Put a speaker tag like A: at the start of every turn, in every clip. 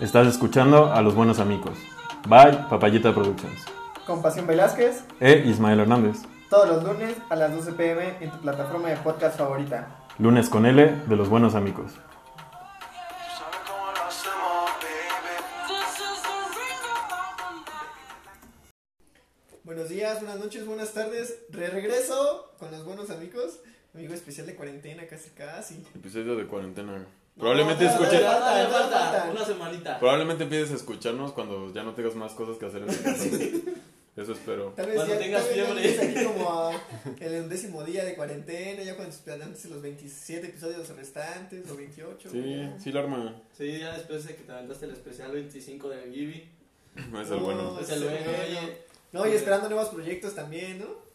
A: Estás escuchando a los buenos amigos. Bye, Papayita Productions.
B: Con Pasión Velázquez,
A: E Ismael Hernández.
B: todos los lunes a las 12 pm en tu plataforma de podcast favorita.
A: Lunes con L de los buenos amigos.
C: Tú sabes cómo lo hacemos, baby.
B: Buenos días, buenas noches, buenas tardes. Re regreso con los buenos amigos. Amigo especial de cuarentena, casi casi.
A: Episodio de cuarentena. Probablemente
B: no, no,
A: escuches,
B: no, no.
D: Falta, falta,
B: falta.
D: una semanita.
A: probablemente empieces a escucharnos cuando ya no tengas más cosas que hacer en tu casa. Eso espero.
B: Tal vez
D: Cuando
B: ya,
D: tengas
B: tal vez ya
D: fiebre.
B: llegues aquí como a el undécimo día de cuarentena, ya cuando se planean los 27 episodios restantes, o 28.
A: Sí,
B: ya.
A: sí, la arma.
D: Sí, ya después de que te mandaste el especial 25 del Gibi.
A: No es el
B: No,
A: bueno.
D: Es el
B: sí,
D: bueno,
B: bueno.
D: oye.
B: No, y esperando nuevos proyectos también, ¿no?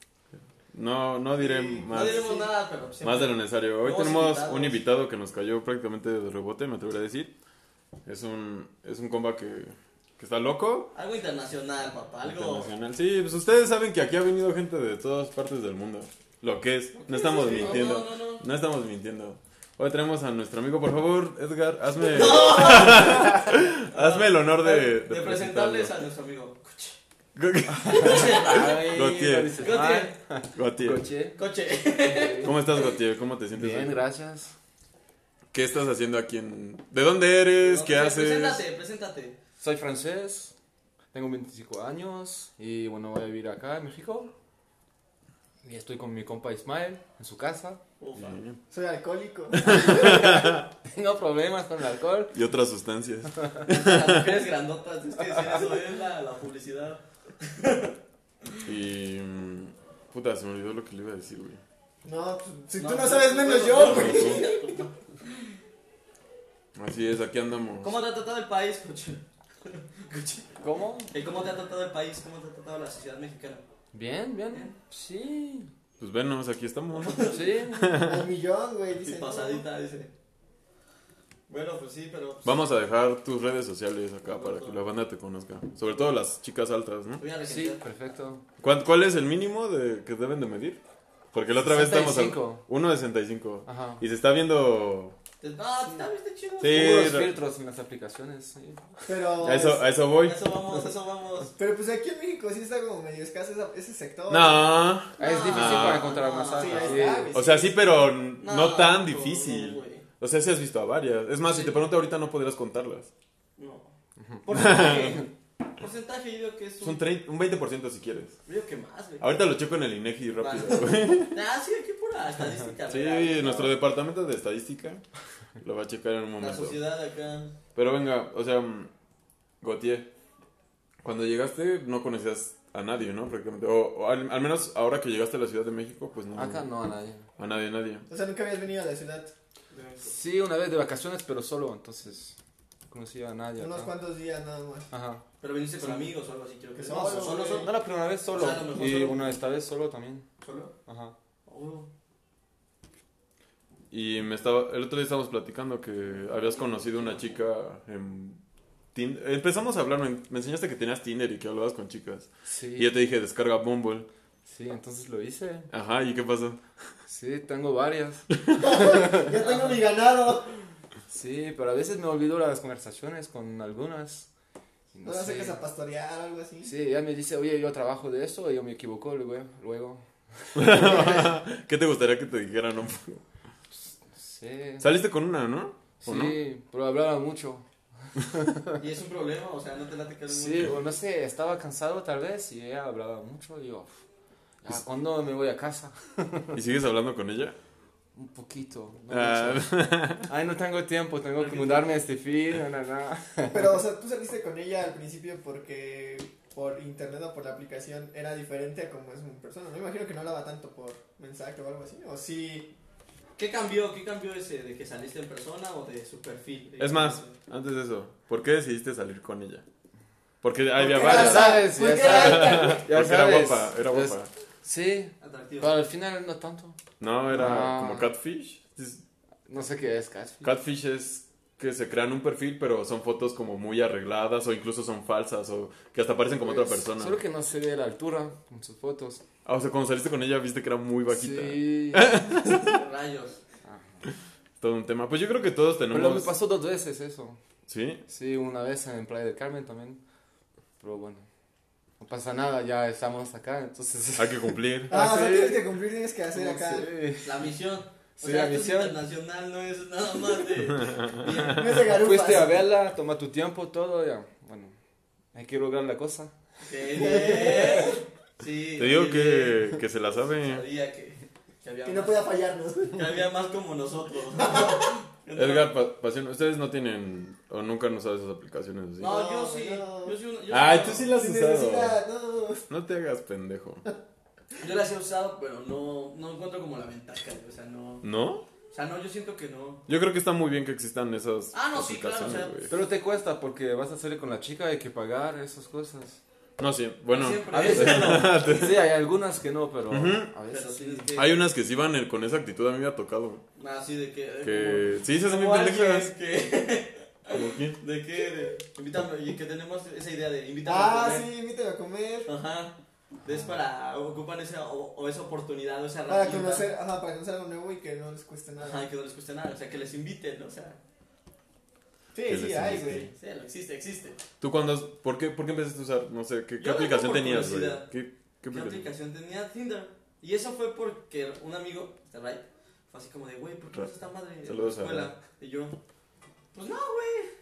A: No, no diré
B: Sí, no
A: más.
D: No diremos
B: Sí.
D: nada, pero siempre-
A: Más de lo necesario. Hoy
D: Nuevos
A: tenemos
D: invitados.
A: un invitado que nos cayó prácticamente de rebote, me atrevería a decir. Es un, es un compa que, que está loco.
D: Algo internacional, papá. Algo.
A: internacional. Sí, pues ustedes saben que aquí ha venido gente de todas partes del mundo. Lo que es, no estamos
D: No,
A: mintiendo.
D: no, no, no.
A: No estamos mintiendo. Hoy tenemos a nuestro amigo, por favor, Edgar, hazme, hazme el honor de,
D: De,
A: de presentarlo.
D: presentarles a nuestro amigo. Coche.
A: Gautier.
D: Coche.
A: Gautier,
E: Coche.
D: Coche.
A: ¿cómo estás, Gautier? ¿Cómo te sientes?
E: Bien,
A: hoy?
E: gracias.
A: ¿Qué estás haciendo aquí en... ¿De dónde eres? ¿Qué
D: Coche,
A: haces?
D: Preséntate, preséntate.
E: Soy francés, tengo 25 años y bueno, voy a vivir acá en México. Y estoy con mi compa Ismael en su casa.
D: Ufa.
B: Soy alcohólico.
E: Tengo problemas con el alcohol.
A: Y otras sustancias.
D: Las mujeres grandotas. Es que decían eso es la, la publicidad.
A: Y... mm, Puta, se me olvidó lo que le iba a decir, güey.
B: No, pues, si
D: No,
B: tú no sabes menos
D: no,
B: yo,
D: no,
B: güey.
D: no.
A: Así es, aquí andamos.
D: ¿Cómo te ha tratado el país, Coche? Coche.
E: ¿Cómo?
D: ¿Y ¿Cómo te ha tratado el país? ¿Cómo te ha tratado la sociedad mexicana?
E: Bien, bien. Sí.
A: Pues venos, aquí estamos.
E: Sí.
B: Al millón, güey,
D: Y
B: dicen. ¿no?
D: pasadita, dice. Bueno, pues sí, pero. pues,
A: Vamos a dejar tus redes sociales acá para que la banda te conozca. Sobre todo las chicas altas, ¿no?
D: Voy a
E: Sí,
D: resetear.
E: perfecto.
A: ¿Cuál, cuál es el mínimo de, que deben de medir? Porque la otra vez estamos...
E: 65.
A: Uno de 65.
E: Ajá.
A: Y se está viendo...
D: Te- No, está bien, está chido.
A: Sí.
E: Tengo los
A: lo-
E: filtros en las aplicaciones. sí.
B: Pero,
A: A eso, a eso voy.
D: Eso vamos, eso vamos.
B: pero pues aquí en México sí está como medio escaso esa- ese sector.
A: No.
E: Ah, Es difícil
A: No.
E: para encontrar más
D: Sí,
E: altas.
B: ahí está, güey.
A: O sea, sí, pero n- no,
D: No,
A: tan
D: no,
A: difícil.
D: no, güey.
A: o sea, sí has visto a varias. Es más, si te pregunto ahorita no podrías contarlas.
D: No. Porcentaje. Porcentaje, yo digo que es
A: Es
D: un.
A: un, trein- un 20% si quieres.
D: Yo digo que más, güey.
A: Ahorita lo checo en el INEGI rápido.
D: Vale.
A: güey.
D: Ah, sí, aquí pura estadística.
A: Sí,
D: real,
A: nuestro
D: ¿no?
A: departamento de estadística lo va a checar en un
D: La
A: momento.
D: sociedad acá.
A: Pero venga, o sea, mm, Gautier, cuando llegaste no conocías a nadie, ¿no? Prácticamente. O, o al, al menos ahora que llegaste a la Ciudad de México, pues no.
E: Acá no a nadie.
A: A nadie, a nadie.
B: O sea, nunca habías venido a la ciudad.
E: Sí, una vez de vacaciones, pero solo, entonces no conocí a nadie.
B: Unos
E: acá.
B: cuantos días nada más.
E: Ajá.
D: Pero viniste con amigos o algo así, creo que
B: Que
D: no.
B: somos-
D: Solo,
E: No
D: solo.
E: la primera vez solo.
D: O sea, a lo mejor
E: y
D: solo.
E: una esta vez solo también.
D: Solo.
E: Ajá.
D: Oh.
A: Y me estaba, el otro día estábamos platicando que habías conocido una chica en Tinder. Empezamos a hablar, me, me enseñaste que tenías Tinder y que hablabas con chicas.
E: Sí.
A: Y yo te dije, descarga Bumble.
E: Sí, entonces lo hice.
A: Ajá, ¿y qué pasó?
E: Sí, tengo varias.
B: Ya tengo mi ganado.
E: Sí, pero a veces me olvido las conversaciones con algunas. Y
B: No sé que a pastorear o algo así.
E: Sí, ella me dice, oye, yo trabajo de eso, y yo me equivoco luego. luego.
A: ¿Qué te gustaría que te dijeran? no?
E: Sí.
A: Saliste con una, ¿no? ¿O no?
E: Sí, pero hablaba mucho.
D: Y es un problema, o sea, no te late que hables
E: Sí,
D: mucho.
E: o no sé, estaba cansado tal vez y ella hablaba mucho. Y yo, "Uf, ya, ¿cuándo me voy a casa?
A: ¿Y sigues hablando con ella?
E: Un poquito. no
A: Ah,
E: mucho. Ay, no tengo tiempo, tengo que mudarme a este fin. na, na, na.
B: Pero, o sea, tú saliste con ella al principio porque por internet o por la aplicación era diferente a como es una persona. Me imagino que no hablaba tanto por mensaje o algo así. O sí.
D: ¿Qué cambió? ¿Qué cambió ese? ¿De que saliste en persona o de su perfil?
A: es más, antes de eso, ¿por qué decidiste salir con ella? Porque había
B: Porque era
A: varias.
E: sabes,
B: porque
E: ya
B: era
E: sabes.
B: alta.
E: Ya
A: Porque era
E: sabes.
A: guapa, era guapa.
E: Es- Sí,
D: Atractivo.
E: pero al final no tanto.
A: No, era
E: Ah.
A: como catfish.
E: No sé qué es, Catfish.
A: Catfish es que se crean un perfil, pero son fotos como muy arregladas o incluso son falsas o que hasta parecen como otra
E: Pues,
A: persona.
E: Solo que no se ve la altura con sus fotos.
A: Ah, o sea, cuando saliste con ella viste que era muy bajita.
E: Sí.
D: Rayos.
A: todo un tema. Pues yo creo que todos tenemos.
F: Pero me pasó dos veces eso.
A: Sí,
F: Sí, una vez en Playa del Carmen también. Pero bueno, no pasa nada, ya estamos acá, entonces.
A: hay que cumplir.
B: Ah, o sea,
F: sí.
B: tienes que cumplir, tienes que hacer acá.
F: Sí.
D: La misión.
F: Sí,
D: o sea,
F: la
D: esto es
F: misión.
D: internacional, no es nada más de.
B: No es de garufas.
F: Fuiste a verla, toma tu tiempo, todo, ya. Bueno, hay que lograr la cosa.
D: de- de- Sí.
A: Te digo
D: oye,
A: que, que se la sabe.
D: Sabía que, que había
B: Que no
D: más-
B: pueda fallarnos.
D: que había más como nosotros.
A: Edgar, pues, pa- pasión, ustedes no tienen o nunca han usado esas aplicaciones así.
D: No, yo
B: No,
D: sí.
B: no.
D: Yo sí. una- Yo
A: Ay,
D: sí
A: tú
D: una-
A: sí las has
B: Sin
A: usado.
B: necesidad, no.
A: No te hagas pendejo.
D: Yo las he usado, pero no, no encuentro como la ventaja, güey, o sea, no.
A: ¿No?
D: O sea, no, yo siento que no.
A: Yo creo que está muy bien que existan esas
D: Ah, no, sí, claro, o sea,
A: güey.
F: Pero te cuesta porque vas a salir con la chica, hay que pagar esas cosas.
A: No, sí, bueno.
D: Siempre.
F: A veces no. Sí, hay algunas que no, pero
A: Ujú.
F: a
D: Pero
F: veces.
D: tienes que.
A: Hay unas que sí van el- con esa actitud, a mí me ha tocado. güey.
D: Así de que.
A: Que sí, se hacen
D: como
A: bien pendejas.
D: alguien que-
A: ¿Como quién?
D: ¿De qué? De, invítame, y que tenemos esa idea de invítame a
B: Ah,
D: comer.
B: sí, invítame a comer.
D: Ajá. Es para, ocupan esa, o, o esa oportunidad o esa
B: Para
D: herramienta.
B: conocer, ajá, para conocer algo nuevo y que no les cueste nada.
D: Ajá, y que no les cueste nada, o sea, que les inviten, o sea,
A: Que
B: Sí, sí,
A: les
B: hay,
A: invite.
B: güey.
D: sí, existe, existe.
A: ¿Tú cuándo? has- ¿Por qué, por qué empezaste a usar? No sé, ¿qué, qué
D: Yo lo
A: aplicación
D: hago por
A: tenías, güey?
D: curiosidad.
A: ¿Qué, qué
D: ¿Qué
A: aplicación?
D: aplicación tenía Tinder? Y eso fue porque un amigo, este Ray, fue así como de, güey, ¿por qué no
A: Ray.
D: es esta madre en la
A: Saludos a
D: escuela? Y yo, pues no, güey.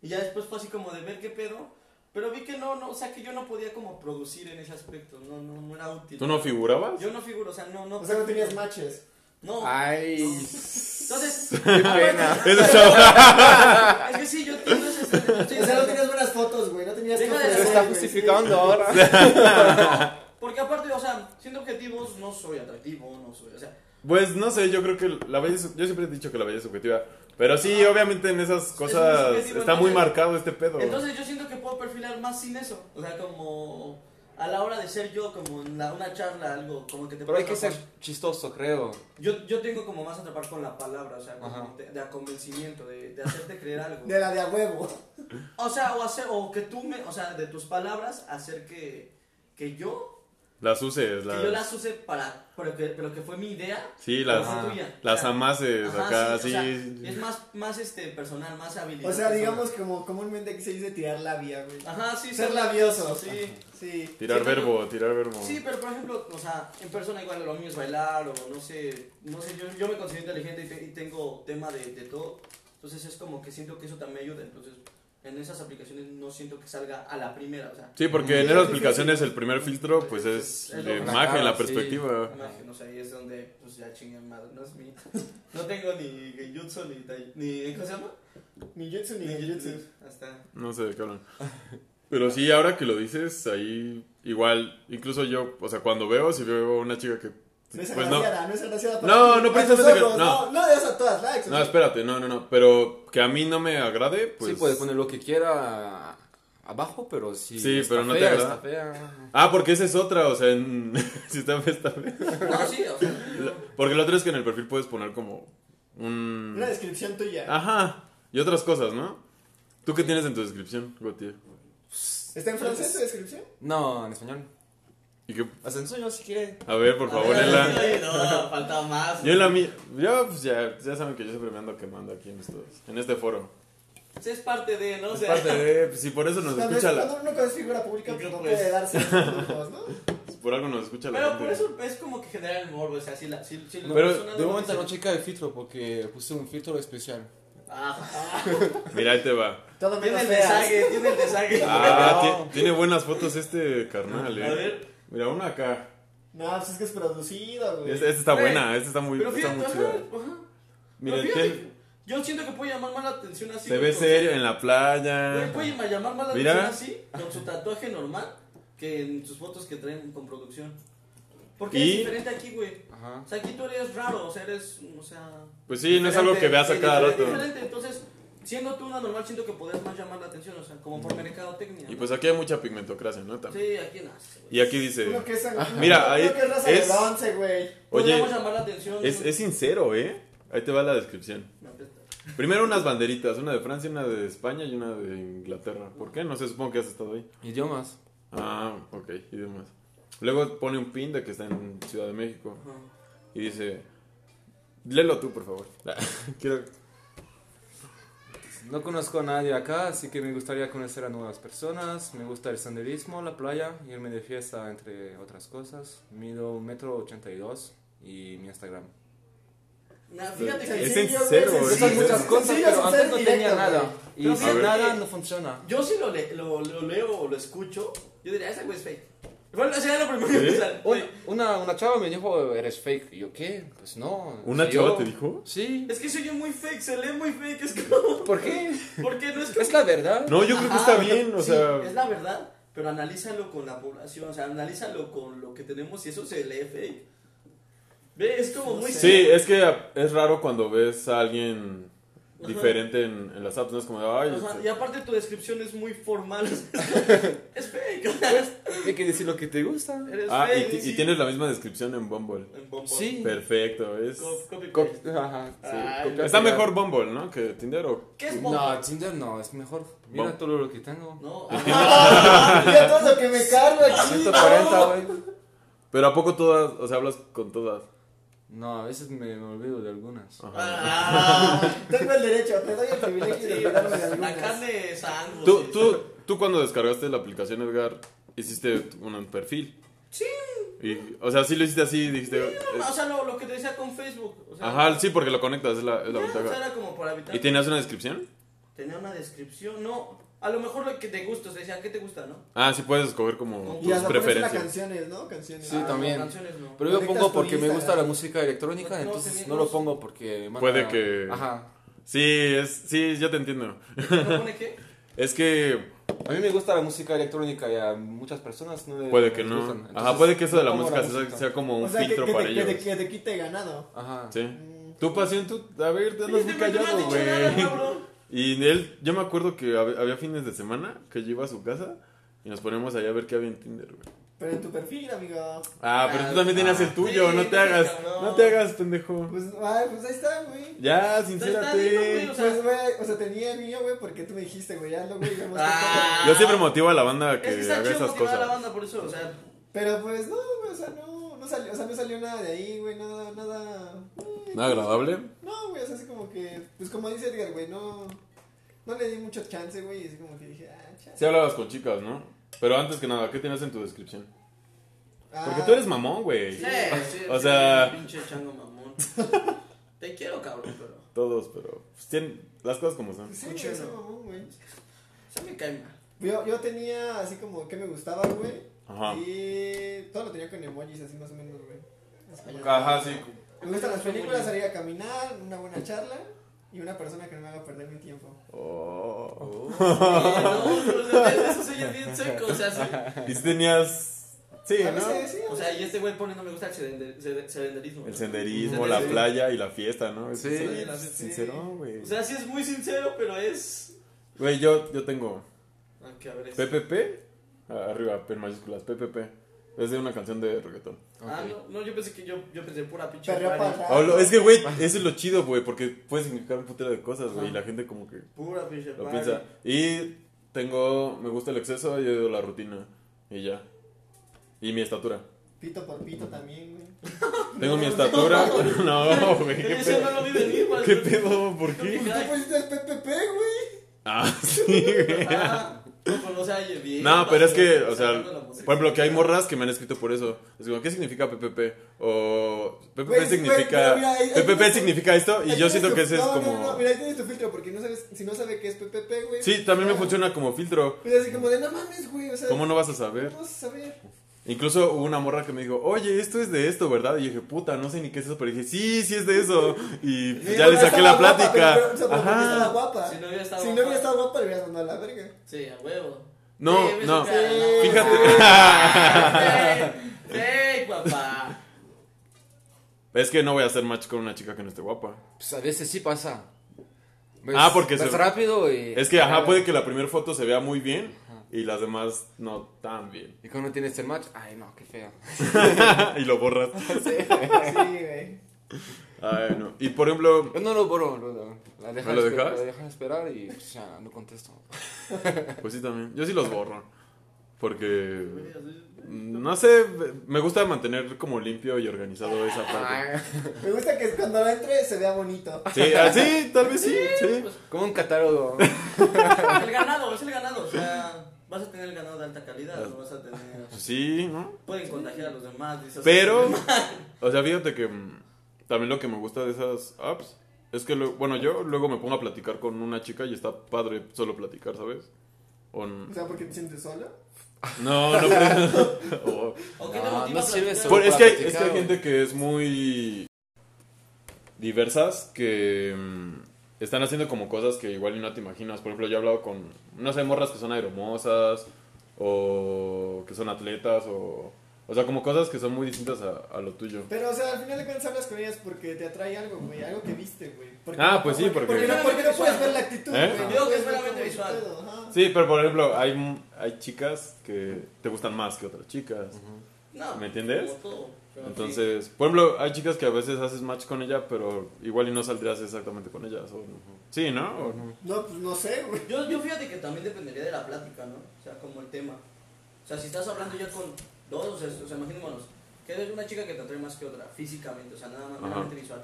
D: Y ya después fue así como de ver qué pedo. Pero vi que no, no, o sea, que yo no podía como producir en ese aspecto, no, no, no era útil.
A: ¿Tú no figurabas?
D: Yo no figuro, o sea, no, no.
B: O sea, no tenías Ah. matches.
D: No.
F: Ay,
D: Entonces,
F: qué pena.
A: Eso está-
D: es que sí, yo tengo ese. estoy-
B: O sea, no tenías buenas fotos, güey. No tenías
D: Deja de
B: fotos,
F: Se está
B: güey.
F: justificando ahora.
D: Porque aparte, o sea, siendo objetivos, no soy atractivo, no soy, o sea,
A: Pues no sé, yo creo que la belleza. Yo siempre he dicho que la belleza es subjetiva. Pero sí, obviamente en esas cosas
D: subjetivo,
A: está muy
D: entonces-
A: marcado este pedo. güey.
D: Entonces yo siento que puedo perfilar más sin eso. O sea, como a la hora de ser yo, como en la- una charla, algo, como que te
F: Pero hay que
D: puedo
F: ser
D: atrapar.
F: chistoso, creo.
D: Yo, yo tengo como más atrapar con la palabra, o sea, como
F: Ajá.
D: de, de convencimiento, de, de hacerte creer algo.
B: De la de a huevo.
D: O sea, o, hacer, o que tú me, o sea, de tus palabras, hacer que, que yo,
A: Las uses, las.
D: que yo las use para, pero que, pero que fue mi idea,
A: Sí,
D: pero
A: las.
D: fue
F: Ajá.
D: tuya. O
A: Las
D: sea,
A: amases
D: ajá,
A: acá,
D: sí,
A: sí.
D: o sea, es más, más este, personal, más habilidad.
B: O sea,
D: personal.
B: digamos como comúnmente que se dice tirar labia, güey.
D: Ajá, Ah, sí,
B: Ser labioso.
D: labiosos Sí.
B: Sí.
A: Tirar
D: sí,
A: verbo, tirar verbo.
D: Sí, pero por ejemplo, o sea, en persona igual lo mío es bailar o no sé, no sé, yo, yo me considero inteligente y, te- y tengo tema de, de todo, entonces es como que siento que eso también ayuda, entonces en esas aplicaciones no siento que salga a la primera, o sea,
A: Sí, porque en
B: Sí,
A: esas
B: sí, sí,
A: aplicaciones el primer
D: Sí,
A: filtro, pues
D: sí,
A: es
D: sí, es
A: la
D: lo-
A: imagen, la
F: Ajá, sí.
A: perspectiva.
D: la imagen, o sea, ahí es donde pues ya chingan madre, no es mi, no tengo ni genjutsu ni, tai- ni ¿cómo se llama?
B: Ni jutsu ni genjutsu.
D: hasta,
A: No sé de qué hablan. Pero sí, ahora que lo dices, ahí igual, incluso yo, o sea, cuando veo, si veo a una chica que...
B: No es
A: Pues no,
B: agraciada, no es agraciada para
A: No,
B: ti.
A: no,
B: A
A: precisamente
B: tus
A: que-
B: ojos,
A: no.
B: No, no le das a todas likes.
A: no, espérate, no, no, no, pero que a mí no me agrade, pues...
F: Sí, puedes poner lo que quiera abajo, pero sí.
A: Sí, pero no te
F: fea,
A: agrada.
F: está fea.
A: Ah, porque esa es otra, o sea, en... si está está bien.
D: no, sí, o sea,
A: Porque la otra es que en el perfil puedes poner como un...
B: Una descripción
A: Ah.
B: tuya.
A: Ajá, y otras cosas, ¿no? ¿Tú qué tienes en tu descripción, Gautier?
B: ¿Está en francés tu descripción?
A: Pues
F: No, en español.
A: ¿Y qué?
F: Haz en sueño si quiere.
A: A ver, por favor,
F: Ah,
A: en la...
D: Ay, no, faltaba más,
A: Yo en la mía... Yo, pues ya, ya saben que yo siempre me ando quemando aquí en estos... En este foro.
D: Sí, es parte de, no, o
A: Es
D: sea,
A: parte de... pues, Si por eso nos
B: Cuando es-
A: escucha la...
B: cuando uno es figura pública, pues
D: Yo creo
B: no
D: pues.
B: puede darse esos lujos, ¿no?
A: Por algo nos escucha la
D: pero
A: gente.
D: por eso es como que genera el morbo, o sea, si la, si, si la
A: Pero,
D: persona
F: De
D: lo
F: momento
D: dice-
F: no checa el filtro porque puse un filtro especial.
D: Ajá.
A: Mira, ahí te va.
B: Todo
D: Tiene
B: menos
D: el
B: feas.
D: desague, tiene el desague.
A: Ah,
F: no.
A: ti- tiene buenas fotos este carnal, eh.
D: A ver.
A: Mira, una acá.
B: No, pues es que es producido, güey.
A: Esta, esta está
D: Güey,
A: buena, esta está muy,
D: Pero
A: está
D: fíjate,
A: muy
D: ajá,
A: chida.
D: ajá.
A: Mira,
D: Pero fíjate,
A: tiene-
D: yo siento que puede llamar más la atención
A: se
D: así. güey,
A: ve
D: con-
A: serio en la
D: Güey,
A: playa.
D: Puede ma- llamar más la
A: Mira.
D: atención así, con su tatuaje normal, que en sus fotos que traen con producción. Porque
A: Y-
D: es diferente aquí, güey.
F: Ajá.
D: O sea, aquí tú eres raro, o sea, eres, o sea...
A: Pues sí, no es algo que veas a
D: sí,
A: cada
D: diferente,
A: rato.
D: diferente, entonces, siendo tú una normal, siento que podrías más llamar la atención, o sea, como por mercadotecnia.
A: Y pues aquí hay mucha pigmentocracia, ¿no?
D: ¿no?
A: También.
D: Sí, aquí nace, güey.
A: Y aquí dice,
B: Uno que es sanguíneo,
A: Mira,
B: uno
A: ahí
B: que es raza
A: es-
B: del once, güey.
A: oye,
D: Podríamos llamar la atención. pues,
A: es,
D: ¿no?
A: es sincero, ¿eh? Ahí te va la descripción.
D: Me apesta.
A: Primero unas banderitas, una de Francia, una de España y una de Inglaterra. ¿Por qué? No sé, supongo que has estado ahí.
F: Idiomas.
A: Ah, ok, y demás. Luego pone un pin de que está en Ciudad de México.
D: Ajá.
A: Y dice, Léelo tú, por favor. Quiero...
F: No conozco a nadie acá, así que me gustaría conocer a nuevas personas. Me gusta el senderismo, la playa, irme de fiesta, entre otras cosas. Mido un metro ochenta y dos y mi Instagram.
D: Nah, fíjate que
A: Es
D: sí, yo-
A: sincero,
D: güey,
A: es
F: Esas
A: sí,
F: son muchas
A: sí,
F: cosas,
B: sí,
F: pero
B: sí,
F: antes
B: sí,
F: no
B: directo,
F: tenía
B: güey.
F: nada. Y
D: Pero
F: sin
A: fíjate
F: nada
D: que-
F: no funciona.
D: Yo si lo, le- lo, lo leo o lo escucho, yo diría, ese güey es fake. Bueno, ese era lo primero que
A: ¿Sí?
D: pensar.
F: Un- Una, una chava me dijo, eres fake. Y yo, ¿qué? Pues no.
A: ¿Una
F: soy
A: chava
F: yo".
A: te dijo?
F: Sí.
D: Es que soy yo muy fake, se lee muy fake, es como...
F: ¿Por qué?
D: ¿Por qué no es como-
F: Es la verdad.
A: No, yo creo que
D: Ajá,
A: está
D: o sea,
A: bien, o
D: Ah, sí,
A: sea...
D: Es la verdad, pero analízalo con la población, o sea, analízalo con lo que tenemos y eso se lee fake. Ve, es como muy...
A: Sí, es que es raro cuando ves a alguien
D: Ajá.
A: diferente en, en las apps, no es como de, ay,
D: Ajá,
A: este-
D: y aparte tu descripción es muy formal. es fake.
F: Hay que decir lo que te gusta.
D: Eres
A: Pues, Ah, y,
D: fake.
A: ti- y
D: sí.
A: tienes la misma descripción en Bumble.
D: En Bumble.
F: Sí.
A: Perfecto, es...
D: Co- copy
F: Co-
D: paste.
F: Ajá, sí,
D: Ay,
F: copia-
A: Está
F: pegar.
A: mejor Bumble, ¿no? Que Tinder o...
D: ¿Qué es Bumble?
F: No, Tinder no, es mejor. Mira
A: Vamos.
F: todo lo que tengo.
D: No,
B: Mira todo lo que me cargo aquí.
F: 140, güey.
A: Pero ¿a poco todas, o sea, hablas con todas?
F: No, a veces me, me olvido de algunas.
D: Ah,
B: Tengo el derecho, te doy el
D: sí,
B: privilegio de olvidarme de
D: la
B: algunas.
D: carne es algo.
A: Tú,
D: sí.
A: tú, tú cuando descargaste la aplicación, Edgar, hiciste un perfil. Sí. o sea, sí lo hiciste así, dijiste...
D: No, o sea, lo, lo que te decía con Facebook. O sea,
A: eh, Ajá, sí, porque lo conectas, es la, es la
D: ya, o sea,
A: ventaja.
D: era como para evitar.
A: ¿Y tenías una descripción?
D: Tenía una descripción, no. A lo mejor lo que te gusta, o sea, decía, ¿qué te gusta, no?
A: Ah, sí puedes escoger como
D: Y
B: Y
A: tus
B: hasta pones las
A: preferencias.
B: canciones, ¿no? Canciones.
F: Sí,
D: Ah,
F: también.
D: no, canciones no.
F: Pero yo lo
B: Conectas
F: pongo
B: con
F: porque me gusta la
B: Instagram.
F: música electrónica,
D: No,
F: entonces
D: tenemos-
F: no lo pongo porque... me
A: Puede
F: manda-
A: que-
F: Ajá.
A: Sí, es, sí, yo te entiendo.
D: ¿No pone qué?
A: Es que
F: A mí me gusta la música electrónica y a muchas personas no le-
A: puede que
F: les
A: no.
F: gustan,
A: Ajá,
F: entonces
A: puede que eso de
F: no
A: la
F: pongo
A: música, Sea, sea como un
B: O sea, que,
A: filtro
B: que
A: para
B: te, que,
A: ellos.
B: te, que te quite ganado.
F: Ajá.
A: Sí. Tú, pasión, tú, a ver, te andas muy
D: Fíjate, no me has
A: callado,
D: dicho nada,
A: güey.
D: cabrón.
A: Y él, yo me acuerdo que hab- había fines de semana que yo iba a su casa y nos poníamos allá a ver qué había en Tinder, güey.
B: Pero en tu perfil, amigo.
A: Ah, pero tú también tenías el tuyo,
D: sí,
A: no te
D: no seas
A: hagas,
D: cabrón.
A: no te hagas, pendejo.
B: Pues, ay, pues ahí está, güey.
A: Ya,
D: dilo, güey,
A: sincérate.
D: o sea-
B: Pues, güey, o sea, tenía el mío, güey, porque tú me dijiste, güey, hazlo, güey, vemos qué
D: Ah.
A: Yo siempre motivo a la banda
D: Es que
A: que
D: está
A: haga
D: chido
A: esas
D: motivar a la
A: cosas.
D: banda por eso, o sea.
B: tal. Pero pues, no, güey, o sea, no, no salió, o sea, no salió nada de ahí, güey, nada, nada. eh,
A: ¿No agradable?
B: No, güey, o sea, así como que, pues como dice Edgar, güey, no, no le di mucho chance, güey, y así como que dije, ah, chance.
A: Sí hablabas con chicas, ¿no? Pero antes que nada, ¿qué tenías en tu descripción?
B: Ah,
A: Porque tú eres mamón, güey.
D: Sí, sí,
A: O
D: sí,
A: sea-
D: Pinche chango mamón. Te quiero, cabrón, pero.
A: Todos, pero pues, tienen las cosas como son.
B: Sí, güey, ese mamón, güey.
D: Se me cae mal.
B: Yo, yo tenía así como que me gustaba, güey,
A: Ajá.
B: y todo lo tenía con emojis, así más o menos, güey. Así como-
A: Ajá, sí.
B: Me gustan las películas, salir a caminar, una buena charla y una persona que no me haga perder mi tiempo.
A: Oh.
D: No, pero, o sea, eso soy yo bien seco, o sea, sí.
A: Y si tenías. Sí,
B: A
A: ¿no?
B: veces, sí, a
D: O sea,
B: veces.
D: y este güey pone no me gusta el sedender- sed- sedenderismo.
A: El
D: ¿no?
A: senderismo, la
D: Senderismo.
A: playa y la fiesta, ¿no?
F: Sí.
A: sí,
D: Sí.
A: sincero, güey.
D: O sea, sí es muy sincero, pero es.
A: Güey, yo, yo tengo
D: Aunque a ver, es.
A: PPP, ah, arriba, en mayúsculas, PPP. Es de una canción de reggaetón.
D: Ah,
F: Ok.
D: no, no, yo pensé que yo, yo pensé pura pinche.
B: Perreo
D: party,
B: para-
A: Ah, lo- es que, güey, eso es lo chido, güey, porque puede significar un putero de cosas, güey, y la gente como que
D: Pura pinche.
A: lo
D: party.
A: piensa. Y tengo, me gusta el exceso, yo la rutina, y ya. Y mi estatura.
B: Pito por pito también, güey.
A: Tengo mi estatura. No, güey, qué
D: Ese
A: pedo.
D: no lo vi venir, güey.
A: ¿Qué pedo? ¿Por qué?
B: Pues tú pusiste el PPP, güey.
A: Ah, sí, güey.
D: Ah, no, pues, o sea, oye, bien,
A: No, pero es que, o sea,
D: sacando la
A: por
D: música.
A: ejemplo, que hay morras que me han escrito por eso. Es como, ¿qué significa PPP? O PPP
B: Güey,
A: significa
B: güey, mira, ahí- ahí
A: PPP
B: tienes-
A: significa esto y
B: Ahí
A: yo
B: tienes
A: siento
B: tu-
A: que ese es
B: no, No, no,
A: como
B: mira, ahí tienes tu filtro porque no sabes, si no sabe qué es PPP, güey.
A: Sí, también me
B: ya.
A: funciona como filtro.
B: Pues así como de, no mames, güey, o sea.
A: ¿Cómo no vas a
B: no
A: saber?
B: vas a saber?
A: Incluso hubo una morra que me dijo, oye, esto es de esto, ¿verdad? Y yo dije, puta, no sé ni qué es eso, pero dije, sí, sí es de eso. Y pues,
B: Sí,
A: ya
B: pero
A: le saqué
B: estaba
A: la
B: guapa, pero-
A: plática.
B: pero- o sea, pero porque estaba
A: Ajá.
B: guapa.
D: Si no hubiera estado
B: Si no
D: guapa.
B: hubiera estado guapa, le hubieras mandado a la verga.
D: Sí, a huevo.
A: No,
D: Sí,
A: no.
D: beso cara,
B: Sí.
A: Fíjate.
D: Sí, sí, papá.
A: Es que no voy a hacer match con una chica que no esté guapa.
F: Pues a veces sí pasa.
A: Ah, porque
F: es
A: se-
F: rápido y...
A: Es que, ajá, puede que la primera foto se vea muy bien y las demás no tan bien.
F: Y cuando tienes el match, ay no, qué feo.
A: y lo borras.
B: Sí, güey.
A: Ay, no. Y por ejemplo,
F: Yo no lo borro, lo- lo- la dejan
A: ¿Me lo
F: esperar,
A: dejas?
F: la dejan esperar y pues, ya no contesto.
A: pues sí también. Yo sí los borro. Porque, no sé, me gusta mantener como limpio y organizado esa parte.
B: Me gusta que cuando entre se vea bonito.
A: Sí, así, tal vez sí, sí.
D: Pues,
E: Como un catálogo.
D: el ganado, es el ganado. O sea, vas a tener el ganado de alta calidad, no vas a tener.
A: Pues Sí, ¿no?
D: Pueden contagiar a los demás. dices,
A: Pero, o sea, fíjate que mm, también lo que me gusta de esas apps es que, lo- bueno, yo luego me pongo a platicar con una chica y está padre solo platicar, ¿sabes? O n-
B: O sea, porque te sientes solo.
A: no, no, pero- o-
D: ¿O qué te
G: No,
D: motiva
G: no
D: a
G: sirve
D: platicar?
G: solo.
A: Por- es, que hay,
G: para
A: es que hay
G: platicar,
A: gente que es muy diversas que mm, están haciendo como cosas que igual y no te imaginas. Por ejemplo, yo he hablado con, no sé, morras que son aeromosas o que son atletas o... O sea, como cosas que son muy distintas a, a lo tuyo.
B: Pero, o sea, al final de cuentas hablas con ellas porque te atrae algo, güey. Algo que viste, güey. Porque-
A: Ah, pues sí, porque-
B: Porque, no, porque no puedes ver la actitud,
A: ¿Eh?
B: güey.
A: Yo
B: No
D: digo que
B: puedes
D: es
B: ver
D: meramente
B: cómo es
D: visual.
B: todo, ajá.
A: Sí, pero por ejemplo, hay, hay chicas que te gustan más que otras chicas.
D: No,
A: ¿Me entiendes?
D: como todo, pero
A: Entonces, por ejemplo, hay chicas que a veces haces match con ella, pero igual y no saldrías exactamente con ellas. o- Sí, ¿no? O-
B: No, pues no sé, güey.
D: sí. Yo, yo fíjate que también dependería de la plática, ¿no? O sea, como el tema. O sea, si estás hablando ya con dos, o sea, o sea, imaginémonos, que eres una chica que te atrae más que otra, físicamente, o sea, nada más
A: Ajá.
D: meramente visual.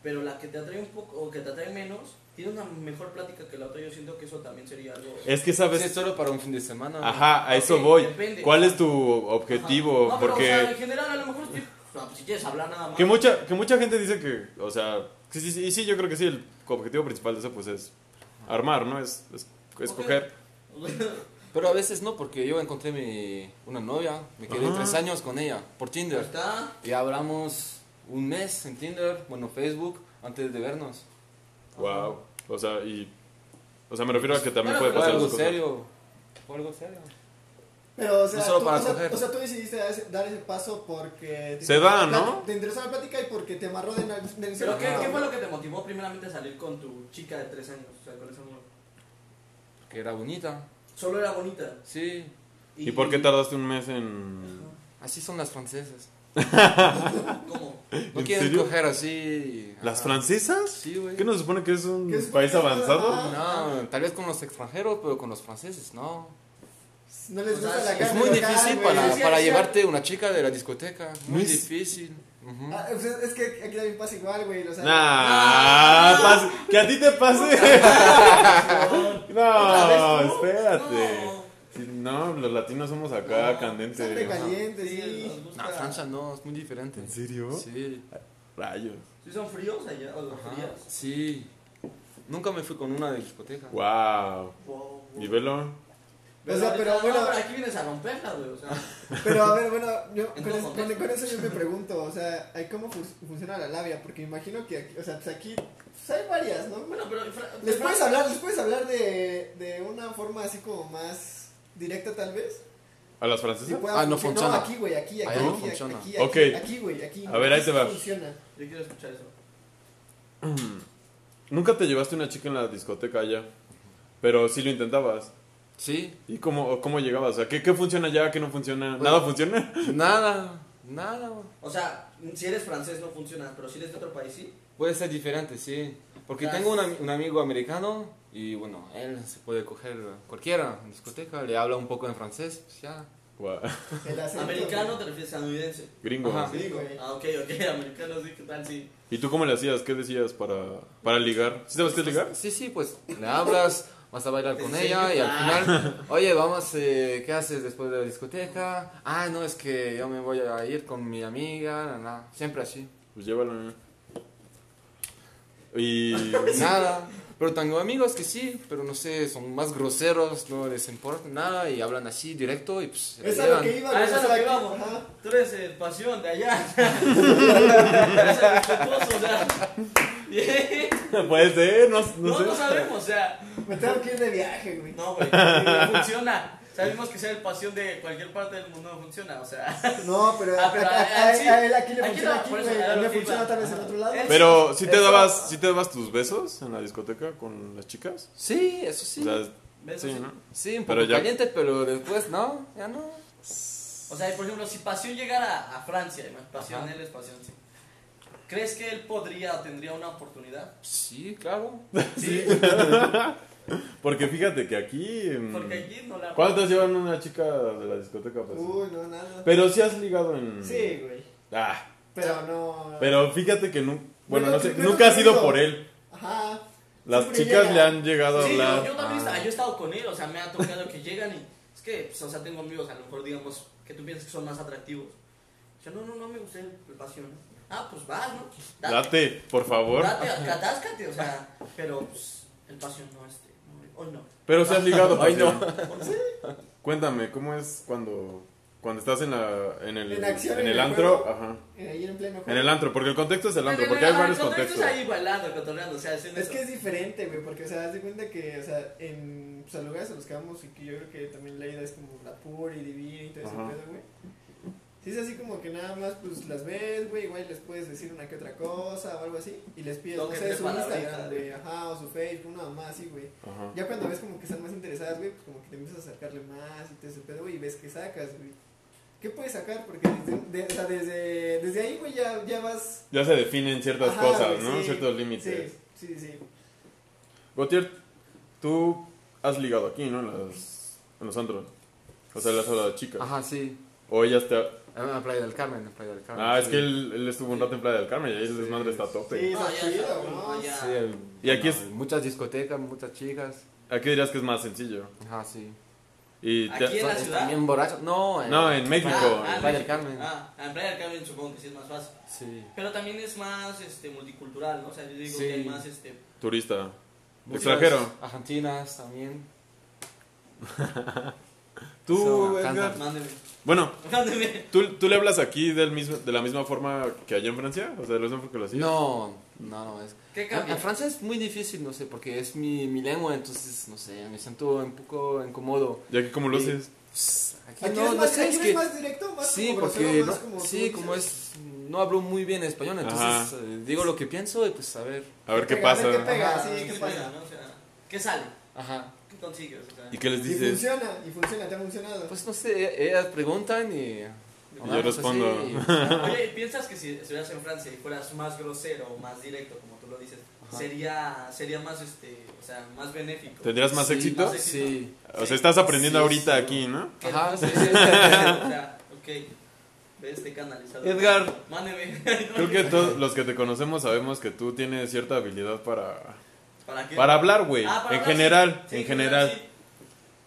D: Pero la que te atrae un poco, o que te atrae menos, tiene una mejor plática que la otra. Yo siento que eso también sería algo.
A: Es que
E: Sí, es
A: sabes...
E: solo para un fin de semana.
A: Ajá, a eso
D: Ok,
A: voy.
D: depende.
A: ¿Cuál es tu
D: Ajá.
A: objetivo?
D: No, pero,
A: Porque...
D: o sea, en general, a lo mejor sí, o sea, pues, si quieres hablar nada más.
A: Que mucha, que mucha gente dice que, o sea, sí, sí, sí, sí, yo creo que sí, el objetivo principal de eso pues es armar, ¿no? Es, es- escoger.
E: Pero a veces no, porque yo encontré mi, una novia, me quedé
A: Ajá.
E: tres años con ella por
D: Ya
E: Tinder.
D: está.
E: Y hablamos un mes en Tinder, bueno, Facebook, antes de vernos.
A: Wow. O sea, y... O sea, me refiero a que también
D: Bueno,
A: puede
E: Fue
A: pasar
E: algo
A: esas cosas.
E: serio. Fue algo serio.
B: Pero, o sea,
E: No solo
B: tú,
E: para
B: o sea,
E: coger.
B: o sea, tú decidiste dar ese, dar ese paso porque... te
A: Se
B: interesa
A: da,
B: la plática-
A: ¿no?
B: Te interesó la plática y porque te amarró de nariz. de nariz-
D: ¿Pero qué,
B: Ah,
D: qué fue lo que te motivó primeramente a salir con tu chica de tres años? O sea, con esa mujer.
E: Que era bonita.
D: Solo era bonita.
E: Sí,
A: ¿Y por qué tardaste un mes en...?
E: así son las francesas.
D: ¿Cómo?
E: No
A: ¿En
E: quieren
A: serio?
E: coger así. y-
A: ¿Las
E: ajá.
A: francesas?
E: Sí, güey.
A: ¿Qué nos supone que es un
B: ¿Qué es-
A: país avanzado?
B: Ah.
E: No, tal vez con los extranjeros, pero con los franceses no.
B: No les
D: O sea,
B: gusta la
D: es
B: cara
E: Es muy
B: local,
E: difícil
B: güey.
E: para,
D: Sí,
E: para
D: sí, sí.
E: llevarte una chica de la discoteca. Muy
A: es-
E: difícil. Ujú.
B: Ah, pues, es que aquí también pasa igual, güey. O sea,
A: Nah, pas- que a ti te pase. No,
D: ¿Otra vez tú?
A: espérate.
D: No.
A: Sí, No, los latinos somos acá
B: Sangre
A: candentes.
B: caliente,
D: Sí, nos
B: sí.
D: gusta.
E: No, Francia no, es muy diferente.
A: ¿En serio?
E: Sí,
A: Rayos.
D: ¿Sí son fríos allá? ¿O
E: ajá,
D: frías?
E: Ah, sí. Nunca me fui con una de discoteca.
A: Wow.
D: Wow, wow.
A: ¿Y velo?
B: O sea, pero
D: ahorita-
B: bueno-
D: no, aquí vienes a romperla, güey. O sea,
B: Pero a ver, bueno, yo, con,
D: Entonces,
B: es- con- con eso yo me pregunto, o sea, ay, ¿cómo fun- funciona la labia? Porque imagino que, aquí- o sea, pues aquí pues hay varias, ¿no?
D: bueno, pero. en Fra-
B: Les
D: en
B: puedes
D: Francia-
B: hablar, les puedes hablar de, de una forma así como más directa tal vez.
A: ¿A las
B: Si
A: francesas?
B: puedan
E: Ah, no
B: funcionar.
E: funciona.
B: No, aquí, güey, aquí, aquí,
E: Allá no
B: aquí, aquí,
E: funciona.
B: aquí,
A: Ok.
B: aquí, güey, aquí.
A: A ver, ahí te va.
B: Funciona.
D: Yo quiero escuchar eso.
A: Nunca te llevaste una chica en la discoteca allá. Pero sí lo intentabas.
E: Sí,
A: ¿Y cómo, cómo llegabas? O sea, ¿qué, qué funciona allá? ¿Qué no funciona?
E: Bueno.
A: ¿Nada funciona?
E: nada, nada.
D: O sea, si eres francés no funciona, pero si eres de otro país sí.
E: Puede ser diferente, sí. Porque
D: Claro.
E: tengo un, ami- un amigo americano y bueno, él se puede coger cualquiera en discoteca, le habla un poco en francés, pues ya.
A: Guau.
B: El acento,
D: Americano te refieres a estadounidense.
A: Gringo.
E: Ajá.
B: güey. Sí, güey.
D: Ah, ok, ok, americano sí, ¿qué tal? Sí.
A: ¿Y tú cómo le hacías? ¿Qué decías para, para ligar? ¿Sí sabes qué es ligar?
E: Sí, sí, pues le hablas, vas a bailar
D: ¿En
E: con
D: serio?
E: ella y al
D: Ah.
E: final, oye, vamos, eh, ¿qué haces después de la discoteca? Ah, no, es que yo me voy a ir con mi amiga, na, na. siempre así.
A: Pues llévalo. Y...
E: Nada. Pero tengo amigos que sí, pero no sé, son más groseros, no les importa nada y hablan así directo y pues... se la
B: Es a lo
E: llevan.
B: que iba.
D: Ah,
B: güey,
D: eso
B: o
D: es lo
B: sea,
D: que
B: aquí-
D: vamos.
B: ajá.
D: Tú eres el pasión de allá. eres el respetuoso, o sea.
A: Puede ser, no, no
D: No,
A: sé.
D: no sabemos, o sea.
B: Me tengo que ir de viaje, güey.
D: No, güey, no funciona. Sabemos que ser el pasión de cualquier parte del mundo no funciona, o sea.
B: No, pero
D: Ah, pero
B: acá-
D: a-
B: acá-
D: a- sí.
B: a él aquí le
D: Aquí
B: funciona
D: no,
B: aquí,
D: por eso
B: güey.
D: era
B: A mí
D: lo
B: me
D: que iba.
B: funciona tal vez en
D: Ajá.
B: otro lado.
D: Él-
A: Pero si te
D: Eso-
A: dabas, si te dabas tus besos en la discoteca con las chicas.
E: Sí, eso sí.
A: O sea,
D: ¿Ves?
A: sí, ¿no?
E: sí, un poco
A: pero ya-
E: caliente, pero después no, ya no.
D: O sea, por ejemplo, si Pasión llegara a Francia, además, Pasión,
E: Ajá.
D: él es Pasión, sí. ¿Crees que él podría o tendría una oportunidad?
E: Sí, claro.
D: Sí.
A: Porque fíjate que aquí. mm,
D: Porque allí no la.
A: ¿Cuántas llevan una chica de la discoteca? pues?
B: Uy, no, nada.
A: Pero si has ligado en.
B: Sí, güey.
A: Ah,
B: Pero no.
A: Mm. pero fíjate que nu- bueno,
B: Bueno,
A: no sé,
B: creo que
A: nunca ha sido
B: digo.
A: por él.
B: Ajá.
A: Las
B: Siempre
A: chicas
B: llega.
A: le han llegado a
D: Sí,
A: hablar.
D: yo, yo
F: Ah.
D: también he esta- yo he estado con él, o sea, me ha tocado que llegan y es que, pues, o sea, tengo amigos, a lo mejor digamos que tú piensas que son más atractivos. Yo no, no, no me gusta el, el pasión. Ah, pues vas, ¿no?
A: Date, por favor.
D: Date, atáscate, o sea, pero pues, el pasión no este, no, hoy no.
A: Pero si has ligado.
F: Ay,
A: pasión.
D: Sí.
A: Cuéntame, ¿cómo es cuando cuando estás en la en el
B: En acción,
A: en
B: en
A: el
B: el
A: antro?
B: juego.
A: Ajá.
B: Ahí eh, en pleno juego.
A: En el antro, porque el contexto es el antro,
D: Pero,
A: porque
D: pero,
A: hay varios
D: el contexto
A: contextos.
D: Es ahí bailando, cotorreando, o sea, haciendo
B: Es
D: eso.
B: que es diferente, güey, porque, o sea, haz de cuenta que, o sea, en pues, a lugares a los que vamos y que yo creo que también la ida es como la pura y divina y todo ese
A: Ajá.
B: pedo, güey. Si es así como que nada más, pues las ves, güey, igual les puedes decir una que otra cosa o algo así, y les pides,
D: Lo
B: no
D: que
B: sé,
D: te
B: su
D: palabrita,
B: Instagram,
D: güey.
B: güey, ajá, o su Facebook, una mamá así, güey.
A: Ajá.
B: Ya cuando ves como que están más interesadas, güey, pues como que te empiezas a acercarle más y te ese pedo, güey, y ves que sacas, güey. ¿Qué puedes sacar? Porque desde, de- o sea, desde, desde ahí, güey, ya, ya vas.
A: Ya se definen ciertas
B: Ajá,
A: cosas,
B: güey,
A: ¿no?
B: sí,
A: Ciertos límites.
B: Sí, sí, sí.
A: Gautier, tú has ligado aquí, ¿no? En, las- en los antros. O sea, le has hablado a chicas.
F: Ajá, sí.
A: O ellas te ha-
F: En la Playa del Carmen, en la Playa del Carmen.
A: Ah, es
F: sí.
A: que él, él estuvo un rato en Playa del Carmen y ahí el
F: Sí,
A: desmadre está a tope.
B: sí.
D: No, ya, ya,
B: Chido, ¿no?
D: no, ya.
F: Sí, el-
A: Y aquí
F: bueno, Muchas discotecas, muchas chicas.
A: Aquí dirías que es más sencillo.
F: Ajá, sí.
A: Y te-
D: Aquí ¿En la ciudad?
F: ¿También borracho? No,
A: No, en México.
F: Ah,
A: en
F: ah, Playa del Carmen.
D: Ah, en Playa del Carmen supongo que sí es más fácil.
F: Sí.
D: Pero también es más este, multicultural, ¿no? O sea, yo digo
F: Sí.
D: que hay más este,
A: Turista.
F: Muchas
A: Extranjero.
F: Argentinas también.
A: Tú,
F: Eso,
A: Edgar.
F: Kansas.
D: Mándeme.
A: Bueno,
D: Mándeme.
A: ¿tú, tú le hablas aquí del mismo, de la misma forma que allá en Francia? O sea, de la misma forma que lo hacías.
F: No, no, no. Es...
D: ¿Qué
F: En
D: cambia?
F: Francia es muy difícil, no sé, porque es mi, mi lengua, entonces, no sé, me siento un poco incómodo.
A: ¿Y aquí cómo lo
F: Sí.
A: haces?
F: Aquí,
B: Aquí
F: no,
B: es
F: no
B: más,
F: sé,
B: aquí
F: es
B: es
F: que...
B: más directo, más
F: Sí,
B: como
F: porque
B: grosero,
F: no,
B: más como
F: sí,
B: tú
F: como
B: dices.
F: es, no hablo muy bien español, entonces
A: Ajá.
F: eh, digo lo que pienso y pues a ver.
A: A ver qué
B: Pega, a
A: pasa.
B: qué pega,
F: Ajá,
B: sí, qué pasa.
D: ¿no? O sea, ¿qué sale?
F: Ajá.
D: ¿Qué consigues? O sea,
A: ¿Y qué les
B: Y
A: dices?
B: funciona, y funciona, te ha funcionado.
F: Pues no sé, ellas preguntan y... hablamos
A: respondo.
F: así, y-
D: Oye, ¿piensas que si estuvieras en Francia y fueras más grosero o más directo, como tú lo dices,
F: Ajá.
D: sería, sería más, este, o sea, más benéfico?
A: ¿Tendrías más
F: Sí,
A: éxito?
D: más éxito.
F: Sí.
A: O sea, estás aprendiendo
F: Sí,
A: ahorita
F: sí.
A: aquí, ¿no?
D: Que
F: Ajá,
D: no
F: sí.
D: sé, o sea, ok, ve este canalizador.
F: Edgar.
D: Mándeme.
A: Creo que todos los que te conocemos sabemos que tú tienes cierta habilidad para,
D: ¿Para qué?
A: para hablar, güey.
D: Ah, para
A: en
D: hablar,
A: general,
D: sí. Sí,
A: en general.
D: sí.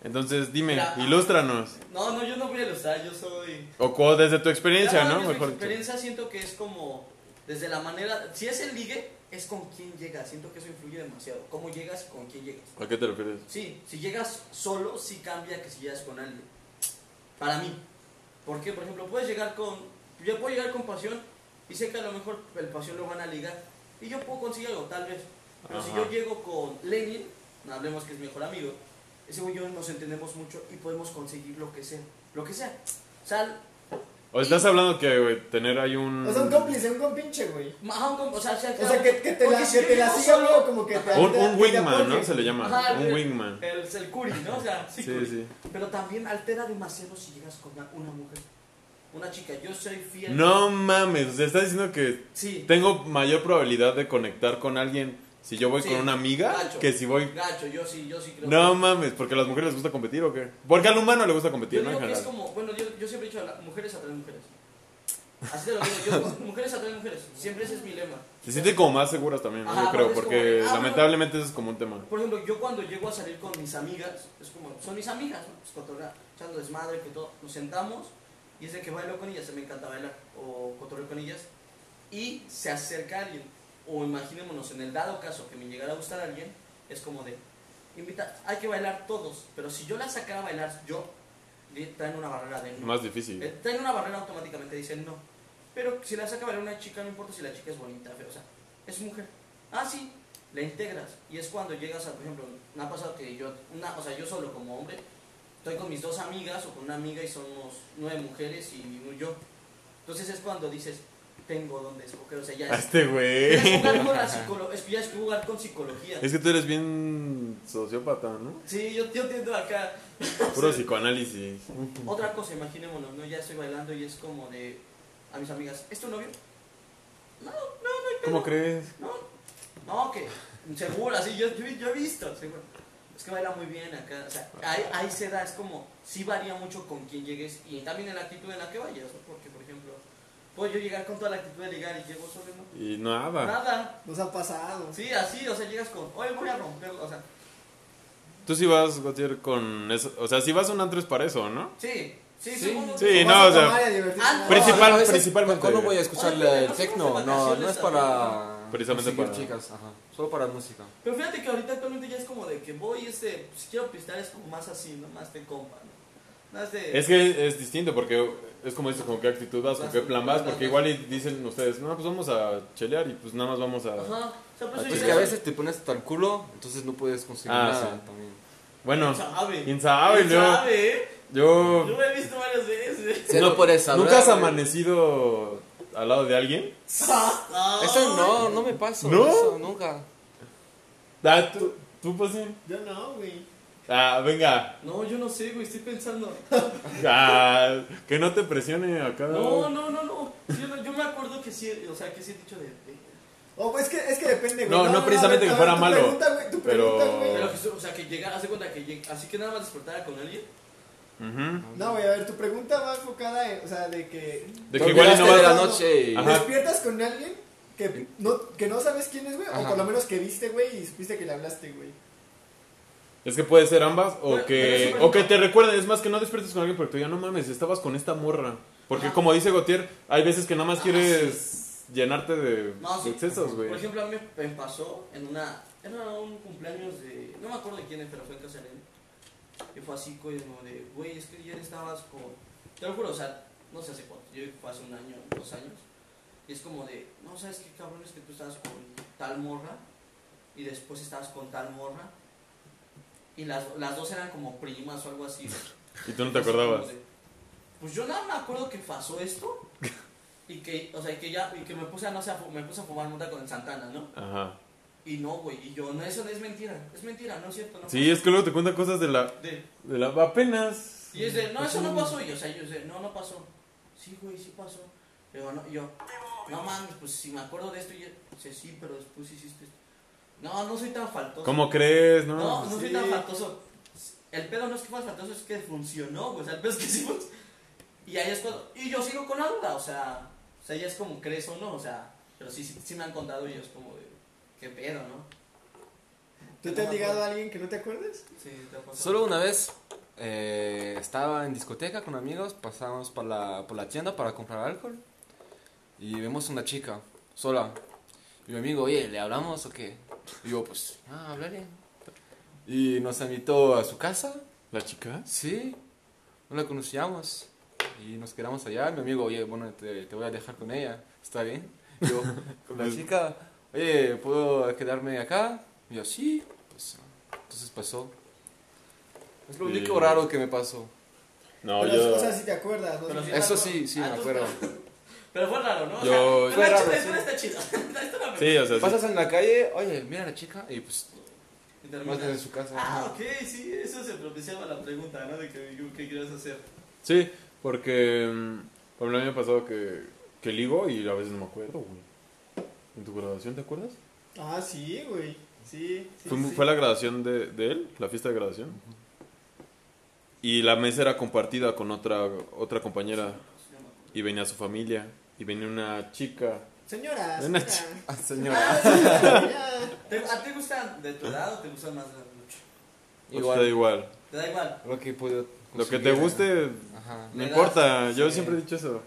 A: Entonces, dime,
D: Mira.
A: ilústranos.
D: No, no, yo no voy a ilustrar, yo soy...
A: O cu- desde tu experiencia,
D: Cada
A: ¿no?
D: vez mi
A: Mejor dicho.
D: experiencia siento que es como desde la manera, si es el ligue, es con quién llegas. Siento que eso influye demasiado. Cómo llegas y con quién llegas.
A: ¿A qué te refieres?
D: Sí, si llegas solo, sí cambia que si llegas con alguien. Para mí. Porque, por ejemplo, puedes llegar con. Yo puedo llegar con pasión y sé que a lo mejor el pasión lo van a ligar. Y yo puedo conseguir algo, tal vez. Pero si
A: Ajá.
D: yo llego con Lenin, hablemos que es mi mejor amigo, ese güey y yo nos entendemos mucho y podemos conseguir lo que sea. Lo que sea. O sea,
A: O estás hablando que, güey, tener ahí un...
B: O
F: mm.
B: sea, un cómplice, un compinche, güey.
D: Ajá, un comp- o
B: O
D: sea,
B: sea, que, que te la,
D: porque si
B: que
D: yo
B: te la
D: llego
B: siga,
D: solo-
B: güey, como que te
A: Un,
B: te-
A: un
B: te
A: wingman,
B: apoye.
A: ¿no? Se le llama.
D: Ajá,
A: un
D: el-
A: wingman.
D: El, el curi, ¿no? O sea, sí,
A: Sí,
D: curi.
A: sí.
D: Pero también altera demasiado si llegas con una, una mujer. Una chica, yo soy fiel.
A: No mames, o sea, estás diciendo que
D: Sí.
A: tengo mayor probabilidad de conectar con alguien si yo voy
D: Sí.
A: con una amiga
D: Gacho.
A: que si voy...
D: Gacho, yo sí, yo sí creo.
A: No mames, porque a las mujeres les gusta competir o qué? Porque al humano le gusta
D: Yo
A: competir, ¿no?
D: digo
A: En
D: que es
A: general.
D: como, bueno, yo, yo siempre he dicho, la- mujeres atraen mujeres. Así te lo digo, yo, mujeres atraen mujeres. Siempre ese es mi lema.
A: Se sienten como más seguras también, ¿no?
D: Ajá,
A: yo creo,
D: porque es
A: porque
D: como- ah,
A: lamentablemente eso es como un tema.
D: Por ejemplo, yo cuando llego a salir con mis amigas, es como, son mis amigas, ¿no? Pues cotorrear, echando desmadre, que todo, nos sentamos y es de que bailo con ellas, se me encanta bailar o cotorreo con ellas y se acerca alguien, o imaginémonos, en el dado caso que me llegara a gustar alguien, es como de, invita, hay que bailar todos, pero si yo la sacara a bailar yo, le traen una barrera de no.
A: Más difícil.
D: Eh, Traen una barrera automáticamente, dicen no. Pero si la saca a bailar una chica, no importa si la chica es bonita, fea, o sea, es mujer. Ah, sí, la integras. Y es cuando llegas a, por ejemplo, me ha pasado que yo, una, o sea, yo solo como hombre, estoy con mis dos amigas o con una amiga y somos nueve mujeres y yo. Entonces es cuando dices, tengo donde escoger, o sea, ya
A: A
D: es.
A: este
D: Ya es
A: güey.
D: jugar con la psicolo- es- ya es jugar con psicología.
A: Es que tú eres bien sociópata, ¿no?
D: Sí, yo, yo entiendo acá.
A: Puro
D: Sí.
A: psicoanálisis.
D: Otra cosa, imaginémonos, ¿no? Ya estoy bailando y es como de a mis amigas, ¿es tu novio?
A: ¿Cómo crees?
D: No, que seguro, así yo, yo, yo he visto, seguro. es que baila muy bien acá. O sea, ahí, ahí se da, es como, sí varía mucho con quién llegues y también en la actitud en la que vayas, ¿no? Porque, por ejemplo, puedo yo llegar con toda la actitud de ligar y llego solo, ¿no?
A: Y ah, nada.
D: Nada.
B: Nos ha pasado.
D: Sí, así, o sea, llegas con, oye, voy a romperlo, o sea,
A: Tú sí vas, Gautier, con eso. O sea, sí vas a un antro es para eso, ¿no?
D: sí, sí,
E: Sí.
D: supongo que-
A: Sí,
B: O
A: no,
B: vas a
A: o sea,
B: tomar y a divertirte.
D: ah,
A: Principal-
E: No, a veces,
A: principalmente.
E: ¿Cuándo voy a escuchar
D: Oye,
E: el
D: nos
E: techno?
D: fuimos de
E: No, no
D: vacaciones
E: es para.
A: Precisamente
E: conseguir
A: para-
E: chicas, ajá. Solo para música.
D: Pero fíjate que ahorita actualmente ya es como de que voy, este, si quiero pistear es como más así, ¿no? Más de compa, ¿no? Más de...
A: Es que es distinto porque es como dices, con qué actitud vas, con qué plan vas, porque igual y dicen ustedes, no, pues vamos a chelear y pues nada más vamos a...
D: Ajá. O sea, por eso
E: Pues Es
D: yo-
E: que a veces te pones hasta el culo, entonces no puedes conseguir
A: Ah,
E: nada
A: sí.
E: también.
A: Bueno,
D: Sabe.
A: quién sabe,
D: ¿Quién
A: ¿no?
D: sabe, eh? Yo
A: Yo...
D: lo he visto varias veces.
E: Sí, no puedes saber.
A: ¿Nunca has amanecido al lado de alguien?
E: Eso no, no me pasa.
A: ¿No?
E: Eso, nunca.
A: Ah, ¿Tú, tú pues sí.
B: Yo no, güey.
A: Ah, venga.
D: No, yo no sé, güey, estoy pensando.
A: Ah, que no te presione acá.
D: No, no, no, no. Sí, yo, yo me acuerdo que sí, o sea, que sí he dicho de... de-
B: O pues es que, es que depende, güey.
A: No, no
B: a
A: precisamente
B: ver,
A: que
B: a ver,
A: fuera
B: tu
A: malo,
B: pregunta, güey, tu
A: pero-
B: pregunta, güey.
D: Pero que, o sea, que llegara, hace cuenta que lleg- así que nada más despertara con alguien.
A: Ujú.
B: No, güey, a ver, tu pregunta va enfocada en, o sea, de que
A: De
E: Te
A: que igual y no
E: olvidaste de
A: vas...
E: la noche y-
A: Ajá.
B: despiertas con alguien que no, que no sabes quién es, güey, o
E: Ajá.
B: por lo menos que viste, güey, y supiste que le hablaste, güey.
A: Es que puede ser ambas o
D: Pero- pero
A: que
D: eso me
A: o que
D: gusta.
A: te recuerden, es más que no despiertes con alguien porque tú ya no mames, estabas con esta morra. Porque como dice Gautier, hay veces que nada más
D: Ah,
A: quieres llenarte de,
D: No, sí.
A: de excesos, güey.
D: Por ejemplo, a mí me pasó en una. Era un cumpleaños de. No me acuerdo de quién es, pero fue en casa de él. Y fue así como de, güey, es que ayer estabas con. Te lo juro, o sea, no sé hace cuánto. Yo creo que fue hace un año, dos años. Y es como de, no sabes qué cabrón es que tú estabas con tal morra. Y después estabas con tal morra. Y las, las dos eran como primas o algo así.
A: Y tú no te
D: Así
A: acordabas.
D: como de, Pues yo nada me acuerdo que pasó esto y que, o sea, y que ya, y que me puse a, no sé, a fu- me puse a fumar mota con el Santana, ¿no?
A: Ajá.
D: Y no, güey, y yo, no, eso no es mentira, es mentira, no es cierto, no
A: Sí, es que luego te cuentan cosas de la
D: pasó. De-
A: de la apenas.
D: y es de, no, eso no pasó, y o sea, yo de, no, no pasó. Sí, güey, sí pasó. Le digo, no, y yo, no mames, pues si me acuerdo de esto, y yo, sí, sí, pero después hiciste esto. No, no soy tan faltoso.
A: ¿Cómo crees, no?
D: No, no soy tan
B: Sí.
D: faltoso. El pedo no es que fuera faltoso, es que funcionó, güey. O sea, el pedo es que sí funcionó. Y ahí es cuando. Y yo sigo con la duda, o sea. O sea, ya es como crees o no, o sea. Pero sí, sí, sí me han contado ellos como de. ¿Qué pedo, no?
B: ¿Tú
D: No
B: te
D: me
B: has ligado
D: acuerdo.
B: a alguien que no te acuerdes?
D: Sí, te ha pasado.
E: Solo una vez eh, estaba en discoteca con amigos, pasamos por la, por la tienda para comprar alcohol y vemos una chica sola. Y mi amigo, oye, ¿le hablamos o qué? Y yo, pues, ah, hablaré. Y nos invitó a su casa,
A: ¿La chica?
E: sí, no la conocíamos y nos quedamos allá. Mi amigo, oye, bueno, te, te voy a dejar con ella, ¿está bien? Y yo, con la chica, oye, ¿puedo quedarme acá? Y yo, sí, pues, entonces pasó. Es lo único
A: Sí.
E: raro que me pasó.
A: No,
B: pero,
A: yo
B: O sea, si te acuerdas, ¿no?
D: Pero sí.
E: Eso sí, sí, me
D: Ah, tú-
E: acuerdo.
D: Pero fue raro, ¿no? O
A: Yo-
D: sea,
E: Fue
D: la
E: raro,
D: chica
E: sí.
D: historia está chida. La historia me-
A: Sí, o sea, sí.
E: Pasas en la calle, oye, mira a la chica y pues
D: Y
E: vas
D: termina.
E: desde su casa.
D: Ah,
E: ajá.
D: ok, sí, eso se propiciaba la pregunta, ¿no? De que, ¿qué quieres hacer?
A: Sí, porque mm, por ejemplo, a mí me ha pasado que que ligo y a veces no me acuerdo, güey. ¿En tu graduación te acuerdas?
B: Ah, sí, güey. Sí, sí,
A: Fue,
B: sí.
A: fue la graduación de, de él, la fiesta de graduación. Y la mesa era compartida con otra, otra compañera. Y venía su familia. Y venía una chica.
B: Señora,
A: Una
B: señora.
E: Ah, señora.
B: Ah, ya.
D: ¿Te, ¿A ti te gustan de tu edad o te gustan más de la noche?
A: Igual. Da
E: Igual,
A: igual.
D: ¿Te da igual?
E: lo que puedo
A: Lo que
E: conseguir,
A: te guste,
E: Ajá.
A: no importa. Yo
E: Sí.
A: siempre he dicho eso.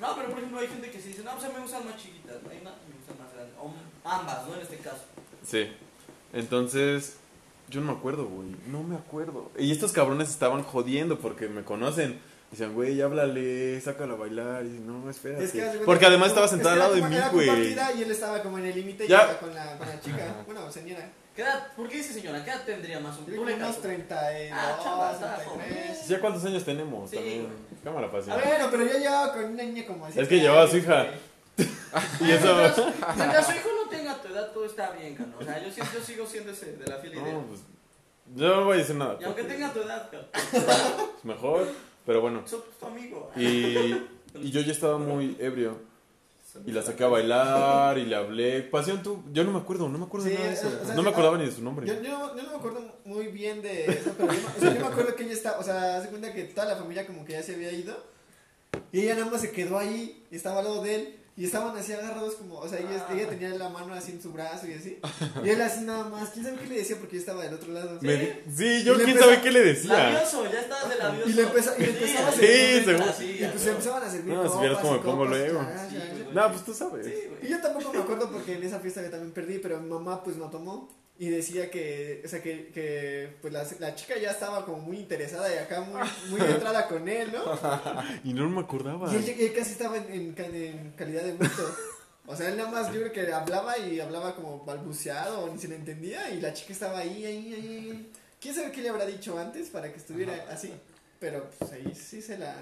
D: No, pero por ejemplo hay gente que se dice, no, o sea, me gustan más chiquitas, no hay una, me gustan más grandes. O ambas, ¿no? En este caso.
A: Sí. Entonces, yo no me acuerdo, güey. No me acuerdo. Y estos cabrones estaban jodiendo porque me conocen. Dicen, güey, háblale, sácala a bailar. Y dicen, no, espérate.
B: Es que haz de cuenta
A: porque
B: que
A: además
B: como-
A: estaba sentada al
B: es que
A: lado de
B: era
A: mí,
B: como- era
A: güey.
B: compartida Y él estaba como en el límite y
A: Ya.
B: estaba con la, con la chica. Bueno, señora.
D: ¿Qué edad? ¿Por qué dice señora? ¿Qué edad tendría más o
B: Tiene
D: menos?
B: como unos 32,
D: Ah, chava, estaba
B: 33.
A: ¿Ya cuántos años tenemos?
D: Sí,
A: También.
D: güey.
A: Cámara fácil.
B: Ah, bueno, pero yo llevaba con una niña como así.
A: Es que llevaba a su hija. Y eso.
D: Mientras su hijo no tenga tu edad, todo está bien, Carlos. O sea, yo, sí- yo sigo siendo ese de la fila
A: No,
D: idea.
A: pues, yo no voy a decir nada.
D: Y aunque tenga tu edad, pues, Carlos,
A: Es mejor, pero bueno.
D: soy tu amigo.
A: Y, y yo ya estaba muy ebrio. Y la saqué a bailar y le hablé. Pasión, tú. Yo no me acuerdo, no me acuerdo de
B: Sí,
A: nada de eso.
B: o sea,
A: no me
B: sí,
A: acordaba
B: ah,
A: ni de su nombre.
B: Yo, yo, yo no me acuerdo muy bien de eso, pero yo, me- o sea, yo me acuerdo que ella está, o sea, se cuenta que toda la familia como que ya se había ido y ella nada más se quedó ahí y estaba al lado de él y estaban así agarrados como, o sea, ella, ella tenía la mano así en su brazo y así y él así nada más, quién sabe qué le decía porque yo estaba del otro lado.
A: Me di- sí,
B: Y
A: yo
B: le
A: quién
B: empezó-
A: sabe qué le decía.
D: Labioso, ya estabas de labioso.
B: Y le empezó- y le empezaba a
A: Sí,
B: servir-
A: seguro.
B: Y pues se empezaban a servir
A: No, si vieras
B: copas
A: cómo
B: y
A: me pongo
B: copas,
A: luego.
B: ya,
D: Sí,
B: ya, ya.
D: güey.
A: No, pues tú sabes.
B: Y yo tampoco me acuerdo porque en esa fiesta yo también perdí, pero mi mamá pues no tomó y decía que, o sea, que, que pues la, la chica ya estaba como muy interesada y acá muy, muy entrada con él, ¿no?
A: Y no me acordaba.
B: Y él, él casi estaba en, en ca- en calidad de bulto. O sea, él nada más yo creo que hablaba y hablaba como balbuceado, ni se le entendía y la chica estaba ahí, ahí, ahí. ahí. ¿Quién sabe qué le habrá dicho antes para que estuviera así? Pero pues ahí sí se la...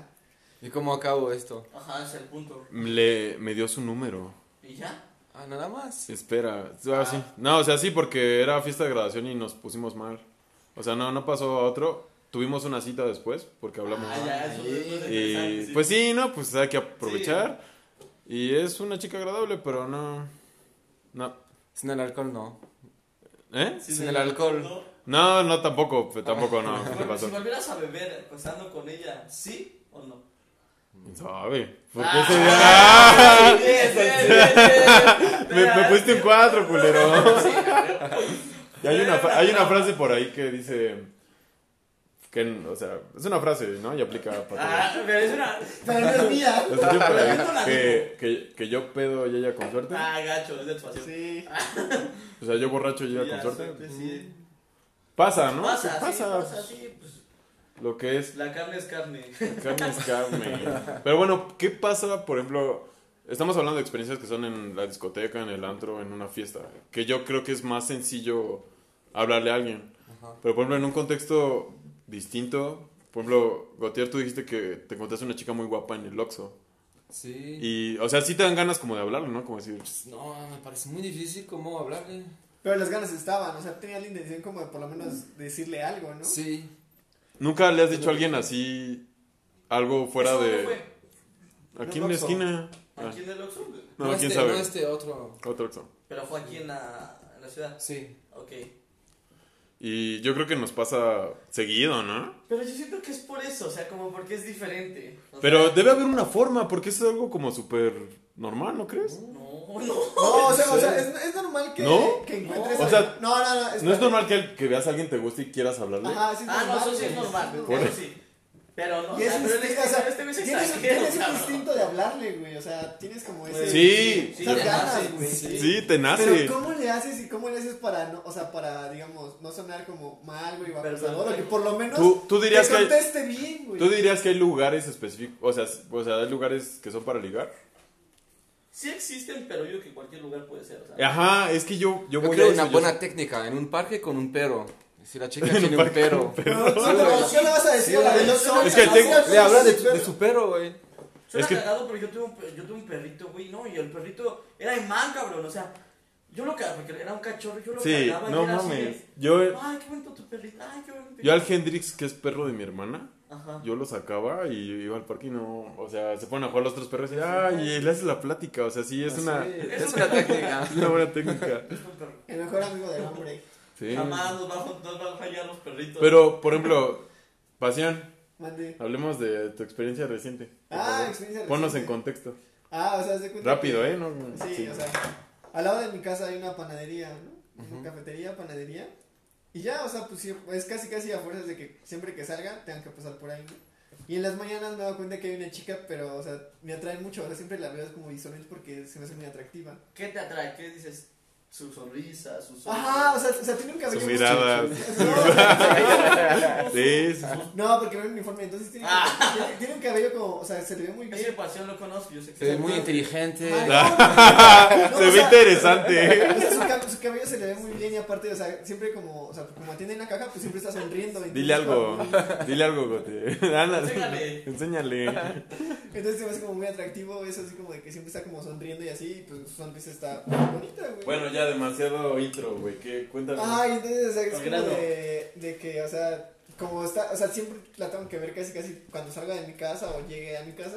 E: ¿Y cómo acabo esto?
D: Ajá, ese es el punto.
A: Le, me dio su número.
D: ¿Y ya?
E: Ah, nada más.
A: Espera. Ah, sí. No, o sea, sí, porque era fiesta de graduación y nos pusimos mal. O sea, no, no pasó a otro. Tuvimos una cita después porque hablamos.
D: Ah, ya, eso es- eso es
A: Y,
D: interesante, sí.
A: pues sí, no, pues hay que aprovechar. Y es una chica agradable, pero no. No.
E: Sin el alcohol, no.
A: ¿Eh?
D: Sin
E: sin el alcohol.
D: ¿no?
A: No, no, tampoco, pues, tampoco no. ¿Qué
D: Bueno,
A: pasó?
D: si volvieras a beber pasando con ella, ¿sí o no?
A: ¿Quién sabe? ¿Por qué
D: Ah,
A: ese día-
D: sí, sí, sí, sí.
A: Me, me pusiste un cuatro, culero.
D: Sí, cabrón.
A: Y hay una, fra- hay una frase por ahí que dice. Que, o sea, es una frase, ¿no? Y aplica para todo.
D: Ah, pero es una.
B: Pero no es mía.
A: La escuché por ahí,
D: Yo no la
A: que, que, que yo pedo y ella con suerte.
D: Ah, gacho, es de tu pasión.
B: Sí.
A: O sea, yo borracho y ella
D: Ya,
A: con suerte.
D: sí, sí.
A: Pasa, ¿no?
D: Mm. Pasa, sí,
A: Sí,
D: pasa, sí, pues,
A: Lo que es
D: la carne es carne.
A: Carne es carne. Pero bueno, ¿qué pasa, por ejemplo? Estamos hablando de experiencias que son en la discoteca, en el antro, en una fiesta. Que yo creo que es más sencillo hablarle a alguien. Pero por ejemplo, en un contexto distinto. Por ejemplo, Gautier, tú dijiste que te encontraste una chica muy guapa en el Oxxo.
E: Sí.
A: Y, o sea, sí te dan ganas como de hablarlo, ¿no? Como decir,
E: Pues, No, me parece muy difícil cómo hablarle.
B: Pero las ganas estaban, o sea, tenía la intención como de por lo menos decirle algo, ¿no?
E: Sí.
A: ¿nunca le has dicho a alguien así algo fuera
D: Eso no
A: de...
D: fue.
A: Aquí
E: En
A: en la
E: el Oxxo.
A: esquina. Ah,
D: Aquí en el Oxxo, güey.
A: No, quién
E: este,
A: sabe.
E: No este otro.
A: Otro Oxxo.
D: Pero fue aquí en la, en la ciudad.
E: Sí.
D: Ok.
A: Y yo creo que nos pasa seguido, ¿no?
D: Pero yo siento que es por eso, o sea, como porque es diferente. O sea,
A: Pero debe haber una forma, porque eso es algo como súper normal, ¿no crees?
D: No, no.
B: No, o sea, o sea, es, es normal que,
A: ¿No?
B: que encuentres
A: No.
B: a-
A: O sea,
B: no, no, no,
A: No es normal que, que veas a alguien te guste y quieras hablarle.
B: Ajá, sí es
D: Ah, no,
B: normal,
D: eso sí es
B: güey.
D: normal.
B: Y
D: Eso sí. Pero no, o
B: es
D: sea,
B: instinto,
D: pero
B: o
D: este-
B: sea,
D: este güey es
B: tienes,
D: extranjero,
B: tienes un
D: cabrón.
B: instinto de hablarle, güey, o sea, tienes como ese...
A: Sí,
D: Sí,
B: esas
D: te
B: ganas,
D: nace,
B: güey.
D: sí.
A: sí, te nace.
B: Pero ¿cómo le haces y cómo le haces para, no, o sea, para, digamos, no sonar como mal, güey, o
D: Perdón,
B: acusador, o
D: güey.
B: que por lo menos
A: Tú- tú dirías
B: te
A: que hay-
B: conteste bien, güey.
A: ¿Tú dirías que hay lugares específicos, o sea, s- o sea, hay lugares que son para ligar?
D: Sí existen, pero yo digo que cualquier lugar puede ser. O sea,
A: Ajá, es que yo, yo,
E: Yo
A: voy a
E: creo
A: eso,
E: una
A: yo-
E: buena técnica. En un parque con un perro. Si la chica
A: un
E: tiene un
A: parque con
E: perro.
A: un
B: No, no,
E: Sí,
B: no,
E: güey.
B: ¿qué le vas a decir
E: Sí,
B: a la
E: güey.
B: de los-
A: Es que
B: no,
A: tengo-
B: no,
E: Le habla de,
B: no,
E: de su perro, güey.
D: Suena
A: Es que-
D: cagado, pero yo tuve, un, per- yo tuve un perrito, güey, no, y el perrito era imán, cabrón, o sea, yo lo cagaba, porque era un cachorro, yo lo
A: Sí,
D: cagaba y
A: no
D: era así
A: mames.
D: de,
A: Yo,
D: Ay, qué bonito tu perrito, ay, qué bonito.
A: yo al Hendrix, que es perro de mi hermana,
D: Ajá.
A: yo lo sacaba y iba al parque y no, o sea, se ponen a jugar los tres perros y, ay, y le haces la plática, o sea, sí, es una,
E: Sí,
A: es
E: es una técnica.
A: una buena técnica.
B: El mejor amigo del hombre.
A: Sí.
D: Jamás nos va, a- nos va a fallar los perritos.
A: Pero, por ejemplo, pasión.
B: Mande.
A: Hablemos de tu experiencia reciente. por
B: Ah,
A: favor.
B: experiencia
A: Ponos en
B: reciente.
A: contexto.
B: Ah, o sea, haz de cuenta
A: Rápido,
B: que-
A: ¿eh? No,
B: Sí, o sea, al lado de mi casa hay una panadería, ¿no? Una cafetería, panadería. Y ya, o sea, pues sí, es casi casi a fuerzas de que siempre que salga tengan que pasar por ahí, ¿no? Y en las mañanas me he dado cuenta que hay una chica, pero, o sea, me atrae mucho. Ahora siempre la veo como visual porque se me hace muy atractiva.
D: ¿Qué te atrae? ¿Qué dices? Su sonrisa, sus ojos.
B: Ajá, o sea, o sea tiene un cabello.
A: Sus
B: muy-
A: miradas. Sí, sí, sí.
B: No, porque va en uniforme. Entonces tiene,
A: Ah.
B: tiene- tiene un cabello como, o sea, se le ve muy bien.
D: Ese pasión lo conozco, yo sé que
E: Se ve muy inteligente.
B: Ay, no, no, no,
A: Se
B: o
A: ve
B: sea,
A: interesante. ¿eh?
B: O sea, su, cab- su cabello se le ve muy bien y aparte, o sea, siempre como, o sea, como atiende en la caja, pues siempre está sonriendo. Entonces,
A: Dile algo.
B: como-
A: Dile algo, Gote. Ándale.
D: Enséñale.
A: Enséñale.
B: Entonces se me hace como muy atractivo eso, así como de que siempre está como sonriendo y así, y pues su sonrisa está bonita, güey.
A: Bueno, ya demasiado intro, güey. ¿Qué? Cuéntame.
B: Ay, entonces, o sea, es
D: Con
B: como
D: grano.
B: de, de que, o sea, como está, o sea, siempre la tengo que ver casi casi cuando salga de mi casa o llegue a mi casa.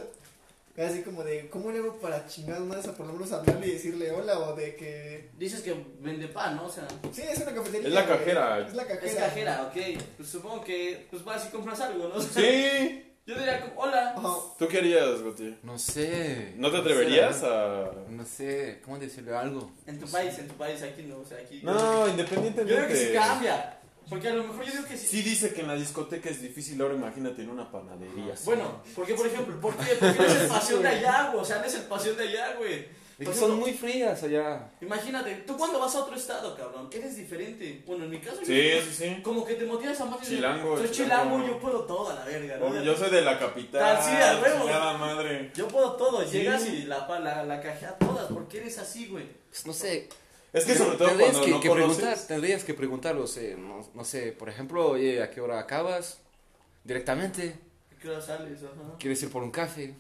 B: Así como de, ¿cómo le hago para chingar más a por lo menos hablarle y decirle hola? O de que.
D: Dices que vende pan, ¿no? O sea,
B: Sí, es una cafetería.
A: Es la
B: güey.
A: cajera.
B: Es la cajera.
D: es cajera, ok. Pues supongo que, pues vas y compras algo, ¿no? O sea,
A: Sí.
D: Yo diría, como, hola.
B: Ajá.
A: ¿Tú qué harías, Guti?
E: No sé.
A: ¿No te
E: sé,
A: atreverías
E: la
A: a...?
E: verdad. No sé, ¿cómo decirle algo?
D: En tu país, en tu país, aquí no, o sea, aquí.
A: No,
D: yo
A: independientemente.
D: creo que sí cambia. Porque a lo mejor yo digo que sí.
A: Sí dice que en la discoteca es difícil, ahora imagínate en una panadería.
D: Bueno, porque por ejemplo, ¿por qué? Porque no es el pasión de allá, güey. O sea, no es el pasión de allá, güey.
A: Pues
E: Es
D: Por
E: que son
D: ejemplo,
E: muy frías allá.
D: Imagínate, tú cuando vas a otro estado, cabrón, eres diferente. Bueno, en mi caso, yo-
A: Sí, sí, sí.
D: como que te motivas a más. y dices,
A: Chilango,
D: Soy
A: chilango.
D: chilango, yo puedo todo a la verga, ¿no?
A: Obvio, Yo soy de la capital.
D: Tan sí, a huevo.
A: chingada madre.
D: Yo puedo todo,
A: Sí.
D: llegas y la, pa- la, la cajea todas, porque eres así, güey.
E: Pues no sé.
A: Es que sobre todo
E: tendrías
A: cuando
E: que,
A: no
E: que
A: conoces-
E: preguntar, tendrías que preguntarlo, o sea, no, no sé, por ejemplo, oye, ¿a qué hora acabas? Directamente,
D: ¿A ¿Qué hora sales? Ajá.
E: ¿quieres ir por un café?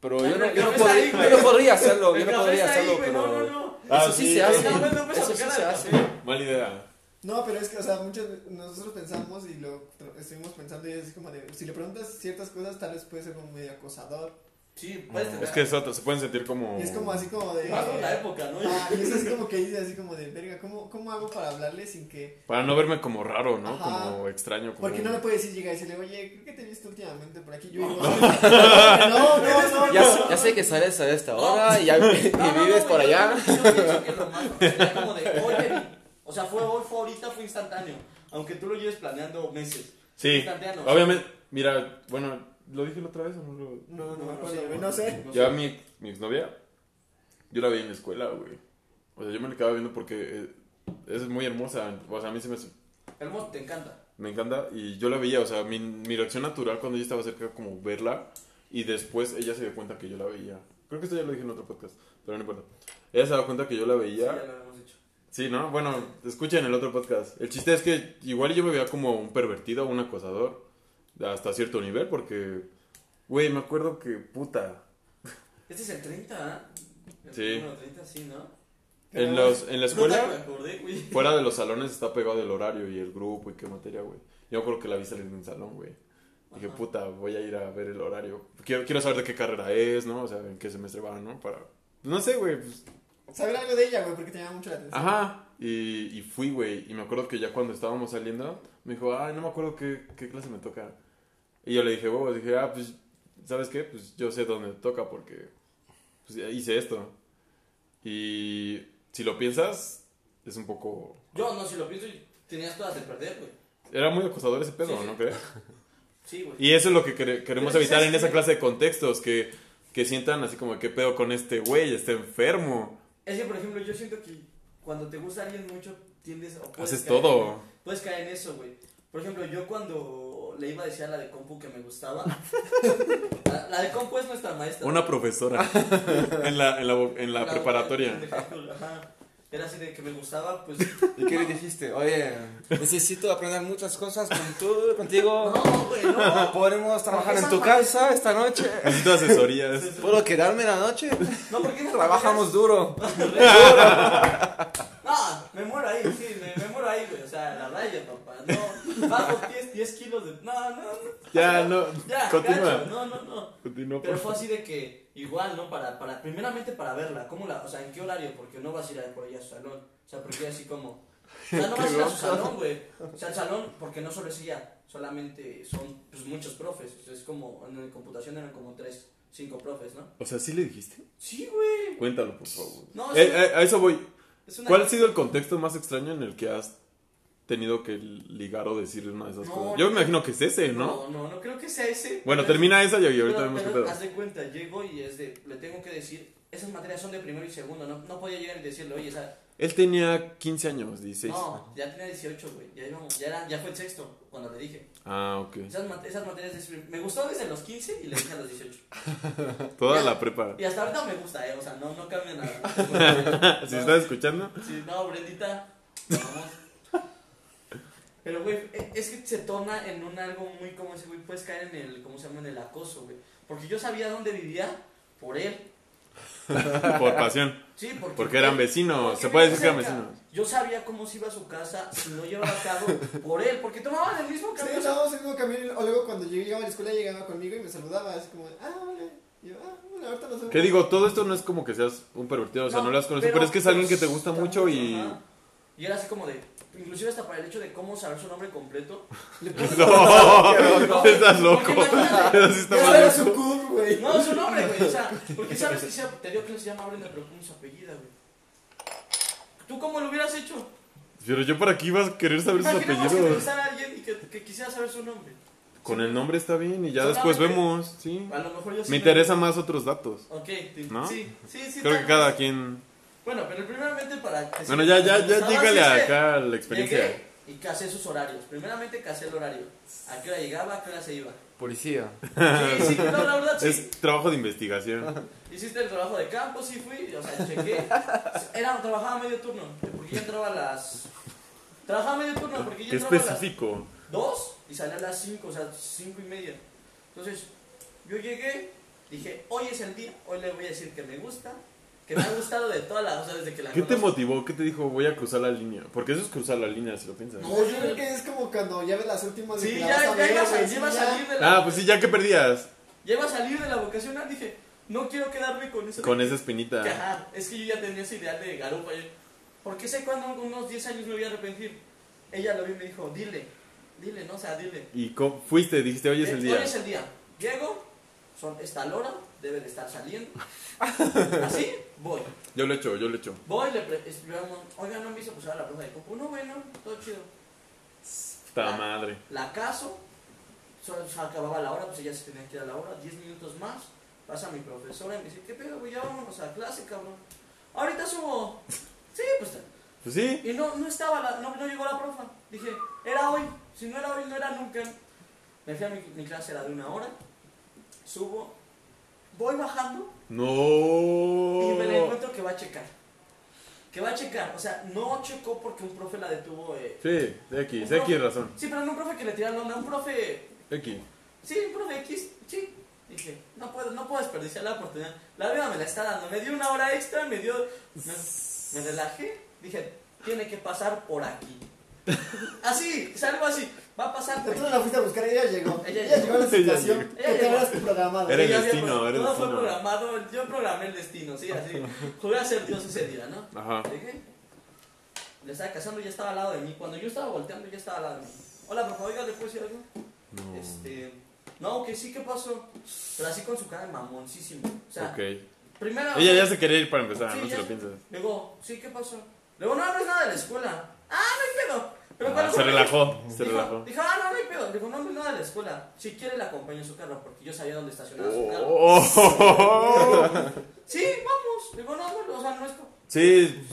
E: Pero
D: Ay,
E: yo no,
D: el
E: yo no
D: café está
E: podría,
D: ahí,
E: yo
D: güey.
E: no podría hacerlo, yo
D: El
E: no
D: café
E: podría
D: está ahí,
E: hacerlo,
D: güey,
E: pero
D: No, no, no.
A: Ah,
E: eso sí,
A: sí,
E: se hace.
D: No, no, no puedes
E: eso sí
D: tocar
E: se
D: al
E: hace.
D: café.
A: Mala idea.
B: No, pero es que, o sea, muchos nosotros pensamos y lo tra- estuvimos pensando y es como de, si le preguntas ciertas cosas, tal vez puede ser como medio acosador.
D: Sí, puedes tener.
A: Es que es otro, se pueden sentir como...
B: Y es como así como de...
D: Más por la época, ¿no?
B: Ah, y eso es como que dice así como de, verga, ¿cómo, cómo hago para hablarle sin que...?
A: Para no verme como raro, ¿no?
B: Ajá.
A: Como extraño. Como...
B: Porque no le puede decir, llega y decirle, oye, creo que te he visto últimamente por aquí. Yo digo, no, no, no, no.
E: Ya, sé- ya sé que sales a esta hora y, ya, y
D: No, no, no,
E: vives
D: güey,
E: por
D: yo-
E: allá.
D: Yo pienso que lo más sería como de, oye, vi". o sea, fue hoy, fue ahorita, fue instantáneo. Aunque tú lo lleves planeando meses.
A: Sí,
D: Instantáneo.
A: obviamente, mira, bueno, ¿lo dije la otra vez o no lo...?
B: No, no, me acuerdo, güey, no sé.
A: Ya mi, mi exnovia, yo la vi en la escuela, güey. O sea, yo me la quedaba viendo porque eh, es muy hermosa. O sea, a mí se me,
D: Hermoso, te encanta.
A: me encanta. Y yo la veía, o sea, mi, mi reacción natural cuando ella estaba cerca era como verla. Y después ella se dio cuenta que yo la veía. Creo que esto ya lo dije en otro podcast, pero no importa. Ella se dio cuenta que yo la
D: Sí, ya
A: veía.
D: lo hemos dicho.
A: Sí, ¿no? Bueno, escuchen el otro podcast. El chiste es que igual yo me veía como un pervertido, un acosador. Hasta cierto nivel, porque... Güey, me acuerdo que... Puta.
D: Este es el 30, ¿ah? El
A: Sí.
D: número 30, sí, ¿no?
A: En, los, en la escuela...
D: No me acordé, güey.
A: Fuera de los salones está pegado el horario y el grupo y qué materia, güey. Yo creo que la vi salir de un salón, güey. Dije,
D: Ajá.
A: puta, voy a ir a ver el horario. Quiero, quiero saber de qué carrera es, ¿no? O sea, en qué semestre va, ¿no? Para... No sé, güey. pues,
B: Saber algo de ella, güey, porque te llama mucho la
E: Ah.
B: atención.
A: Ajá. Y, y fui, güey. Y me acuerdo que ya cuando estábamos saliendo, me dijo, ay, no me acuerdo qué, qué clase me toca. Y yo le dije, huevos, dije, ah, pues, ¿sabes qué? Pues yo sé dónde me toca porque pues, ya hice esto. Y si lo piensas, es un poco...
D: Yo, no, si lo pienso, tenías todas de perder, güey.
A: Era muy acosador ese pedo,
D: Sí, sí.
A: ¿no crees?
D: Sí, güey.
A: Y eso es lo que quere- queremos
D: Pero
A: evitar
D: quizás
A: en esa
D: sí.
A: clase de contextos, que, que sientan así como, ¿qué pedo con este güey? Está enfermo.
D: Es que, por ejemplo, yo siento que cuando te gusta alguien mucho, tiendes... o puedes
A: Haces
D: caer-
A: todo.
D: Puedes caer en eso, güey. Por ejemplo, yo cuando le iba a decir a la de compu que me gustaba... la, la de compu es nuestra maestra.
A: Una profesora en la, en la, en la preparatoria.
D: de high school, ajá. Era así de que me gustaba, pues...
E: ¿Y qué le dijiste? Oye, necesito aprender muchas cosas con tú, contigo.
D: No, güey, no.
E: Podemos trabajar en
D: Esa
E: tu
D: madre-
E: casa esta noche.
A: Necesito asesorías.
E: ¿Puedo quedarme la noche?
D: No, porque no
E: Trabajamos duro.
D: No, me muero ahí, sí, me, me muero ahí, güey. O sea, la raya, papá. No, bajo 10, 10 kilos de. No, no, no.
A: Ya, no.
D: Ya, gacho,
A: Continúa.
D: no, no, no.
A: Continúa,
D: Pero
A: por
D: fue
A: favor.
D: así de que, igual, ¿no? Para, para, primeramente para verla. ¿Cómo la, o sea, en qué horario? Porque no vas a ir a- por allá a su salón. O sea, porque así como. O sea, no vas a ir a su salón, güey. O sea, el salón, porque no solo es ella, solamente son pues, muchos profes. O sea, es como, en computación eran como 3, 5 profes, ¿no?
A: O sea, ¿sí le dijiste?
D: Sí, güey.
A: Cuéntalo, por favor.
D: No,
A: Eh,
D: sí.
A: eh, a eso voy.
D: Es una
A: ¿Cuál ha sido el contexto más extraño en el que has tenido que ligar o decir una de esas
D: No,
A: cosas?
D: no.
A: Yo me imagino que es ese, ¿no?
D: No, no, no creo que sea ese.
A: Bueno,
D: Pero-
A: termina esa y ahorita
D: pero-
A: vemos qué
D: pero
A: pedo.
D: Haz de cuenta, llego y es de, le tengo que decir, esas materias son de primero y segundo, no, no podía llegar y decirle, oye, esa,
A: Él tenía 15 años, 16.
D: no, ya tenía 18, güey, ya, íbamos- ya, era- ya fue el sexto cuando le dije.
A: Ah, ok.
D: Esas, mat- esas materias de, me gustó desde los 15 y le dije a los 18.
A: Toda
D: Ya.
A: la prepa.
D: Y hasta ahorita me gusta, eh, o sea, no, no cambia nada.
A: Si
D: No.
A: estás escuchando,
D: Sí, no, Brendita. Vamos. Pero, güey, e- es que se torna en un algo muy como ese, güey. Puedes caer en el, ¿cómo se llama? En el acoso, güey. Porque yo sabía dónde vivía por él.
A: por pasión.
D: Sí, porque.
A: Porque eran vecinos. Se puede decir que eran
D: cerca.
A: vecinos.
D: Yo sabía cómo se iba a su casa si no llevaba a cabo por él. Porque tomaban el mismo
B: Sí,
D: camino.
B: estábamos en el mismo camino, o luego cuando yo llegaba a la escuela llegaba conmigo y me saludaba, así como, ah, hola. Y yo, ah, bueno, ahorita nos vemos.
A: Que digo, todo esto no es como que seas un pervertido, o sea, no, lo has conocido, pero, es que es alguien que te gusta
D: está
A: mucho y...
D: ajá. Y era así como de. Inclusive hasta para el hecho de cómo saber su nombre completo.
B: Le pones-
A: No,
D: Qué
A: estás loco.
D: loco.
A: Eso sí está
B: Ese
A: mal.
B: era su cum, güey.
D: No, su nombre, güey. O sea, porque sabes que sea- te dio que se llama Brenda, pero ¿cómo se apellida, güey? ¿Tú cómo lo hubieras hecho?
A: Pero yo para qué ibas a querer saber sus
D: Imaginemos que
A: apellidos.
D: entrevistara a alguien y que, que quisiera saber su nombre.
A: Con el nombre está bien y ya
D: Solamente-
A: después vemos, sí.
D: A lo mejor yo sí
A: Me interesa más otros datos.
D: Ok, te-
A: ¿No?
D: sí, sí, sí.
A: Creo
D: tal
A: que
D: vez.
A: cada quien...
D: Bueno, pero primeramente para. que-
A: Bueno, ya, ya, ya,
D: Estaba
A: llégale
D: así de-
A: acá a la experiencia.
D: Llegué y casé sus horarios. Primeramente casé el horario. ¿A qué hora llegaba? ¿A qué hora se iba?
E: Policía.
D: Sí, sí, no, la verdad sí.
A: Es trabajo de investigación.
D: Hiciste el trabajo de campo, sí fui, o sea, chequé. Era, trabajaba medio turno, porque yo entraba a las... Trabajaba medio turno, porque yo
A: Qué
D: entraba a las
A: específico.
D: 2 y salía a las 5, o sea, 5 y media. Entonces, yo llegué, dije, hoy es el día, hoy le voy a decir que me gusta, que me ha gustado de toda la... O sea, desde que la
A: ¿Qué te
D: conozco.
A: motivó? ¿Qué te dijo? Voy a cruzar la línea. Porque eso es cruzar la línea, si lo piensas.
D: No.
B: Pues yo creo que es como cuando ya ves las últimas de
D: Sí,
B: que
D: ya,
B: la vas a
D: ya
B: ver,
D: iba a,
B: güey,
D: sa-
B: sí,
D: ya iba a
B: ya.
D: salir de la...
A: Ah, pues sí, ya que perdías
D: Ya iba a salir de la vocacional, dije, no quiero quedarme con eso.
A: con
D: de-
A: esa espinita.
D: Ajá, es que yo ya tenía ese ideal de garupa. yo- Porque sé cuándo, con unos 10 años me voy a arrepentir. Ella lo vi y me dijo, dile, dile, no, o sea, dile.
A: Y co- fuiste, dijiste, hoy es el día.
D: Eh, Hoy es el día. Llego, son esta hora, debe de estar saliendo. Así, voy.
A: Yo lo echo, yo lo echo.
D: Voy, le pre- explicamos, oiga, no han visto pues ahora la profe de coco. No, bueno, todo chido. Ah.
A: Puta madre.
D: La caso, solo se acababa la hora, pues ella se tenía que ir a la hora, 10 minutos más. Pasa mi profesora y me dice, ¿qué pedo, güey? Ya vámonos a clase, cabrón. Ahorita subo. Sí, pues
A: Pues sí.
D: Y no, no estaba, la- no, no llegó la profa. Dije, era hoy. Si no era hoy, no era nunca. Me fui a mi, mi clase, era de una hora. Subo, voy bajando y me la
A: No.
D: encuentro que va a checar. Que va a checar. O sea, no checó porque un profe la detuvo. eh.
A: Sí, X, X razón.
D: Sí, pero no un profe que le tira la onda, un profe.
A: X.
D: Sí, un profe X, sí. Dije, no puedo, no puedo desperdiciar la oportunidad. La vida me la está dando. Me dio una hora extra, me dio. Me, me relajé. Dije, tiene que pasar por aquí. Así, es algo así. Va a pasar
B: Pero
D: por aquí.
B: Tú no la fuiste a buscar, ella llegó.
D: Ella
B: Ella,
D: llegó.
B: llegó a la
A: Ella
B: situación
A: llegó.
B: que
D: Ella
B: te
D: llegó.
B: habías programado.
A: Era el
D: Ya había
A: destino,
D: pro-
A: era el
D: todo fue
A: destino.
D: programado, yo programé el destino, sí, así. Jugué a ser Dios ese día, ¿no?
A: Ajá.
D: Llegué, le estaba casando y ya estaba al lado de mí. Cuando yo estaba volteando, ya estaba al lado de mí. Hola, por favor, oiga, ¿le puedo decir algo?
A: No.
D: Este. No, que sí, ¿qué pasó? Pero así con su cara de mamoncísimo. O sea,
A: Ok.
D: primero.
A: Ella ya se quería ir para empezar,
D: Sí,
A: no
D: ya.
A: se lo piensas.
D: Luego, sí, ¿qué pasó? Luego, no, no es nada de la escuela. Ah, no hay pedo. Pero
A: Ah,
D: cuando
A: se
D: fue-
A: relajó, se
D: dijo,
A: relajó.
D: Dijo, ah, no, no hay pedo. Dijo, no, no es nada de la escuela. Si quiere, le acompaño en su carro porque yo sabía dónde estacionaba su carro.
A: Oh.
D: Sí, vamos. Digo, no, no, o sea, no es como...
A: Sí.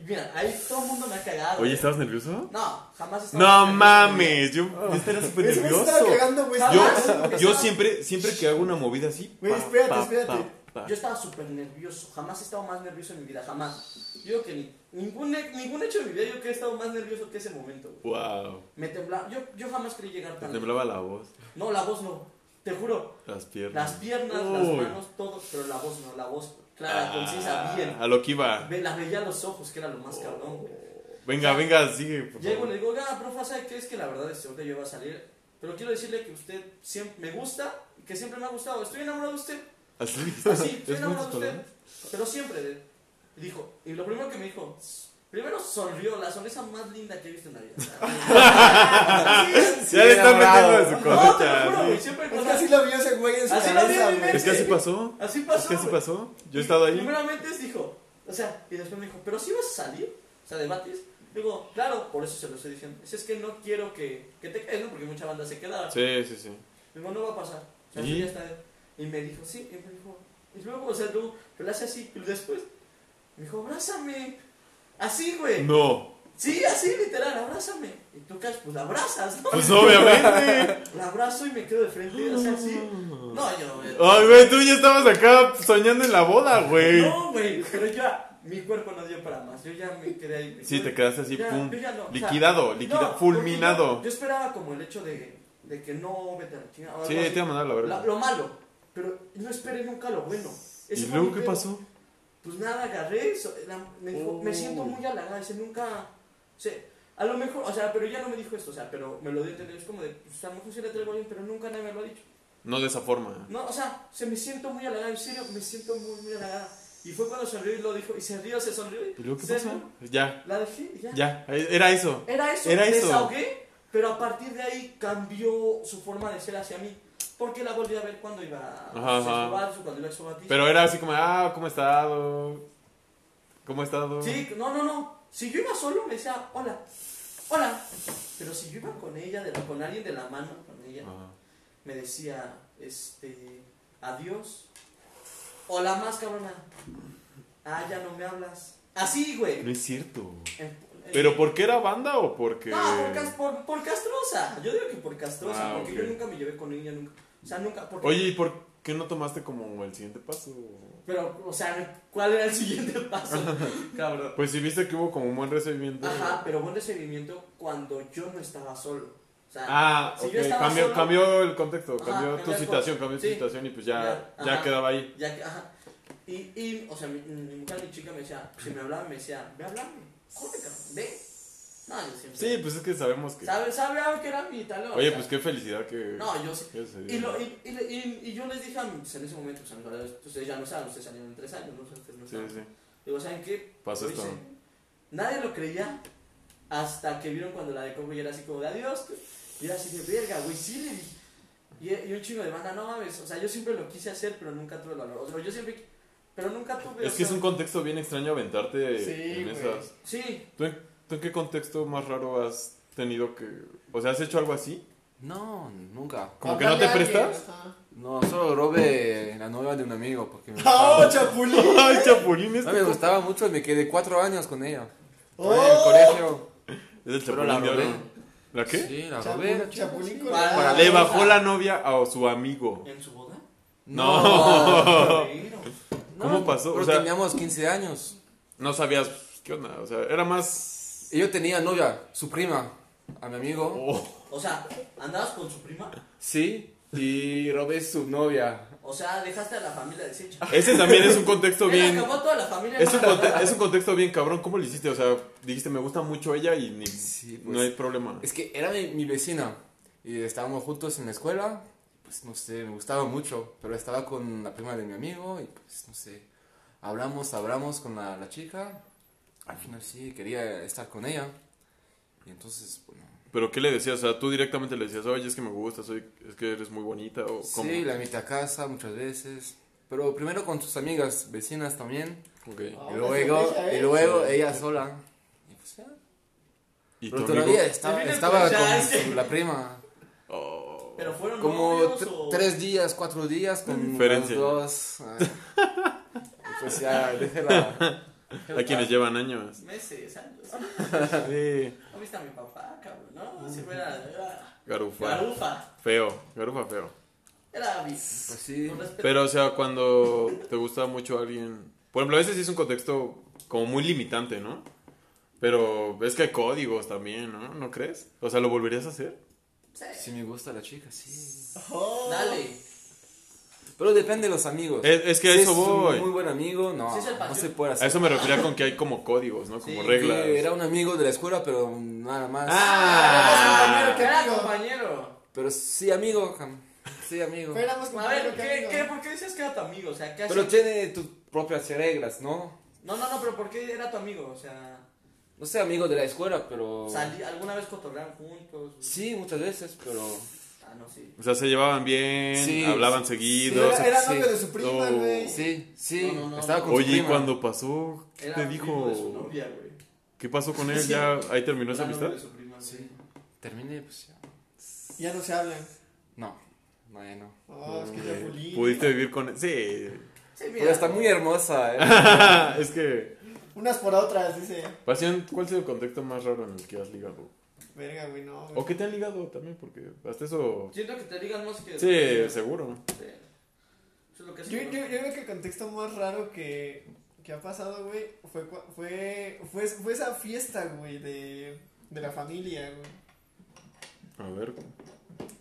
D: Y Mira, ahí todo el mundo me ha cagado.
A: Oye, ¿estabas nervioso?
D: No, jamás estaba...
A: No mames, yo yo estaría súper
B: Ese güey se estaba
A: nervioso.
B: cagando, güey.
D: Yo-
B: Estaba-
A: Yo siempre, siempre que hago una movida así.
B: Güey,
A: pa,
B: espérate,
A: pa,
B: espérate.
A: pa, pa.
D: Yo estaba súper nervioso. Jamás he estado más nervioso en mi vida, jamás. Yo creo que ni- ningún, he- ningún hecho de mi vida yo creo que he estado más nervioso que ese momento. güey.
A: Wow.
D: Me temblaba... Yo, yo jamás creí llegar
A: Te
D: tan...
A: temblaba la voz,
D: No, la voz no. Te juro.
A: las piernas.
D: Las piernas,
A: Uy.
D: las manos, todo. Pero la voz no, la voz clara, concisa, bien.
A: Ah, A lo que iba.
D: Ve- Las veía a los ojos, que era lo más cabrón, güey.
A: Venga, venga, sigue, Oh, por
D: Llego y
A: favor.
D: le digo, ah, profe, ¿sabe qué es que la verdad es que ahorita yo iba a salir? Pero quiero decirle que usted siempre me gusta, que siempre me ha gustado. Estoy enamorado de usted.
A: Así dijiste.
D: Así, Ah, estoy
A: Ah, Es muy
D: enamorado de usted.
A: descolorado.
D: Pero siempre. de- y Dijo, y lo primero que me dijo, primero sonrió, la sonrisa más linda que he visto en la vida. Sí,
A: Ya le están
E: enamorado.
A: metiendo de su
D: No, te lo
A: cosecha.
D: juro, güey,
A: sí.
D: siempre
B: Es
D: con
B: que así lo vio ese güey en su
D: Así lo
B: cabeza,
D: vi, mi
B: güey.
A: Es que así pasó.
D: Así
A: Es
D: pasó.
A: que así
D: güey.
A: pasó. Yo he estado ahí.
D: Primeramente es dijo, o sea, y después me dijo, pero si vas a salir, o sea, de Batis. Digo, claro, por eso se lo estoy diciendo. Si es que no quiero que, que te quedes, ¿no? Porque mucha banda se quedaba.
A: Sí, sí, sí.
D: Digo, no va a pasar. O sea,
A: ¿Y?
D: sí, ya está. Y me dijo, sí, y me dijo, y luego, o sea, luego, pero le hace así, y después, me dijo, abrázame. Así, güey.
A: No.
D: Sí, así, literal, abrázame. Y tú, Cash, pues la abrazas, ¿no?
A: Pues obviamente.
D: La abrazo y me quedo de frente, o sea, así. No, yo, güey.
A: Ay, güey, tú ya estabas acá soñando en la boda, güey.
D: No, güey, pero ya, mi cuerpo no dio para más. Yo ya me quedé ahí. güey.
A: Sí, te quedaste así,
D: Ya,
A: pum.
D: yo ya no, o sea,
A: Liquidado, liquidado,
D: No, porque
A: fulminado.
D: Yo, yo esperaba como el hecho de, de que no vete a la chingada, o algo
A: Sí, te
D: así.
A: iba a mandar a la
D: La-
A: verga.
D: lo malo, pero no esperé nunca lo bueno. Ese
A: ¿Y
D: fue mi
A: luego qué
D: pedo.
A: pasó?
D: Pues nada, agarré eso. la- me dijo, me
A: Oh.
D: siento muy halagada. Dice, nunca. o sea, a lo mejor, o sea, pero ya no me dijo esto, o sea, pero me lo dio a entender. Es como de, pues a lo mejor sí le traigo a alguien, pero nunca nadie me lo ha dicho.
A: No de esa forma.
D: No, o sea, se me siento muy halagado, en serio, me siento muy, muy halagada. Y fue cuando sonrió y lo dijo, y se rió, se sonrió.
A: ¿Y luego qué
D: se
A: pasó?
D: rió.
A: Ya,
D: La dejé, y ya.
A: ya. Era eso.
D: Era eso,
A: Era eso.
D: desahogué, pero a partir de ahí cambió su forma de ser hacia mí. Porque la volví a ver cuando iba
A: Ajá,
D: a
A: ajá.
D: Escobar, cuando iba a Escobar.
A: Pero era así como, ah, ¿cómo he estado? ¿Cómo he estado?
D: Sí, no, no, no. Si yo iba solo, me decía, hola, hola. Pero si yo iba con ella, de la- con alguien de la mano, con ella,
A: Ajá.
D: me decía, este, adiós. Hola más, cabrona. Ah, ya no me hablas. Así,
A: No
D: güey.
A: es cierto.
D: En- eh,
A: ¿Pero porque era banda o porque.?
D: No, por, cas- por, por castrosa. Yo digo que por castrosa,
A: Ah,
D: porque
A: ok.
D: yo nunca me llevé con ella, nunca. O sea, nunca. Porque,
A: Oye, ¿y por qué no tomaste como el siguiente paso?
D: Pero, o sea, ¿cuál era el siguiente paso? Cabrón.
A: Pues si viste que hubo como un buen recibimiento.
D: Ajá, pero buen recibimiento cuando yo no estaba solo. O sea,
A: Ah,
D: Si
A: ok.
D: yo estaba
A: Cambió,
D: solo-
A: cambió el contexto,
D: Ajá,
A: cambió
D: cambió
A: tu
D: el
A: situación,
D: contexto.
A: cambió tu
D: Sí.
A: situación y pues ya,
D: Ya,
A: ya
D: ajá.
A: quedaba ahí.
D: Ya que, ajá. Y, y, o sea, mi, mi mujer, mi chica me decía, si me hablaba, me decía, ve a hablarme, corre, cabrón, ve. No, yo siempre.
A: Sí, pues es que sabemos que.
D: ¿Sabe, sabe algo que era mi talón?
A: Oye,
D: o sea,
A: pues qué felicidad que.
D: No, yo sí.
A: que se dio.
D: Y, lo, y, y, le- y- y yo les dije a mis, en ese momento, pues, a mis valores, ustedes ya no saben, ustedes salieron en tres años, no ustedes no
A: Sí,
D: saben.
A: sí.
D: Digo, ¿saben qué?
A: Pasó
D: Lo
A: esto.
D: hice. Nadie lo creía hasta que vieron cuando la de Congo y era así como de adiós. güey". Y era así de verga, güey, sí le dije. Y, y un chingo de banda, no mames. O sea, yo siempre lo quise hacer, pero nunca tuve el valor. O sea, yo siempre. Pero nunca tuve.
A: Es
D: o
A: que es
D: sea,
A: un contexto bien extraño aventarte
B: Sí,
A: en
B: güey.
A: esas.
D: Sí,
A: ¿Tú en, tú en qué contexto más raro has tenido que. O sea, ¿has hecho algo así?
E: No, nunca.
A: ¿Como que no te
B: Hablarle a alguien,
A: prestas?
B: ajá.
E: No, solo robé la novia de un amigo porque me
B: ¡Ah, ¡Oh,
E: gustaba.
B: chapulín!
A: ¡Ay, chapulín!
E: No
A: Este
E: me gustaba mucho, me quedé cuatro años con ella.
B: ¡Oh!
E: En el colegio.
A: Es el
E: Pero
A: chapulín
E: la
A: de oro.
E: robé.
A: ¿La qué?
E: Sí, la
B: Chapu-
E: robé. la chica.
B: Chapulín
D: Para-
B: Colorado.
A: Le bajó la novia a su amigo.
D: en su boda.
A: No.
D: Pero-
A: ¿Cómo pasó?
E: Pero
A: O sea-
E: teníamos 15 años.
A: No sabías pues, qué onda. O sea, era más.
E: Y yo tenía novia, su prima, a mi amigo.
A: Oh,
D: O sea, andabas con su prima.
E: Sí, y robé su novia.
D: O sea, dejaste a la familia deshecha.
A: Ese también es un contexto
D: Él
A: Ah, bien.
D: acabó toda la familia.
A: Es un,
D: hermano.
A: conte- es un contexto bien cabrón. ¿Cómo lo hiciste? O sea, dijiste, me gusta mucho ella y ni-
E: Sí, pues.
A: no hay problema.
E: Es que era mi, mi vecina y estábamos juntos en la escuela. Pues no sé, me gustaba mucho, pero estaba con la prima de mi amigo y pues no sé. Hablamos, hablamos con la, la chica. Al final sí, quería estar con ella. Y entonces, bueno.
A: ¿Pero qué le decías? O sea, tú directamente le decías, oye, es que me gusta, soy, es que eres muy bonita o cómo.
E: Sí, la invité a casa muchas veces. Pero primero con sus amigas, vecinas también.
A: Ok.
B: Ah,
E: Y
B: una
E: luego,
B: estrategia, ¿eh?
E: y luego ella sola. Y pues ya.
A: ¿Y
E: Pero
A: tu
E: todavía
A: amigo?
E: estaba,
D: Termina
E: estaba
D: con- pues ya,
E: con
D: es que-
E: su- la prima.
A: Oh.
D: Pero fueron
E: Como
D: novios
E: tre-
D: o-
E: tres días, cuatro días con
A: Diferencia.
E: las dos. ah. Y pues ya, déjela.
A: Hay quienes llevan años.
D: meses, años.
A: Sí.
D: ¿No viste a mi papá, cabrón? No, si fuera. Era,
A: Garufa.
D: garufa.
A: Feo. Garufa feo.
D: Era mi.
E: Pues sí.
D: Con respeto.
A: Pero, o sea, cuando te gusta mucho alguien. Por ejemplo, a veces sí es un contexto como muy limitante, ¿no? Pero es que hay códigos también, ¿no? ¿No crees? O sea, ¿lo volverías a hacer?
E: Si me gusta la chica, sí.
B: ¡Oh!
D: Dale.
E: Pero depende de los amigos.
A: Es, es que a
E: Si
A: eso
E: es un
A: voy.
E: muy buen amigo, no.
D: Si es el
E: no
D: pasión.
E: se puede
A: A
E: hacer.
A: eso me refería con que hay como códigos, ¿no? Como
D: Sí,
A: reglas.
E: Sí, Era un amigo de la escuela, pero nada más.
A: ¡Ah!
B: ¿qué
D: era
B: digo?
D: compañero.
E: Pero sí, amigo. cam. Sí, amigo.
B: Pero éramos
D: A ver,
B: compañeros,
D: ¿qué,
B: cariño.
D: qué, ¿por qué decías que era tu amigo? O sea, ¿qué
E: Pero
D: hacía?
E: tiene tus propias reglas, ¿no?
D: No, no, no, pero ¿por qué era tu amigo? O sea,
E: No sé, amigo de la escuela, pero.
D: salí, ¿alguna vez cotorrearon juntos?
E: Sí, muchas veces, pero.
D: Ah, no, sí.
A: O sea, se llevaban bien,
E: Sí.
A: hablaban
B: Pero
A: seguido.
B: era, era
E: Sí.
B: novio de su prima,
A: No.
B: güey.
E: Sí, sí,
D: No, no, no,
E: estaba
D: no.
E: con su
A: Oye, ¿y
E: prima.
A: cuando pasó? ¿Qué
D: Era
A: te
D: amigo de su
A: dijo?
D: novia, güey.
A: ¿Qué pasó con él? ¿Ya ahí terminó esa
D: Era novio
A: amistad?
D: de su prima,
E: Sí.
D: sí.
E: Terminé, pues ya.
B: Ya no se hablan.
E: No, no, ya no.
B: Oh, es que chapulín.
A: ¿Pudiste vivir con él? Sí. Ah,
D: Sí, mira.
E: Pero está muy hermosa, ¿eh?
A: es que...
B: Unas por otras, dice.
A: Pasión, ¿cuál ha sido el contexto más raro en el que has ligado?
B: Verga, güey, no. güey.
A: ¿O qué te han ligado también? Porque hasta eso...
D: Siento que te digan más que...
A: Sí, seguro.
D: Sí. Eso es lo que es
B: Yo, yo,
D: seguro.
B: yo creo que el contexto más raro que, que ha pasado, güey, fue, cua- fue, fue, fue esa fiesta, güey, de, de la familia, güey.
A: A ver.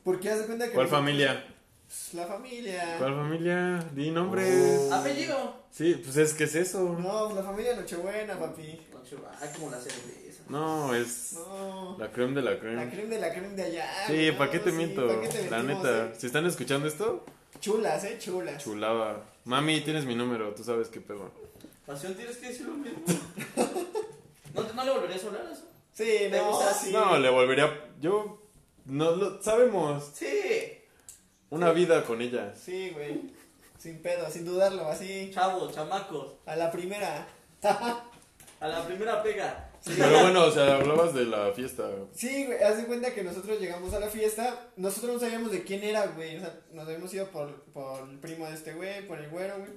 B: Porque haz de cuenta que.
A: ¿Cuál familia?
B: Pues, La familia.
A: ¿Cuál familia? Di nombres.
E: Oh.
D: Apellido.
A: Sí, pues es que es eso.
B: No, pues, la familia Nochebuena, papi.
D: Nochebuena, como la cerveza.
A: No, es...
B: No.
A: La creme de la
B: La
A: creme.
B: creme de la creme de allá.
A: Sí,
B: güey,
A: ¿para qué
B: no,
A: te
B: Ah, sí,
A: miento?
B: ¿para qué te
A: La
B: mentimos,
A: neta.
B: eh?
A: Si están escuchando esto,
B: Chulas, eh, chulas.
A: chulaba. Mami, tienes mi número, tú sabes qué pedo.
D: Pasión, tienes que decir lo mismo. ¿No, no le volverías a hablar a eso?
B: Sí,
D: ¿Te
B: no,
D: gusta?
B: sí.
A: No, le volvería. Yo. No lo sabemos.
D: Sí.
A: Una vida con ella.
B: Sí, güey. Sin pedo, sin dudarlo, así.
D: Chavos, chamacos,
B: A la primera.
D: a la primera pega.
A: Pero bueno, o sea, hablabas de la fiesta.
B: Sí, güey, haz de cuenta que nosotros llegamos a la fiesta, nosotros no sabíamos de quién era, güey, o sea, nos habíamos ido por, por el primo de este güey, por el güero, güey.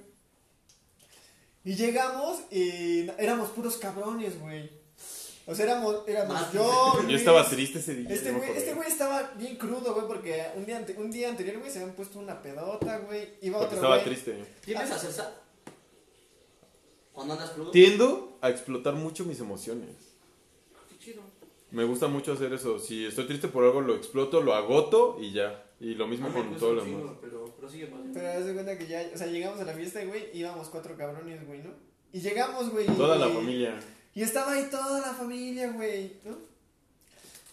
B: Y llegamos y n- éramos puros cabrones, güey. O sea, éramos, éramos
D: Más.
B: yo,
A: Yo
B: Luis.
A: estaba triste ese día.
B: Este
A: no me
B: güey,
A: acordé.
B: este güey estaba bien crudo, güey, porque un día, ante- un día anterior, güey, se habían puesto una pedota, güey. Iba
A: Porque
B: otro
A: estaba
B: güey.
A: triste.
D: ¿Tiendes a hacer sad? ¿Cuando andas crudo?
A: Tiendo a explotar mucho mis emociones.
D: Qué chido.
A: Me gusta mucho hacer eso. Si estoy triste por algo, lo exploto, lo agoto y ya. Y lo
D: A
A: mismo
D: mí me
B: pues
A: con
D: cuesta
A: todo
D: un
A: lo
D: chingo,
A: demás.
D: Pero, pero sigue más.
B: Pero haz de cuenta que ya, o sea, llegamos a la fiesta, güey, íbamos cuatro cabrones, güey, ¿no? Y llegamos, güey. y-
A: Toda la familia.
B: Y estaba ahí toda la familia, güey, ¿no?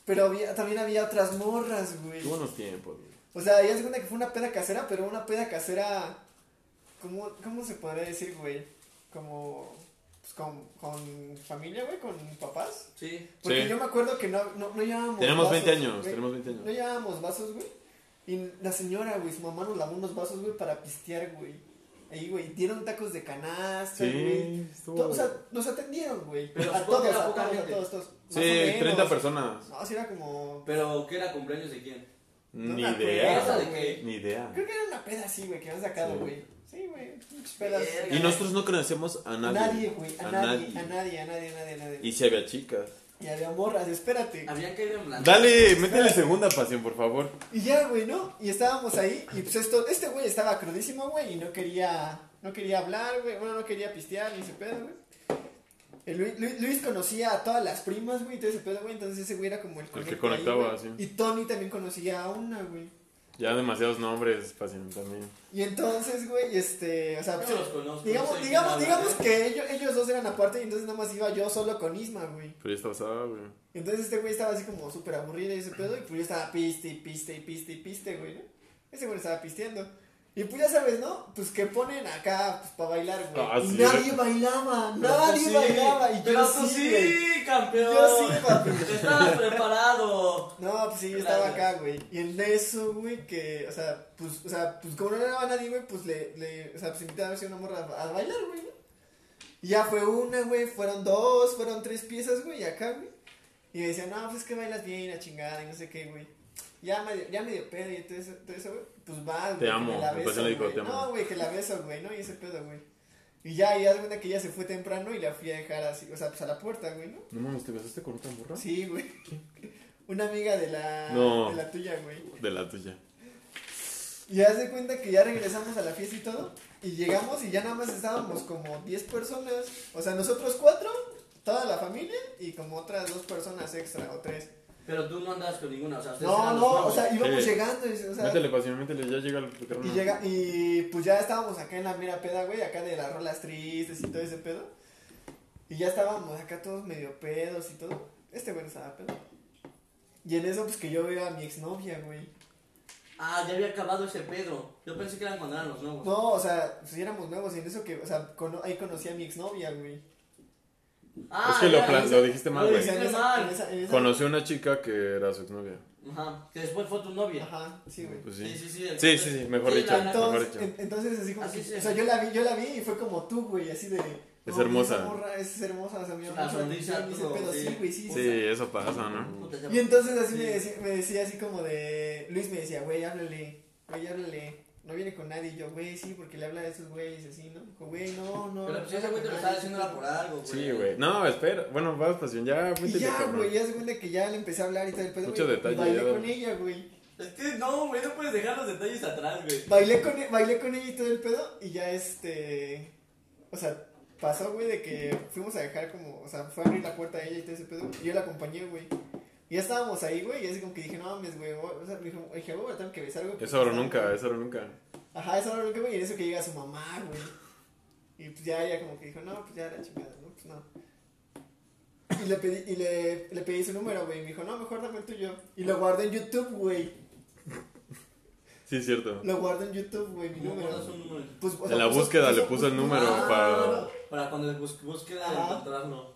B: Pero había, también había otras morras, güey.
A: Qué buenos tiempos, güey.
B: O sea, ya se cuenta que fue una peda casera, pero una peda casera. ¿Cómo, cómo se podría decir, güey? Como. Pues con, con familia, güey, con papás.
D: Sí.
B: Porque
A: Sí.
B: yo me acuerdo que no, no, no llevábamos.
A: Tenemos
B: vasos,
A: 20 años,
B: güey.
A: tenemos 20 años.
B: No llevábamos vasos, güey. Y la señora, güey, su mamá nos lavó unos vasos, güey, para pistear, güey. Ahí, güey, dieron tacos de canasta, güey.
A: Sí,
B: To-
A: estuvo.
B: o sea, nos atendieron, güey.
D: Pero
B: a
D: supongo
B: todos,
D: que era
B: a
D: poca
B: todos, a
D: gente.
B: todos, todos.
A: Sí,
B: Más o menos.
A: 30 personas.
B: No, sí era como...
D: Pero, ¿qué era cumpleaños de quién?
B: no
A: Ni
B: me acuerdo,
A: idea.
D: ¿Esa de qué?
A: Ni idea.
B: Creo que era una peda así, güey, que habían sacado,
A: Sí.
B: güey. Sí, güey, pinches pedas.
D: Verga.
A: Y nosotros no conocíamos a
B: A
A: nadie.
B: nadie, güey, a,
A: A
B: nadie,
A: nadie.
B: a nadie, a nadie, a nadie, a nadie.
A: Y si había chicas.
B: Y había morras, espérate.
D: Habían caído en blanco.
A: Dale, métele segunda pasión, por favor.
B: Y ya, güey, ¿no? Y estábamos ahí y pues esto, este güey estaba crudísimo, güey, y no quería, no quería hablar, güey, bueno, no quería pistear ni ese pedo, güey. El Lu- Lu- Luis, conocía a todas las primas, güey, y todo ese pedo, güey, entonces ese güey era como el
A: que
B: conecto ahí,
A: conectaba,
B: güey.
A: sí.
B: Y Tony también conocía a una, güey.
A: Ya demasiados nombres, pasión también.
B: Y entonces, güey, este, o sea,
D: Yo
B: pues,
D: no los conozco. no
B: digamos,
D: sé
B: digamos,
D: quién habla,
B: digamos
D: ¿eh?
B: que ellos, ellos dos eran aparte y entonces nada más iba yo solo con Isma, güey.
A: Pero ya estaba asada, güey.
B: Entonces este güey estaba así como súper aburrido y ese pedo, y pues yo estaba piste y piste y piste y piste, güey, ¿no? Ese güey estaba pisteando. Y pues ya sabes, ¿no? Pues que ponen acá pues, para bailar, güey.
A: Ah,
B: y
A: sí.
B: nadie bailaba,
D: Pero tú
B: nadie
D: sí,
B: bailaba. Y
D: pero
B: yo
D: tú
B: sí,
D: sí,
B: güey.
D: campeón.
B: Yo sí, papi.
D: Te estabas preparado.
B: No, pues sí, yo
D: Claro.
B: estaba acá, güey. Y en eso, güey, que, o sea, pues, o sea, pues como no le daba a nadie, güey, pues le, le, o sea, pues invitaba a ver si una morra a, a bailar, güey, ¿no? Y ya fue una, güey, fueron dos, fueron tres piezas, güey, y acá, güey. Y me decían, no, pues es que bailas bien, la chingada, y no sé qué, güey. Ya medio, ya medio pedo y todo eso, todo eso, güey. Pues va, güey.
A: Te
B: que
A: amo,
B: me la
A: mi
B: beso,
A: pasión le dijo,
B: güey.
A: te amo.
B: No, güey, que la beso, güey, ¿no? Y ese pedo, güey. Y ya, y haz de cuenta que ella se fue temprano y la fui a dejar así, o sea, pues a la puerta, güey, ¿no?
A: No mames, ¿te casaste con otra morra?
B: Sí, güey. Una amiga de la,
A: No.
B: de la tuya, güey.
A: De la tuya.
B: Y haz de cuenta que ya regresamos a la fiesta y todo. Y llegamos y ya nada más estábamos como 10 personas. O sea, nosotros cuatro, toda la familia y como otras dos personas extra o tres.
D: Pero tú no andabas con ninguna. O sea, ustedes
B: No,
D: eran los
B: no, o
D: nuevos.
B: sea, íbamos
A: Sí.
B: llegando. Y, o sea,
A: métele pasión, métele, ya llega el
B: Y, llega, y pues ya estábamos acá en la mera peda, güey, acá de las rolas tristes y todo ese pedo. Y ya estábamos acá todos medio pedos y todo. Este güey no estaba pedo. Y en eso, pues que yo veo a mi exnovia, güey.
D: Ah, ya había acabado ese pedo. Yo pensé que eran cuando eran los nuevos.
B: No, o sea, si éramos nuevos y en eso que, o sea, cono- ahí conocí a mi exnovia, güey.
D: Ah,
A: Es que lo
D: ya,
A: plan-
D: ya.
A: lo dijiste mal,
D: Lo
A: Ah, güey.
B: O sea, en
D: dijiste
B: esa- en
D: mal.
B: esa- en esa-
A: Conoció una chica que era su exnovia.
D: Ajá, que después fue tu novia.
B: Ajá, sí, güey.
A: Pues
D: Sí,
A: sí.
D: sí, sí. el-
A: Sí, sí, sí, mejor
D: Sí,
A: dicho.
D: la- la-
A: Mejor
B: Entonces,
A: dicho.
B: en- entonces así como
D: Así
B: que-
D: se-
B: o sea, yo la vi, yo la vi y fue como tú, güey, así de
A: Es
B: no,
A: hermosa.
B: esa morra es hermosa, o sea, mi
D: La
B: hermosa,
D: sonrisa,
B: mi- mi-
D: todo,
B: pero
D: sí.
B: sí, güey, sí,
A: Sí, eso pasa, ¿no?
D: Puta, se-
B: Y entonces así
D: Sí.
B: me, decía, me decía así como de... Luis me decía, güey, háblale, güey, háblale. No viene con nadie. Y yo, güey, sí, porque le habla de esos güeyes así, ¿no? Dijo, güey, no, no.
D: Pero
B: no
D: pues ese güey te lo estaba diciendo era por algo, güey.
A: Sí, güey. No, espera. Bueno, vas, pasión, ya,
B: Y
A: métele,
B: ya,
A: cabrón.
B: güey, ya se cuenta que ya le empecé a hablar y todo el pedo,
A: Mucho
B: güey.
A: detalle,
B: Bailé
A: ya.
B: con ella, güey.
D: Es que no, güey, no puedes dejar los detalles atrás, güey.
B: Bailé con, e- bailé con ella y todo el pedo y ya este... O sea, pasó, güey, de que fuimos a dejar como... O sea, fue a abrir la puerta a ella y todo ese pedo. Y yo la acompañé, güey. Y ya estábamos ahí, güey, y así como que dije, no mames, güey. O sea, dije, dije, güey, tengo que besar, güey.
A: Es
B: porque
A: ahora o
B: está-
A: nunca, es ahora o nunca.
B: Ajá, eso era lo que me y en eso que llega su mamá, güey. Y pues ya ella como que dijo, no, pues ya la chingada, ¿no? Pues no. y le pedí, y le, le pedí su número, güey. Y me dijo, no, mejor dame el tuyo. Y lo guardé en YouTube, güey.
A: Sí, es cierto.
B: Lo guardé en YouTube, güey, mi
D: ¿Cómo guardas
B: número.
D: un número?
B: Pues, o
A: En la búsqueda le puso el número
B: ah,
A: para-
D: Para cuando bus- búsqueda de
B: Ajá.
D: encontrarlo.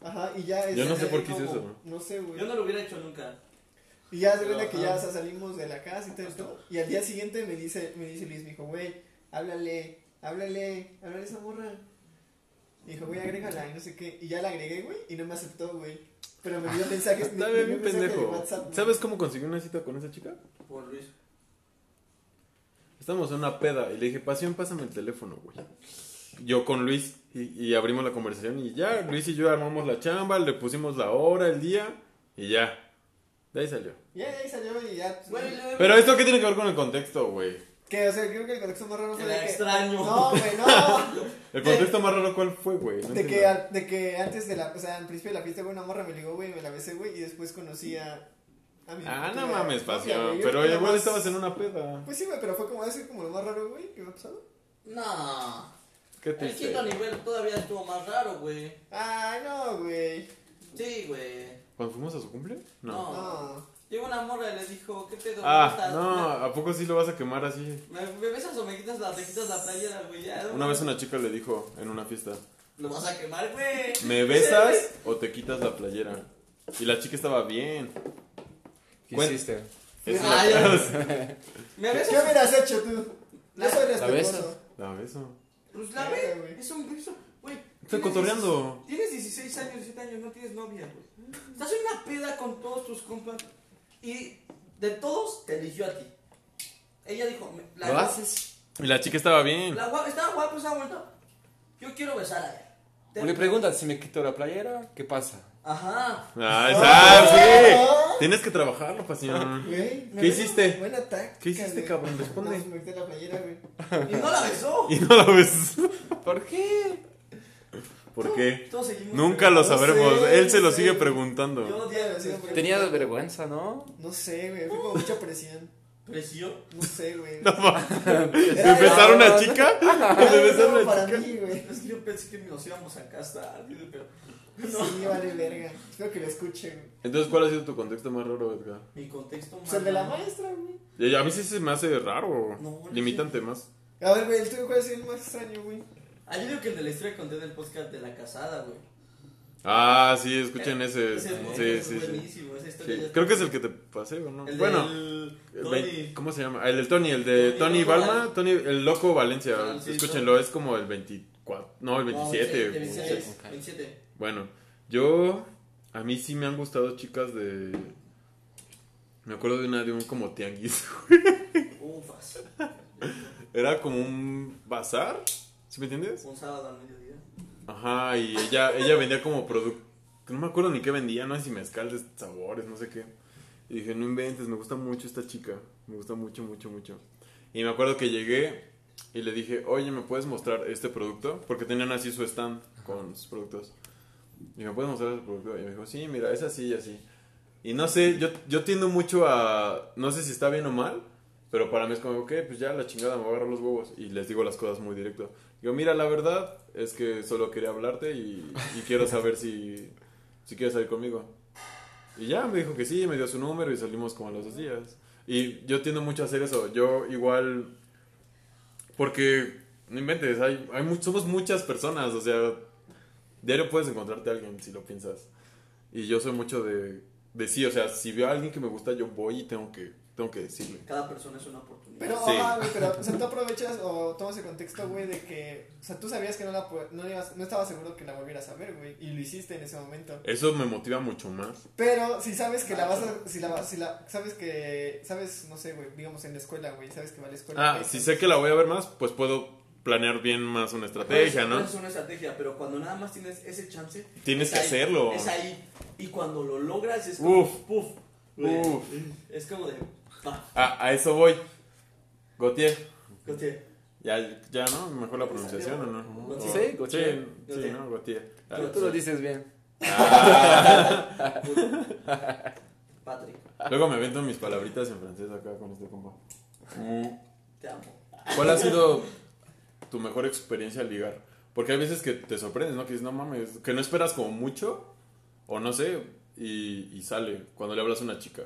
B: Ajá, y ya.
A: Yo no
B: este,
A: sé por qué hice
B: como-
A: eso, güey.
B: No sé, güey.
D: Yo no lo hubiera hecho nunca.
B: Y ya se
D: Pero,
B: cuenta que
D: ajá.
B: ya o sea, salimos de la casa y todo esto. Y al día siguiente me dice, me dice Luis, me dijo, güey, háblale, háblale, háblale a esa morra. Me dijo, güey, agrégala y no sé qué. Y ya la agregué, güey, y no me aceptó, güey. Pero me dio mensajes, me,
A: Está
B: me
A: bien,
B: dio
A: bien
B: mensaje de
A: pendejo.
B: WhatsApp. güey.
A: ¿Sabes cómo conseguí una cita con esa chica?
D: Por Luis.
A: Estábamos en una peda y le dije, pasión, pásame el teléfono, güey. Yo con Luis y, y abrimos la conversación y ya, Luis y yo armamos la chamba, le pusimos la hora, el día y ya. De ahí salió.
B: Y ya, ahí salió y ya. pues,
A: Pero esto qué tiene que ver con el contexto, güey.
B: Que, o sea, creo que el contexto más raro
D: Que
B: fue
D: la
B: de que...
D: extraño.
B: No, güey, no.
A: El contexto más raro cuál fue, güey. No
B: Eh, De que,
A: entiendo.
B: al- de que antes de la... O sea, al principio de la fiesta, güey, una morra me ligó, güey, me la besé, güey, y después conocí a... a mi
A: Ah, no
B: futura
A: mames,
B: novia,
A: pasión.
B: güey. Yo
A: Pero
B: creo que
A: igual
B: más-
A: estabas en una peda.
B: Pues sí, güey, pero fue como eso como lo más raro, güey, que me ha pasado.
D: No.
A: ¿Qué te
D: El quinto
A: hice?
D: nivel todavía estuvo más raro, güey.
B: Ah, no, güey.
D: Sí, güey.
A: ¿Cuándo fuimos a su cumple? No.
D: No.
B: No.
D: Llegó una morra y le dijo, ¿qué pedo? ¿Cómo
A: Ah,
D: estás?
A: no, ¿a poco sí lo vas a quemar así?
D: Me, me besas o me quitas la, te quitas la playera, güey. Ya,
A: Una vez una chica le dijo en una fiesta,
D: Lo vas a quemar, güey.
A: ¿me besas o te quitas la playera? Y la chica estaba bien.
F: ¿Qué
A: Cuen-
F: hiciste?
A: Es
D: Ah,
A: una-
D: ya. ¿Me
B: ¿Qué
D: besas?
B: hubieras hecho tú? Yo soy
E: La besas.
B: respetuoso.
A: La beso.
D: Pues la
B: Verga,
D: ve.
B: güey.
D: Es un beso, güey.
A: Estoy
D: Tienes
A: cotorreando.
D: 16 Tienes 16 años, 17 años, no tienes novia, güey. Estás en una peda con todos tus compas. Y de todos, te eligió a ti. Ella dijo, me- la
A: ¿Lo haces? Y la chica estaba bien.
D: La guapa, estaba guapa esa vuelta. Yo quiero besar a ella. Te-
E: O le preguntas si me quito la playera, ¿qué pasa?
D: Ajá.
A: Ah,
B: No.
D: Ah.
A: esa- sí. Tienes que trabajarlo, pasión.
B: Ah, Güey.
A: Eh. ¿Qué hiciste?
B: Buena táctica,
A: ¿Qué hiciste,
B: güey.
A: cabrón? Responde.
B: No, me metí la playera, güey.
D: Y no la besó.
A: Y no la ves.
E: ¿Por qué?
A: ¿Por qué?
D: Todos seguimos.
A: Nunca lo
B: No
A: sabremos.
B: sé,
A: Él se lo
B: no sé.
A: sigue preguntando.
D: Yo
B: Ya lo sigo, güey.
E: Tenías vergüenza, ¿no?
B: No sé, güey. Fue como mucha presión.
D: Precio.
B: No sé, güey.
A: No, ma-
B: Era-
A: ¿De
B: era-
A: besar a una
E: no.
A: chica?
B: era
A: ¿De besar a
B: algo
A: una
B: para
A: chica?
B: mí, güey.
D: Es que yo pensé que nos íbamos a casar. dile, Pero
B: Sí, vale verga. Espero que lo escuchen, güey.
A: Entonces, ¿cuál ha sido tu contexto más raro, Edgar?
D: mi contexto
B: O
D: más.
B: sea, el de la maestra, güey.
A: Y A mí sí se me hace raro.
D: No, no
A: Limitante más.
B: A ver, güey, el tuyo cuál es el más extraño, güey.
D: Ah, yo digo que el de la historia que conté del podcast de la casada, güey.
A: Ah, sí, escuchen ese.
D: Ese es
A: Sí,
D: es
A: sí, sí.
D: buenísimo. Esa historia
A: Sí,
D: ya-
A: Creo que es el que te pasé, ¿o no?
D: El
A: Bueno.
D: del
A: El
D: Tony.
A: vein- ¿Cómo se llama? Ah, El del Tony, el de
D: Tony
A: Tony,
D: Loco
A: Balma,
D: Val-
A: Tony, el loco Valencia,
D: Ah, sí,
A: escúchenlo, es como el 24, no, el 27.
D: No, 27,
A: o-
D: 27, 27.
A: Bueno, yo, a mí sí me han gustado chicas de, me acuerdo de una de un como tianguis,
D: Ufas.
A: era como un bazar, ¿sí me entiendes?
D: Un sábado al mediodía.
A: Ajá, y ella, ella vendía como producto, no me acuerdo ni qué vendía, no sé si mezcal de sabores, no sé qué. Y dije, no inventes, me gusta mucho esta chica. Me gusta mucho, mucho, mucho. Y me acuerdo que llegué y le dije, oye, ¿me puedes mostrar este producto? Porque tenían así su stand con sus productos. Y me puedes mostrar este producto. Y me dijo, sí, mira, es así y así. Y no sé, yo, yo tiendo mucho a. No sé si está bien o mal, pero para mí es como, ok, pues ya la chingada, me voy a agarrar los huevos. Y les digo las cosas muy directo. Digo, mira, la verdad es que solo quería hablarte y, y quiero saber si, si quieres salir conmigo. Y ya me dijo que sí, me dio su número y salimos como a los dos días. Y yo tiendo mucho a hacer eso. Yo igual. Porque, no inventes, hay, hay mu- somos muchas personas. O sea, diario puedes encontrarte a alguien si lo piensas. Y yo soy mucho de, de sí. O sea, si veo a alguien que me gusta, yo voy y tengo que, tengo que decirle.
D: Cada persona es una oportunidad.
B: Pero,
A: Sí.
B: ajá, güey, pero, o sea, tú aprovechas o tomas el contexto, güey, de que, o sea, tú sabías que no la, pu- no, ibas- no estabas seguro que la volvieras a ver, güey, y lo hiciste en ese momento.
A: Eso me motiva mucho más.
B: Pero si sabes que la vas a, si la vas, si la, sabes que, sabes, no sé, güey, digamos en la escuela, güey, sabes que va a la escuela.
A: Ah,
B: güey,
A: si
B: sabes-
A: sé que la voy a ver más, pues puedo planear bien más una estrategia, ¿no?
D: Es una estrategia, pero cuando nada más tienes ese chance.
A: Tienes
D: es
A: que
D: ahí,
A: hacerlo.
D: Es ahí. Y cuando lo logras es como.
A: Uf.
D: puf. güey.
A: Uf.
D: Es como de. pa,
A: A, a eso voy. Gautier.
D: Gautier.
A: Ya, ya, ¿no? Mejor la pronunciación, ¿o no?
D: Gautier.
A: O-
E: Sí,
A: Sí,
E: Gautier.
A: sí, ¿no? Gautier. Ah,
E: Pero tú lo dices bien.
D: Patrick,
A: Luego me avento mis palabritas en francés acá con este compa. Mm.
D: te amo.
A: ¿Cuál ha sido tu mejor experiencia al ligar? Porque hay veces que te sorprendes, ¿no? Que dices, no mames, que no esperas como mucho O no sé, y, y sale cuando le hablas a una chica.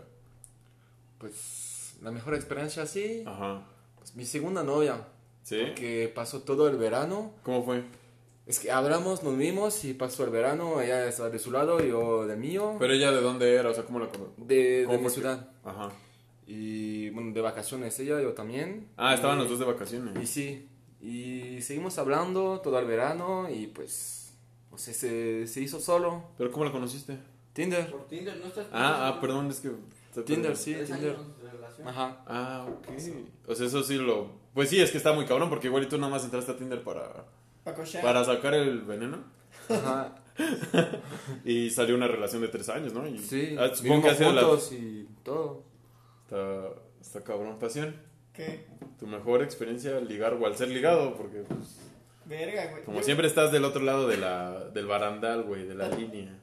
E: Pues la mejor experiencia así.
A: Ajá.
E: pues, mi segunda novia.
A: ¿Sí?
E: Que pasó todo el verano.
A: ¿Cómo fue?
E: Es que hablamos, nos vimos y pasó el verano. Ella estaba de su lado, yo del mío.
A: Pero ella de dónde era, o sea, ¿cómo la conoció?
E: de de
A: ¿Cómo
E: mi
A: fue?
E: ciudad.
A: Ajá.
E: Y bueno, de vacaciones ella, yo también.
A: Ah, estaban
E: Y-
A: los dos de
E: Y
A: vacaciones.
E: Eh, sí, y seguimos hablando todo el verano y pues, o sea, se, se hizo solo.
A: ¿Pero cómo la conociste?
E: Tinder.
D: Por Tinder, ¿no estás?
A: Ah, ah, perdón, es que...
E: Tinder, sí,
D: Tres
E: Tinder.
D: años de relación.
E: Ajá.
A: Ah, ok. O sea, eso sí lo... Pues sí, es que está muy cabrón, porque igual y tú nada más entraste a Tinder para,
B: Para cochar.
A: para sacar el veneno.
E: Ajá.
A: Y salió una relación de tres años, ¿no? Y,
E: Sí.
A: ah, supongo que ha
E: vivimos
A: sido la...
E: juntos y todo.
A: Está, está cabrón, pasión.
B: ¿Qué?
A: Tu mejor experiencia ligar o al ser ligado, porque pues,
B: Verga, güey.
A: como
B: Yo-
A: siempre estás del otro lado de la, del barandal, güey, de la línea,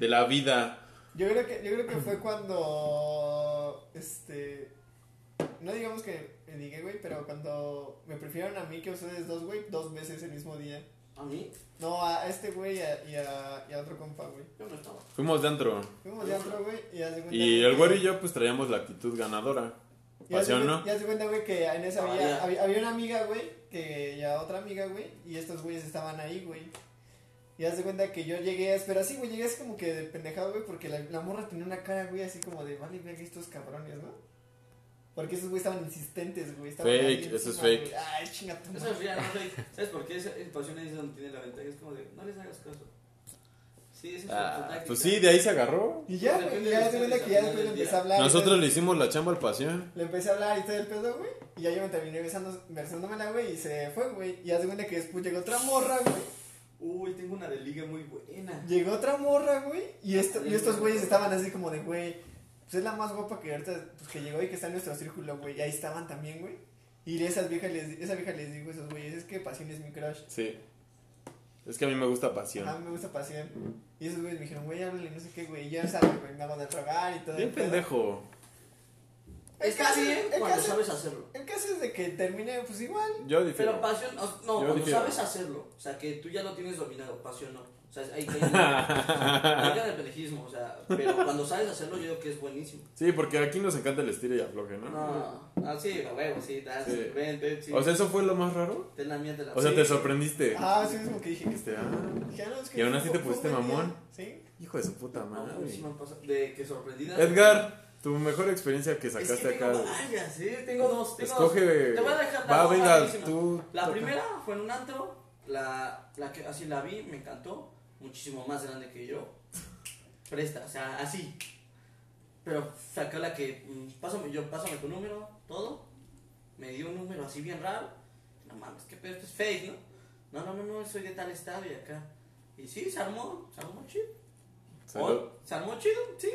A: de la vida.
B: Yo creo que, yo creo que fue cuando. Este. No digamos que me dije, güey, pero cuando me prefirieron a mí que a ustedes dos, güey, dos veces el mismo día.
D: ¿A mí?
B: No, a este güey y a, y a, y a otro compa, güey.
D: Yo no estaba.
A: Fuimos de antro.
B: Fuimos de antro, güey, y haz de cuenta.
A: Y
B: güey,
A: el güero y yo pues traíamos la actitud ganadora.
B: y haz de
A: Pasión,
B: cuen-
A: ¿no?
B: Y haz de cuenta, güey, que en esa
D: Ah,
B: había,
D: ya.
B: había, había una amiga, güey, que ya otra amiga, güey, y estos güeyes estaban ahí, güey. Y haz de cuenta que yo llegué, pero así, güey, llegué así como que de pendejado, güey, porque la, la morra tenía una cara, güey, así como de, vale, verga, estos cabrones, ¿no? Porque esos güeyes estaban insistentes, güey. estaban
A: Fake,
B: ahí
A: eso es
B: encima,
A: fake.
B: güey. Ay, chinga tu
D: Eso es
B: madre.
D: real, no sé. ¿Sabes por qué? Esa pasión es donde tiene la ventaja. Es como de, no les hagas caso. Sí, esa es su- su
A: Ah,
D: táctica.
A: pues sí, de ahí se agarró.
B: Y ya, güey, y ya haz de cuenta que ya después le empecé a hablar. y
A: Nosotros
B: todo.
A: le hicimos la chamba al pasión.
B: Le empecé a hablar y todo el pedo, güey. Y ya yo me terminé besando, besándomela, güey, y se fue, güey. Y haz de cuenta que después llegó otra morra, güey.
D: Uy, tengo una de liga muy buena.
B: Llegó otra morra, güey. Y, esto, y estos güeyes estaban así como de, güey, pues es la más guapa que ahorita, pues que llegó y que está en nuestro círculo, güey. Y ahí estaban también, güey. Y esas viejas les, esa vieja les dijo a esos güeyes, es que pasión es mi crush.
A: Sí. Es que a mí me gusta
B: Ah,
A: pasión.
B: me gusta pasión. Y esos güeyes me dijeron, güey, háblale, no sé qué, güey. Y ya sabes, güey, me hago de rogar y todo.
A: Bien
B: el pedo.
A: pendejo.
D: Es
B: caso-
D: casi
B: el
D: cuando
B: caso-
D: sabes hacerlo.
B: El caso es de que terminé, pues igual.
A: Yo difiero.
D: Pero pasión, o- no,
A: Yo
D: cuando
A: difiero.
D: sabes hacerlo, o sea, que tú ya lo tienes dominado, pasión no. O sea, ahí cae ahí cae el pendejismo, o sea, pero cuando sabes hacerlo, yo digo que es buenísimo.
A: Sí, porque aquí nos encanta el estilo y afloje, ¿no?
D: No, ah, sí, a huevo, sí, das,
A: Sí.
D: vente, sí.
A: O sea, ¿eso fue lo más raro?
D: ten la mía, te la
A: O sea, te
D: Sí.
A: sorprendiste.
B: Ah, sí, es como que dije que
A: Este, ah,
B: Dije, ah, no, es que
A: Y aún
B: fue-
A: así te
B: fue un
A: pusiste
B: buen día.
A: mamón.
B: Sí.
A: Hijo de su puta
D: No,
A: madre.
D: pero sí me han pasado- de que sorprendida.
A: Edgar, tu mejor experiencia que
D: Es
A: sacaste
D: que
A: acá.
D: Tengo varias, sí, tengo dos. Tengo
A: Escoge.
D: dos. Te voy a dejar las
A: Va,
D: dos
A: venga,
D: rapidísimas.
A: tú.
D: La
A: toca.
D: primera fue en un antro, la, la que así la vi, me encantó, muchísimo más grande que yo. Presta, o sea, así. Pero sacó la que, mm, pásame, yo, pásame tu número, todo. Me dio un número así bien raro. No mames, qué pedo, esto es fake, ¿no? No, no, no, no, soy de tal estado y acá. Y sí, se armó, se armó chido.
A: Salud.
D: O- Se armó chido, sí.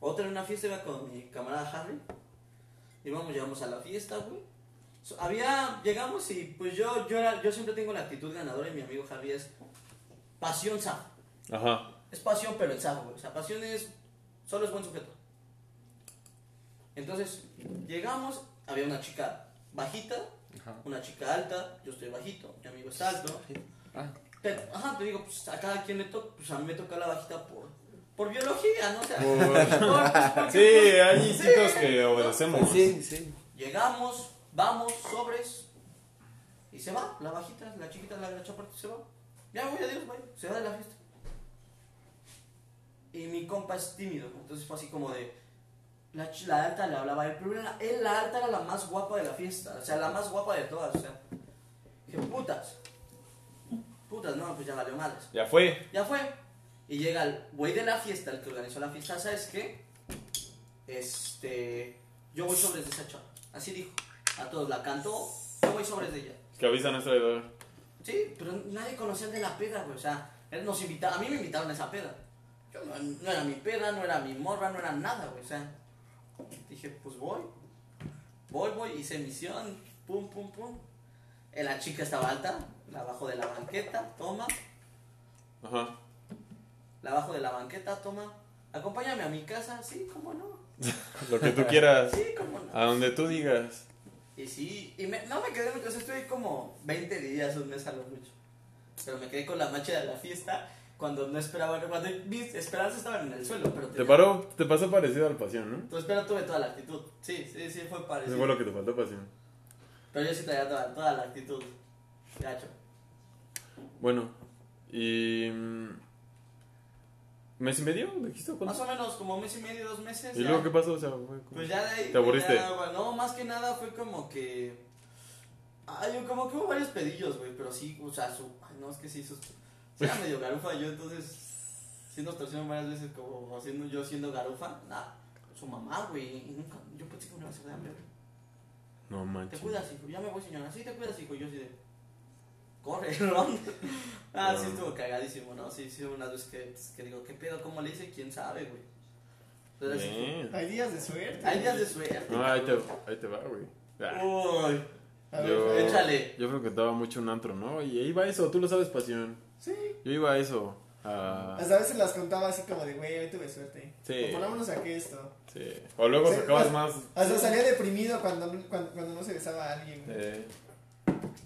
D: Otra en una fiesta iba con mi camarada Harry. Íbamos, llegamos a la fiesta, güey. So, había, llegamos y pues yo, yo, era, yo siempre tengo la actitud ganadora y mi amigo Harry es pasión zafo.
A: Ajá.
D: Es pasión pero en zafo, güey. O sea, pasión es, solo es buen sujeto. Entonces, llegamos, había una chica bajita,
E: Ajá.
D: una chica alta, yo estoy bajito, mi amigo es alto.
E: Ah,
D: Pero, ajá, te digo, pues a cada quien le toca, pues a mí me toca la bajita por, por biología, ¿no? O sea, por- pues, porque-
A: Sí, hay
D: Sí.
A: chicos que obedecemos.
E: sí, sí.
D: Llegamos, vamos, sobres. Y se va, la bajita, la chiquita, la, la chaparrita se va. Ya, güey, adiós, güey. Se va de la fiesta. Y mi compa es tímido, ¿no? entonces fue así como de. La, ch- la alta le hablaba, el problema era, él, la alta era la más guapa de la fiesta, o sea, la más guapa de todas, o sea. Dije, putas. Putas, no, pues ya valió madres.
A: Ya fue.
D: Ya fue. Y llega el güey de la fiesta, el que organizó la fiesta, ¿sabes qué? Este. Yo voy sobres de esa chava. Así dijo. A todos la cantó. Yo voy sobres de ella.
A: Que avisa a nuestra edad.
D: Sí, pero nadie conocía el de la peda, güey. O sea, él nos invitaba. A mí me invitaron a esa peda. Yo no, no era mi peda, no era mi morra, no era nada, güey. O sea, dije, pues voy. Voy, voy, hice misión. Pum, pum, pum. Eh, La chica estaba alta, la bajo de la banqueta, toma.
A: Ajá.
D: La bajo de la banqueta, toma. Acompáñame a mi casa, sí, cómo no.
A: Lo que tú quieras.
D: Sí, cómo no.
A: A donde tú digas.
D: Y sí, y me- no me quedé mucho, o sea, estuve como 20 días, un mes a lo mucho. Pero me quedé con la mancha de la fiesta cuando no esperaban, cuando mis esperanzas estaban en el suelo, pero
A: Te
D: tenían-
A: paró, te pasó parecido al pasión, ¿no?
D: Tu espera tuve toda la actitud. Sí, sí, sí, fue
A: Eso
D: parecido.
A: fue lo que te faltó pues, pasión.
D: Pero yo sí traía toda, toda la actitud. Gacho.
A: Bueno, y. mm, ¿Mes y medio? ¿Dijiste cuánto?
D: Más o menos como un mes y medio, dos meses.
A: Pues ¿Y
D: ya.
A: luego qué pasó? O sea, fue como-
D: Pues ya de ahí.
A: ¿Te aburriste?
D: ya, güey, no, más que nada fue como que. Ay, como que hubo varios pedillos, güey. Pero sí, o sea, su. Ay, no, es que sí, sus. sí Era medio garufa yo, entonces. Sí nos torcieron varias veces, como haciendo yo siendo garufa. Nah, su mamá, güey. y nunca. Yo pensé que me iba a hacer de hambre, güey.
A: No
D: Te
A: manches.
D: cuidas, hijo. Ya me voy, señora. Sí, te cuidas, hijo. y Yo así de. Corre, ¿no? ah, sí,
A: No.
D: estuvo cagadísimo, ¿no? Sí, sí, unas veces que, pues, que digo, ¿qué pedo? ¿Cómo le hice? ¿Quién sabe, güey? Pero sí,
A: Bien.
B: Hay días de suerte.
D: Hay días de suerte.
A: No, ahí te, ahí te va, güey. Ah.
D: Uy,
B: A ver, eh,
A: Yo-
B: Fer.
D: Uh, échale.
A: Yo frecuentaba mucho un antro, ¿no? Y iba a eso, tú lo sabes, pasión.
B: Sí.
A: Yo iba a eso. A...
B: Hasta a veces las contaba así como de, güey, hoy tuve suerte.
A: Ah. Sí.
B: O por lo menos saqué esto.
A: Sí. O luego
B: Sí,
A: sacabas
B: pues-
A: más.
B: Hasta salía deprimido cuando, cuando, cuando no se besaba a alguien. güey.
A: eh,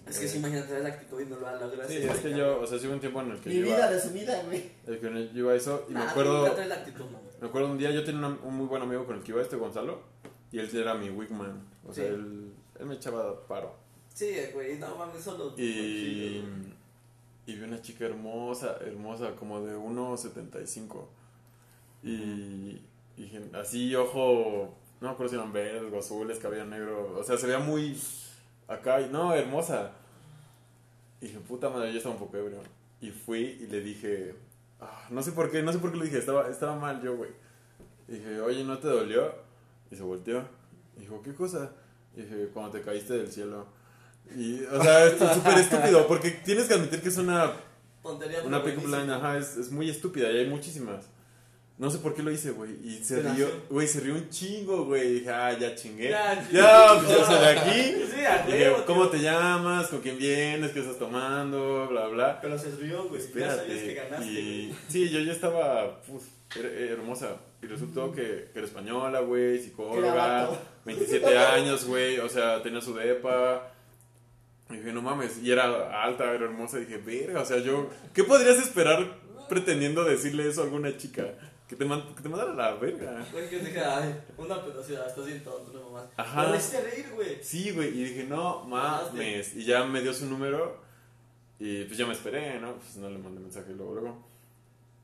D: Es que sí, imagínate la actitud y no lo lo
A: sí,
D: gracias.
A: es que yo, o sea, sí hubo un tiempo en el que
B: Mi
A: yo
B: vida
A: iba,
B: resumida, güey.
A: el que yo iba a eso. Y me
D: Nah,
A: acuerdo,
D: Nunca traes la actitud, mamá.
A: me acuerdo un día, yo tenía una- un muy buen amigo con el que iba este, Gonzalo. Y él era mi wigman. O sea,
D: Sí.
A: él, él me echaba paro.
D: Sí, güey, no mames, solo.
A: Y, y vi una chica hermosa, hermosa, como de 1,75. Y, y gen- así, ojo, no me acuerdo si eran verdes o azules, cabello negro. O sea, se veía muy acá. y- No, hermosa. Y dije, puta madre, yo estaba un poco ebrio. Y fui y le dije, ah, no sé por qué, no sé por qué le dije, estaba, estaba mal yo, güey. Y Dije, oye, ¿no te dolió? Y se volteó. Y Dijo, ¿qué cosa? Y Dije, cuando te caíste del cielo. Y, o sea, esto es súper estúpido, porque tienes que admitir que es una,
D: Tontería. pero
A: una pick-up
D: buenísima.
A: line, ajá, es, es muy estúpida y hay muchísimas. No sé por qué lo hice, güey. Y se
D: Te
A: rió,
D: nació.
A: güey, se rió un chingo, güey. Y Dije, ah, ya chingué.
D: Ya
A: Ya,
D: chingué.
A: pues ya soy de aquí.
D: Sí, a
A: Dije,
D: huevo,
A: ¿cómo te
D: tío.
A: llamas? ¿Con quién vienes? ¿Qué estás tomando? Bla, bla.
D: "Ah, Pero se rió, güey. Ya sabías que
A: Espérate.
D: ganaste. güey.
A: Y, sí, yo ya estaba puf, her- hermosa. Y resultó que, que era española, güey,
B: Era
A: psicóloga,
B: vato.
A: 27 años, güey, o sea, tenía su depa. Y dije, no mames, y era alta, era hermosa. Y dije, verga, o sea, yo, ¿qué podrías esperar pretendiendo decirle eso a alguna chica? Que te, man- que te mandara a la verga.
D: Güey, yo dije, ay, una pedosidad, estás bien tonto, no mamás.
A: Ajá.
D: Pero le hiciste reír, güey.
A: Sí, güey, y dije, no mames. Y ya me dio su número y pues ya me esperé, ¿no? Pues no le mandé mensaje luego, luego.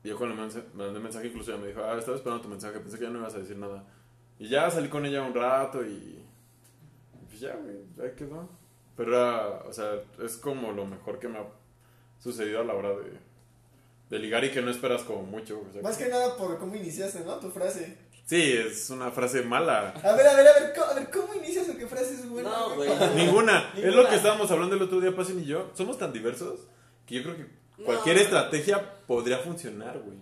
A: Y yo cuando le mandé- me mandé mensaje, incluso ya me dijo, ah, estaba esperando tu mensaje, pensé que ya no ibas a decir nada. Y ya salí con ella un rato y. y Pues ya, güey, ahí quedó. Pero era, o sea, es como lo mejor que me ha sucedido a la hora de, de ligar y que no esperas como mucho. o sea,
B: Más que nada por cómo iniciaste, ¿no? Tu frase.
A: Sí, es una frase mala.
B: A ver, a ver, a ver, co- a ver ¿cómo inicias o qué frase es buena?
D: No,
B: güey?
D: güey.
A: Ninguna. Es lo
D: Ninguna.
A: que estábamos hablando el otro día, Pasen y yo. Somos tan diversos que yo creo que
D: No.
A: cualquier estrategia podría funcionar, güey.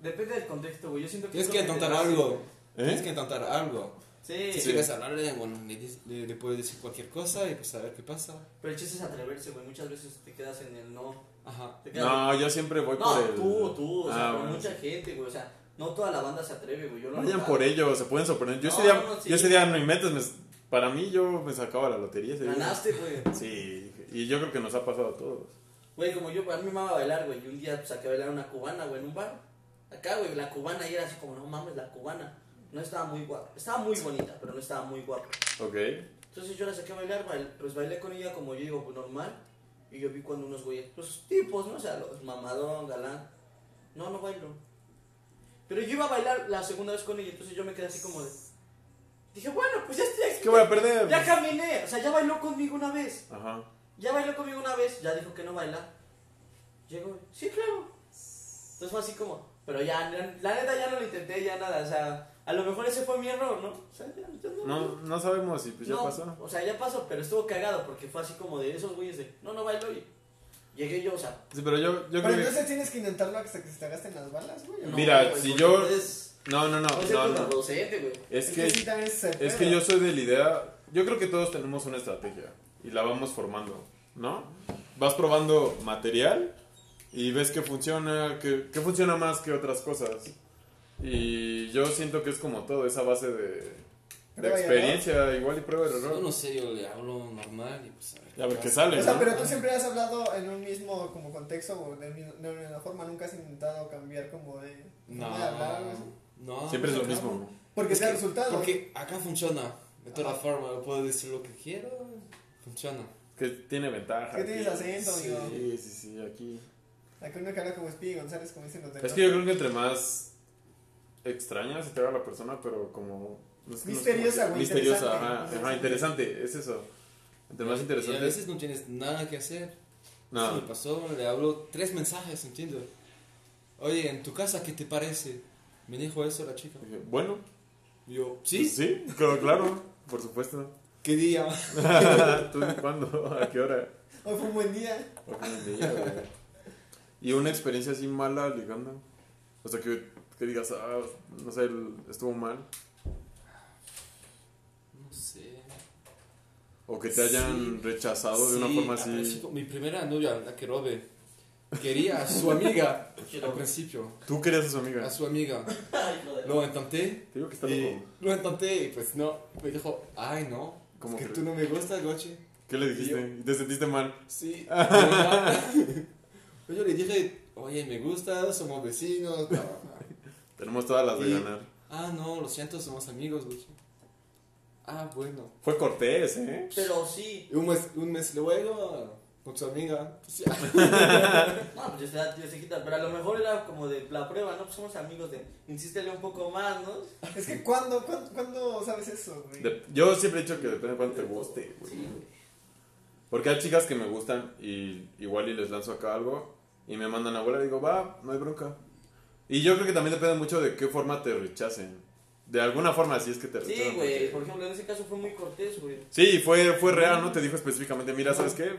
D: Depende del contexto, güey. Yo siento que.
E: Tienes
D: es
E: que
D: lo te
E: intentar
D: da-
E: algo.
A: ¿Eh?
E: Tienes que intentar algo.
D: Sí,
E: Si quieres hablarle, bueno, le, dis- le- le puedes decir cualquier cosa y pues a ver qué pasa.
D: Pero el chiste es atreverse, güey. Muchas veces te quedas en el no.
E: Ajá.
D: Te quedas
A: No, yo siempre voy
D: No,
A: por el.
D: tú, tú, o sea,
A: Ah,
D: pero
A: bueno.
D: mucha gente, güey, o sea, no toda la banda se atreve, güey. Yo lo he
A: Vayan
D: notado.
A: por ello, se pueden sorprender. Yo ese
D: No,
A: día,
D: no, sí.
A: yo ese día no inventes, me- para mí yo me sacaba la lotería ese día.
D: Ganaste, güey.
A: Sí, y yo creo que nos ha pasado a todos.
D: Güey, como yo, a mí me amaba bailar, güey. Y un día saqué a bailar a una cubana, güey, en un bar. Acá, güey, la cubana y era así como, no mames, la cubana. No estaba muy guapa. Estaba muy bonita, pero no estaba muy guapa.
A: Ok.
D: Entonces yo la saqué a bailar, bail- pues bailé con ella como yo digo, pues, normal. Y yo vi cuando unos güeyes, los tipos, ¿no? O sea, los mamadón, galán. No, no bailo. Pero yo iba a bailar la segunda vez con ella, entonces yo me quedé así como de. Dije, bueno, pues ya estoy aquí.
A: ¿Qué voy a perder?
D: Ya caminé, o sea, ya bailó conmigo una vez.
A: Ajá.
D: Ya bailó conmigo una vez, ya dijo que no baila. Llegó, sí, claro. Entonces fue así como, pero ya, la, la neta ya no lo intenté, ya nada, o sea, a lo mejor ese fue mi error, ¿no? O sea, ya, yo
A: No, no sabemos si pues ya
D: no,
A: pasó.
D: O sea, ya pasó, pero estuvo cagado porque fue así como de esos güeyes de, no, no bailo y llegué yo, o sea,
A: Sí, pero yo, yo
B: Pero
A: creo
B: entonces tienes que intentarlo hasta que se te gasten las balas, güey. ¿o no?
D: no,
A: Mira,
D: güey,
A: si
D: porque
A: yo-
D: Es,
A: que. No, no, no.
D: es
A: no, no.
D: contraproducente, güey.
A: Es
B: Es
A: que.
B: que sí, también es el
A: Es
B: pedo.
A: que yo soy de la idea, yo creo que todos tenemos una estrategia y la vamos formando, ¿no? Vas probando material y ves que funciona, que, que funciona más que otras cosas. Y yo siento que es como todo, esa base de, De
B: Prueba y error.
A: experiencia, igual y prueba de
E: Yo no
A: error.
E: sé, yo le hablo normal y pues a ver.
A: Y a ver qué
E: pasa.
A: sale,
B: O sea,
A: ¿no?
B: pero tú siempre has hablado en un mismo como contexto o en el mismo- en una misma forma, nunca has intentado cambiar como de forma de hablar o
E: No,
B: así?
E: no.
A: Siempre es lo
E: no.
A: mismo.
B: Porque
E: Es
B: te ha
E: que-
B: resultado.
E: Porque acá funciona. De todas formas, yo puedo decir lo que quiero. Funciona.
A: Que tiene ventaja.
B: ¿Qué tienes
A: aquí.
B: acento,
A: Ah, Sí,
B: amigo?
A: sí, sí, aquí.
B: Aquí uno que habla como Speedy González, como dicen los de
A: Es que yo creo que entre más extraña se te haga la persona, pero como. no sé, no sé
B: Misteriosa,
A: cómo-
B: güey,
A: Misteriosa,
B: interesante.
A: ajá, ajá, interesante, es eso. Entre más
E: Y a
A: interesante.
E: veces no tienes nada que hacer.
A: No.
E: Eso me pasó, le hablo tres mensajes, entiendo. Oye, en tu casa, ¿qué te parece? Me dijo eso la chica.
A: Dije, Bueno,
E: Y Yo,
A: pues
E: ¿sí?
A: sí, claro, claro, por supuesto.
E: ¿Qué día?
A: ¿Tú cuándo? ¿A qué hora?
B: Hoy fue un buen día.
A: Hoy en día, güey. Y una experiencia así mala ligando. O sea, que, que digas, ah, no sé, el- estuvo mal.
E: No sé.
A: O que te hayan rechazado Ah, de una
E: Sí,
A: forma
E: al
A: así.
E: principio, Mi primera novia, la que robe, quería a su amiga. al principio,
A: Tú querías a su
E: a
A: amiga.
E: su amiga.
D: Ay,
E: Lo intenté.
A: Te digo que está
E: Y
A: loco.
E: lo intenté y pues no. Me dijo, ay, no.
A: ¿Cómo
E: es que
A: crees?
E: tú no me gustas, Goche.
A: ¿Qué le dijiste? ¿Y ¿Te sentiste mal?
E: Sí. Pero yo le dije, oye, me gusta, somos vecinos. bla, bla, bla".
A: Tenemos todas las de
E: Y-
A: ganar.
E: Ah, no, lo siento, somos amigos, Goche. Ah, bueno.
A: Fue cortés, ¿eh?
D: Pero sí.
E: Y un mes, un mes luego, con su amiga. pues, ya.
D: No, pues yo estaba tío quita, Pero a lo mejor era como de la prueba, ¿no? Pues somos amigos de. Insístele un poco más, ¿no?
B: Es que cuando, cuando, cuando sabes eso, güey.
A: De- yo siempre he dicho que depende de cuánto te guste, güey.
D: Sí, güey.
A: Porque hay chicas que me gustan y igual y les lanzo acá algo y me mandan a volar y digo, va, no hay bronca. Y yo creo que también depende mucho de qué forma te rechacen. De alguna forma, si es que te rechazan.
D: Sí, güey. Por
A: porque-
D: ejemplo, en ese caso fue muy cortés, güey.
A: Sí, fue, fue real, ¿no? Te dijo específicamente, mira, ¿sabes qué?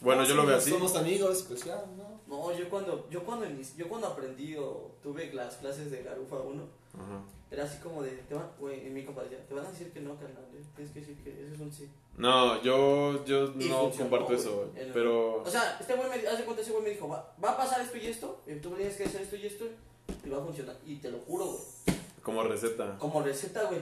A: Bueno, yo lo veo así.
E: Ah, Somos amigos, pues ya, ¿no?
D: No, yo cuando, yo cuando, inici- yo cuando aprendí o tuve las clases de Garufa 1,
A: Ajá.
D: era así como de, te van, güey, en mi compadre, te van a decir que no, carnal, eh, tienes que decir que eso es un sí.
A: No, yo, yo
D: Y
A: no
D: funcionó,
A: comparto
D: güey.
A: eso,
D: El-
A: pero...
D: O sea, este güey me, hace cuenta, ese güey me dijo, va, va a pasar esto y esto, y tú tienes que hacer esto y esto, y va a funcionar, y te lo juro, güey,
A: Como receta.
D: como receta, güey.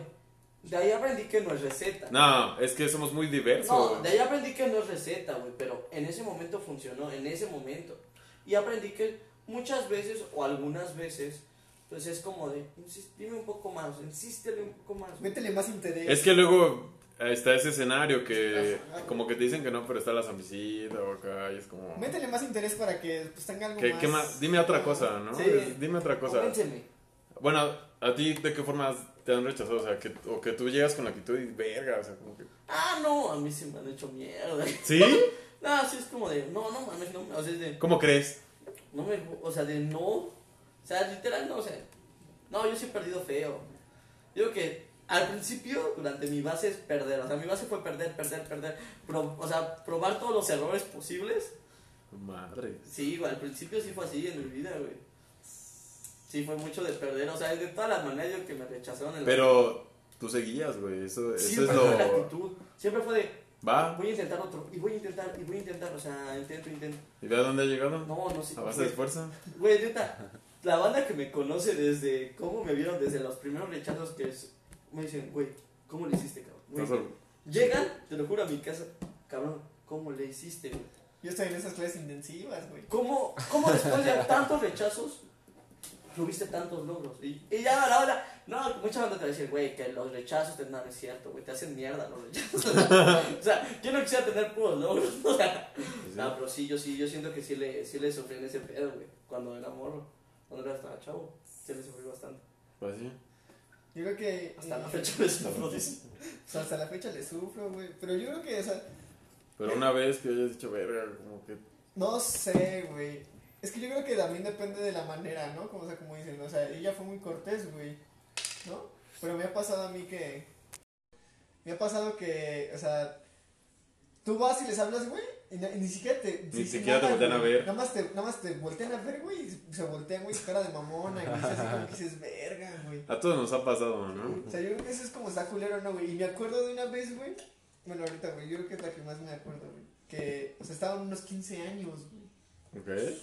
D: De ahí aprendí que no es receta.
A: No, es que somos muy diversos.
D: No, de ahí aprendí que no es receta, güey, pero en ese momento funcionó, en ese momento. Y aprendí que muchas veces o algunas veces, pues es como de, "Insis- dime un poco más, insístele un poco más. güey".
B: Métele más interés.
A: Es que luego eh, está ese escenario que
B: Ajá.
A: como que te dicen que no, pero está la zambicita o acá y es como...
B: Métele más interés para que pues, tenga algo
A: ¿Qué,
B: más.
A: qué más? Dime otra cosa, ¿no?
D: Sí.
A: Dime otra cosa.
D: Convénceme.
A: Bueno, ¿a ti de qué forma te han rechazado? O sea, que, o que tú llegas con la actitud y verga, o sea, como que...
D: Ah, no, a mí se me han hecho mierda.
A: ¿Sí?
D: No, sí es como de, no, no mames, no, o sea, es de,
A: ¿Cómo crees?
D: no me, gu- o sea, de no, o sea, literal, no, o sea, no, yo sí he perdido feo. Digo que al principio, durante mi base es perder, o sea, mi base fue perder, perder, perder, pro- o sea, probar todos los errores posibles.
A: Madre.
D: Sí, güey, al principio sí fue así en mi vida, güey. Sí, fue mucho de perder, o sea, de todas las maneras yo que me rechazaron en la-
A: Pero tú seguías, güey, eso, eso es
D: siempre fue la
A: lo...
D: actitud, siempre fue de, "Ah,
A: Va,
D: voy a intentar otro, y voy a intentar, y voy a intentar, o sea, intento, intento.
A: y ve a dónde ha llegado.
D: No, no sé.
A: A base de
D: güey.
A: esfuerzo.
D: Güey, neta, la banda que me conoce desde cómo me vieron desde los primeros rechazos que es, me dicen, güey, ¿cómo le hiciste, cabrón? Güey,
A: Entonces,
D: Llegan, te lo juro, a mi casa, cabrón, ¿cómo le hiciste, güey?
B: Yo estoy en esas clases intensivas, güey.
D: ¿Cómo, cómo después de tantos rechazos tuviste tantos logros? Y, y ya a la hora, no, mucha banda te va a decir, güey, que los rechazos te, no, no es cierto, güey, te hacen mierda los rechazos. o sea, yo no quisiera tener puros logros, o sea.
A: pues, sí.
D: No, pero sí, yo sí, yo siento que sí le, sí le sufrí en ese pedo, güey. Cuando era morro, cuando era hasta chavo, sí le sufrí bastante.
A: Pues sí.
B: Yo creo que.
D: Hasta
B: eh,
D: la fecha le sufro, dice.
B: O sea, hasta la fecha le sufro, güey. Pero yo creo que, o sea,
A: Pero una vez que hayas dicho, verga, como que...
B: no sé, güey. Es que yo creo que también depende de la manera, ¿no? Como, o sea, como dicen, o sea, ella fue muy cortés, güey. ¿No? Pero me ha pasado a mí que. Me ha pasado que, o sea, tú vas y les hablas, güey, y na- y ni siquiera te.
A: Ni siquiera te voltean a
B: güey.
A: ver.
B: Nada más te, nada más te voltean a ver, güey, y se voltean, güey, su cara de mamona, güey. y así como que dices, verga, güey.
A: A todos nos ha pasado, ¿no?
B: O sea, yo creo que eso es como está culero, ¿no, güey? Y me acuerdo de una vez, güey. Bueno, ahorita, güey, yo creo que es la que más me acuerdo, güey. Que, o sea, estaban unos 15 años, güey.
A: Ok.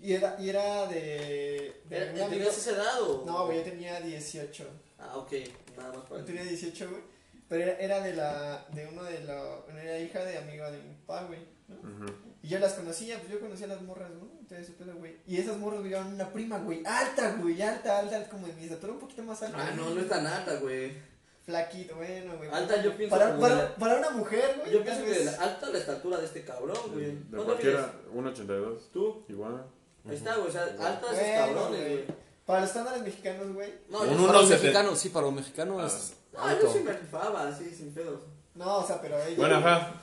B: Y era, y era de. de
D: ¿Era-
B: un amigo.
D: ¿Eh, ¿Tenías ese edad o?
B: No, güey, yo tenía 18.
D: Ah, ok, nada más para
B: Yo tenía 18, güey. Pero era, era de la. de uno de la. Era hija de amigo de mi papá, güey. ¿no? Y yo las conocía, pues yo conocía a las morras, ¿no? Entonces, ese pedo, güey. Y esas morras, güey, eran una prima, güey. Alta, güey, alta, alta, como de mi estatura, un poquito más alta.
D: Ah,
B: güey.
D: no, no es tan alta, güey.
B: Flaquito, bueno, güey.
D: Alta, yo pienso
B: Para,
D: como
B: para-
D: la-
B: para una mujer, güey.
D: Yo
B: tal
D: pienso
B: vez.
D: que la- alta la estatura de este cabrón, güey.
A: De
D: ¿Cuánto
A: cualquiera, 1.82.
D: mides? Tú.
A: Igual.
D: Ahí está, güey, o sea, alta
B: Bueno,
D: esos cabrones,
B: güey.
D: güey.
B: Para los estándares mexicanos, güey.
D: No,
A: Un
D: yo,
A: uno
E: para los
A: setenta.
E: mexicanos, sí, para los mexicanos es
D: ah,
E: alto.
D: yo sí me rifaba, así, sin pedos.
B: No, o sea, pero ella.
A: Bueno, ajá.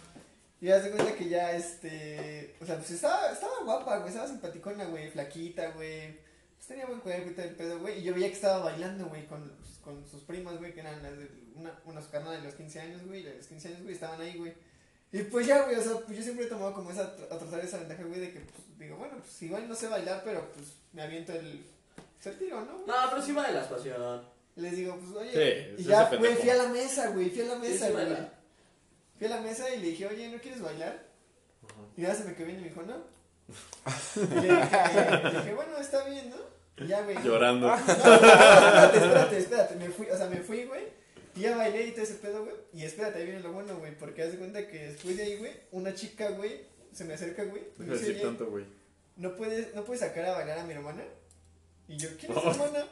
B: Y ya se cuenta que ya, este. O sea, pues estaba, estaba guapa, güey. Estaba simpaticona, güey. Flaquita, güey. Pues tenía buen cuerpo y todo el pedo, güey. Y yo veía que estaba bailando, güey, con, con sus primas, güey, que eran las de. Una, unos carnales de los 15 años, güey. y las de los 15 años, güey, estaban ahí, güey. Y pues ya, güey, o sea, pues yo siempre he tomado como esa. A tratar esa ventaja, güey, de que, pues, digo, bueno, pues igual no sé bailar, pero pues me aviento el. pues, el tiro, ¿no?
D: No, pero sí va la pasión.
B: Les digo, pues oye.
A: Sí,
B: y
A: es
B: ya,
A: ese
B: güey,
A: pendejo.
B: fui a la mesa, güey, fui a la
D: Sí,
B: mesa,
D: sí
B: güey.
D: baila.
B: Fui a la mesa y le dije, oye, ¿no quieres bailar? Y ya se me quedó viendo y me dijo, no. y le dije, "Eh", le dije, bueno, está bien, ¿no? Y ya, güey.
A: Llorando.
B: No, no, no, espérate, espérate, espérate. Me fui, o sea, me fui, güey. Y ya bailé y todo ese pedo, güey. Y espérate, ahí viene lo bueno, güey. Porque haz de cuenta que después de ahí, güey, una chica, güey, se me acerca, güey. y
A: Deja
B: me
A: de
B: dice,
A: decir
B: "Oye,
A: tanto, güey.
B: ¿no puedes, ¿no puedes sacar a bailar a mi hermana? Y yo, ¿quién es tu
A: Oh.
B: hermana?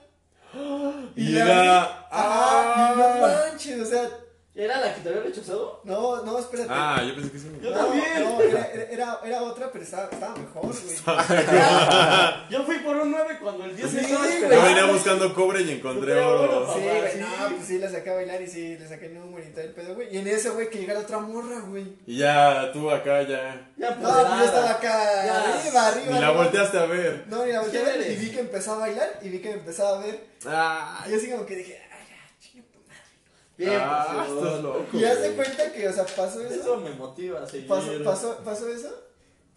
A: Y
B: la
A: era-
B: vi, Ajá, y no
A: ¡Ah!
B: manches, o sea,
D: ¿Era la que te había rechazado?
B: no, no, espérate.
A: Ah, yo pensé que sí.
D: Yo
B: No,
D: también.
B: No, era, era- era, era otra, pero estaba, estaba mejor, güey.
D: Yo fui por un 9 cuando el 10
B: Sí,
D: me estaba
B: güey.
A: Yo
D: esperando.
A: venía buscando cobre y encontré oro.
B: Sí,
D: Papá,
B: güey,
D: sí.
B: no, pues sí, la saqué a bailar y sí, le saqué el número y todo el pedo, güey. Y en eso, güey, que llegara otra morra, güey.
A: Y ya, tú acá ya.
D: Ya, pues,
B: No, pues yo
D: nada.
B: estaba acá,
D: Ya.
B: arriba, arriba.
A: Ni la
B: arriba.
A: volteaste a ver.
B: No, ni la volteé a
D: ¿Quién
B: ver, y
D: eres?
B: vi que empezaba a bailar y vi que me empezaba a ver.
A: Ah,
B: Y así como que dije, ay, ya, chinga tu madre.
D: Bien,
A: ah,
D: pasión.
A: estás loco.
B: Y haz de
A: güey.
B: cuenta que, o sea, pasó pues, este, eso,
D: Eso me motiva a seguir.
B: pasó, pasó, pasó eso,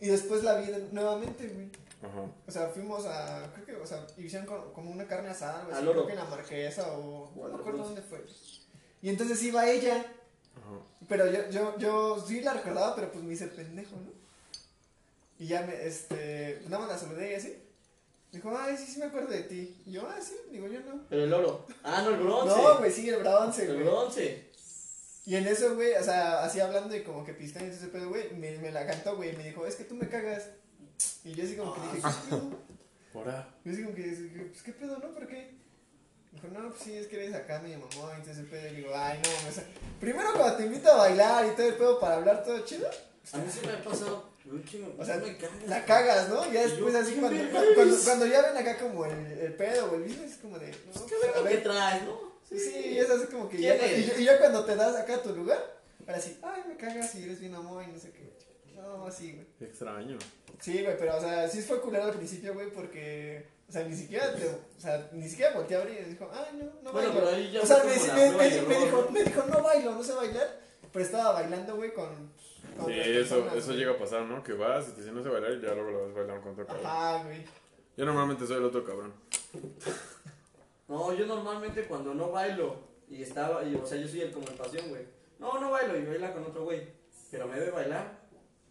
B: y después la vi de- nuevamente, güey.
A: Ajá.
B: O sea, fuimos a. Creo que, o sea, y hicieron co- como una carne asada, algo
D: Al
B: así,
D: Oro.
B: creo que en la marquesa o. No me
D: Guadalupe.
B: acuerdo dónde fue. Y entonces iba ella. Pero yo, yo, yo sí la recordaba, pero pues me hice el pendejo, ¿no? Y ya me, este. Nada más la saludé y así. Dijo, ay, sí, sí me acuerdo de ti. Y yo, ah, sí, digo, yo no.
D: Pero el oro. Ah, no, el bronce.
B: No, güey, sí, el bronce,
D: El
B: güey.
D: bronce.
B: Y en eso, güey, o sea, así hablando y como que pisteando y ese pedo, güey, me, me la cantó, güey, y me dijo, es que tú me cagas. Y yo así como que dije,
D: Ah.
B: ¿qué pedo?
A: Ahora.
B: Yo así como que, pues, ¿qué pedo, no? ¿Por qué? Dijo, no, pues sí, es que eres acá mi mamá, entonces el pedo, y digo, ay, no, mames. Primero cuando te invito a bailar y todo el pedo para hablar todo chido,
D: A mí se me ha pasado. un chingo.
B: o sea,
D: me cago.
B: la cagas, ¿no? Ya
D: Y
B: después
D: yo,
B: así,
D: ¿quién
B: cuando,
D: me
B: cuando, cuando,
D: ves?
B: cuando ya ven acá como el, el pedo o el business, es como de, no,
D: ¿Qué
B: pues, a
D: bueno que
B: ver,
D: traes, no?
B: sí, sí, es así como que
D: ¿Quién
B: ya, y,
D: eres?
B: yo, y yo cuando te das acá a tu lugar, ahora sí, ay, me cagas y eres bien mamá y no sé qué, no, así, güey.
A: Extraño.
B: Sí, güey, pero, o sea, sí fue culero al principio, güey, porque, o sea, ni siquiera te, o sea, ni siquiera volteé a abrir y dijo, ay, no, no
D: Bueno,
B: bailo.
D: pero ahí ya
B: o sea,
D: fue
B: me,
D: como la
B: me-
D: prueba y
B: me- me
D: error,
B: dijo,
D: ¿no?
B: me dijo, no bailo, no sé bailar, pero estaba bailando, güey, con, con
A: Sí,
B: otras
A: eso,
B: personas,
A: eso
B: güey.
A: llega a pasar, ¿no? Que vas y te sientes a bailar y ya luego lo vas a bailar con otro cabrón.
B: Ajá, güey.
A: Yo normalmente soy el otro cabrón.
D: No, yo normalmente cuando no bailo y estaba, y, o sea, yo soy el como el pasión, güey. No, no bailo y baila con otro güey. Pero me ve bailar.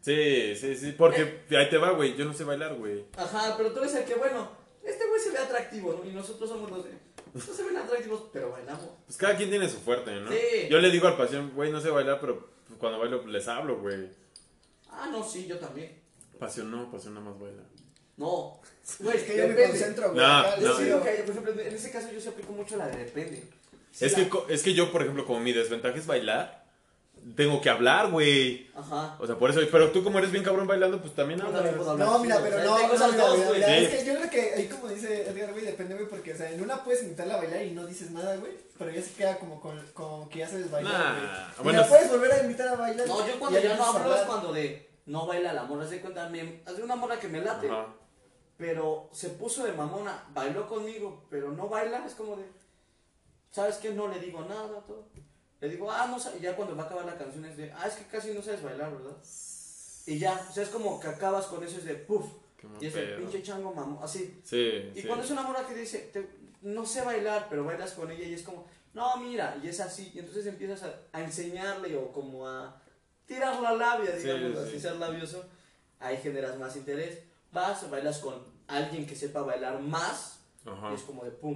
A: Sí, sí, sí. Porque ahí te va, güey. Yo no sé bailar, güey.
D: Ajá, pero tú eres el que, bueno, este güey se ve atractivo, ¿no? Y nosotros somos los de. No se ven atractivos, pero bailamos.
A: Pues cada quien tiene su fuerte, ¿no?
D: Sí.
A: Yo le digo al pasión, güey, no sé bailar, pero cuando bailo les hablo, güey.
D: Ah, no, sí, yo también.
A: Pasión no, pasión nada más baila.
D: No. Güey,
B: Es que yo me
D: depende.
B: concentro, güey.
A: No,
B: acá,
A: no.
D: Yo
B: les
D: sí,
B: digo,
D: ok, por ejemplo, en ese caso yo sí aplico mucho la de depende. Sí,
A: es,
D: la-
A: que, co- es que yo, por ejemplo, como mi desventaja es bailar, tengo que hablar, güey.
D: Ajá.
A: O sea, por eso. Pero tú, como eres bien cabrón bailando, pues también
D: No,
A: hablas.
D: también puedo hablar
B: No, mira,
D: chido, o
B: pero
D: sea,
B: no,
D: tengo
B: no,
D: esas
B: mira,
D: dos,
B: mira,
D: güey.
B: mira,
A: Sí.
B: es que yo creo que ahí como dice Edgar, güey, depende, güey, porque, o sea, en una puedes imitarla a bailar y no dices nada, güey, pero ya se queda como con, como que ya sabes bailar,
A: Nah,
B: güey. Y
A: bueno,
B: la puedes volver a invitar a bailar.
D: No, yo
B: y
D: cuando ya no
B: empiezas a
D: hablo es
B: hablar.
D: cuando de no baila la morra. Se cuenta, me hace una morra que me late,
A: Ajá.
D: pero se puso de mamona, bailó conmigo, pero no baila. Es como de, ¿sabes qué? No le digo nada, todo. Le digo, ah, no, sa- y ya cuando va a acabar la canción es de, ah, es que casi no sabes bailar, ¿verdad? Y ya, o sea, es como que acabas con eso, es de, puff.
A: Qué
D: Y es de
A: pedo.
D: pinche chango, mamón, así.
A: Sí,
D: Y
A: sí.
D: cuando es una morra que dice, te- no sé bailar, pero bailas con ella y es como, no, mira, y es así, y entonces empiezas a, a enseñarle o como a tirar la labia,
A: Sí,
D: digamos,
A: sí.
D: así ser labioso, ahí generas más interés, vas, bailas con alguien que sepa bailar más,
A: Ajá.
D: y es como de pum.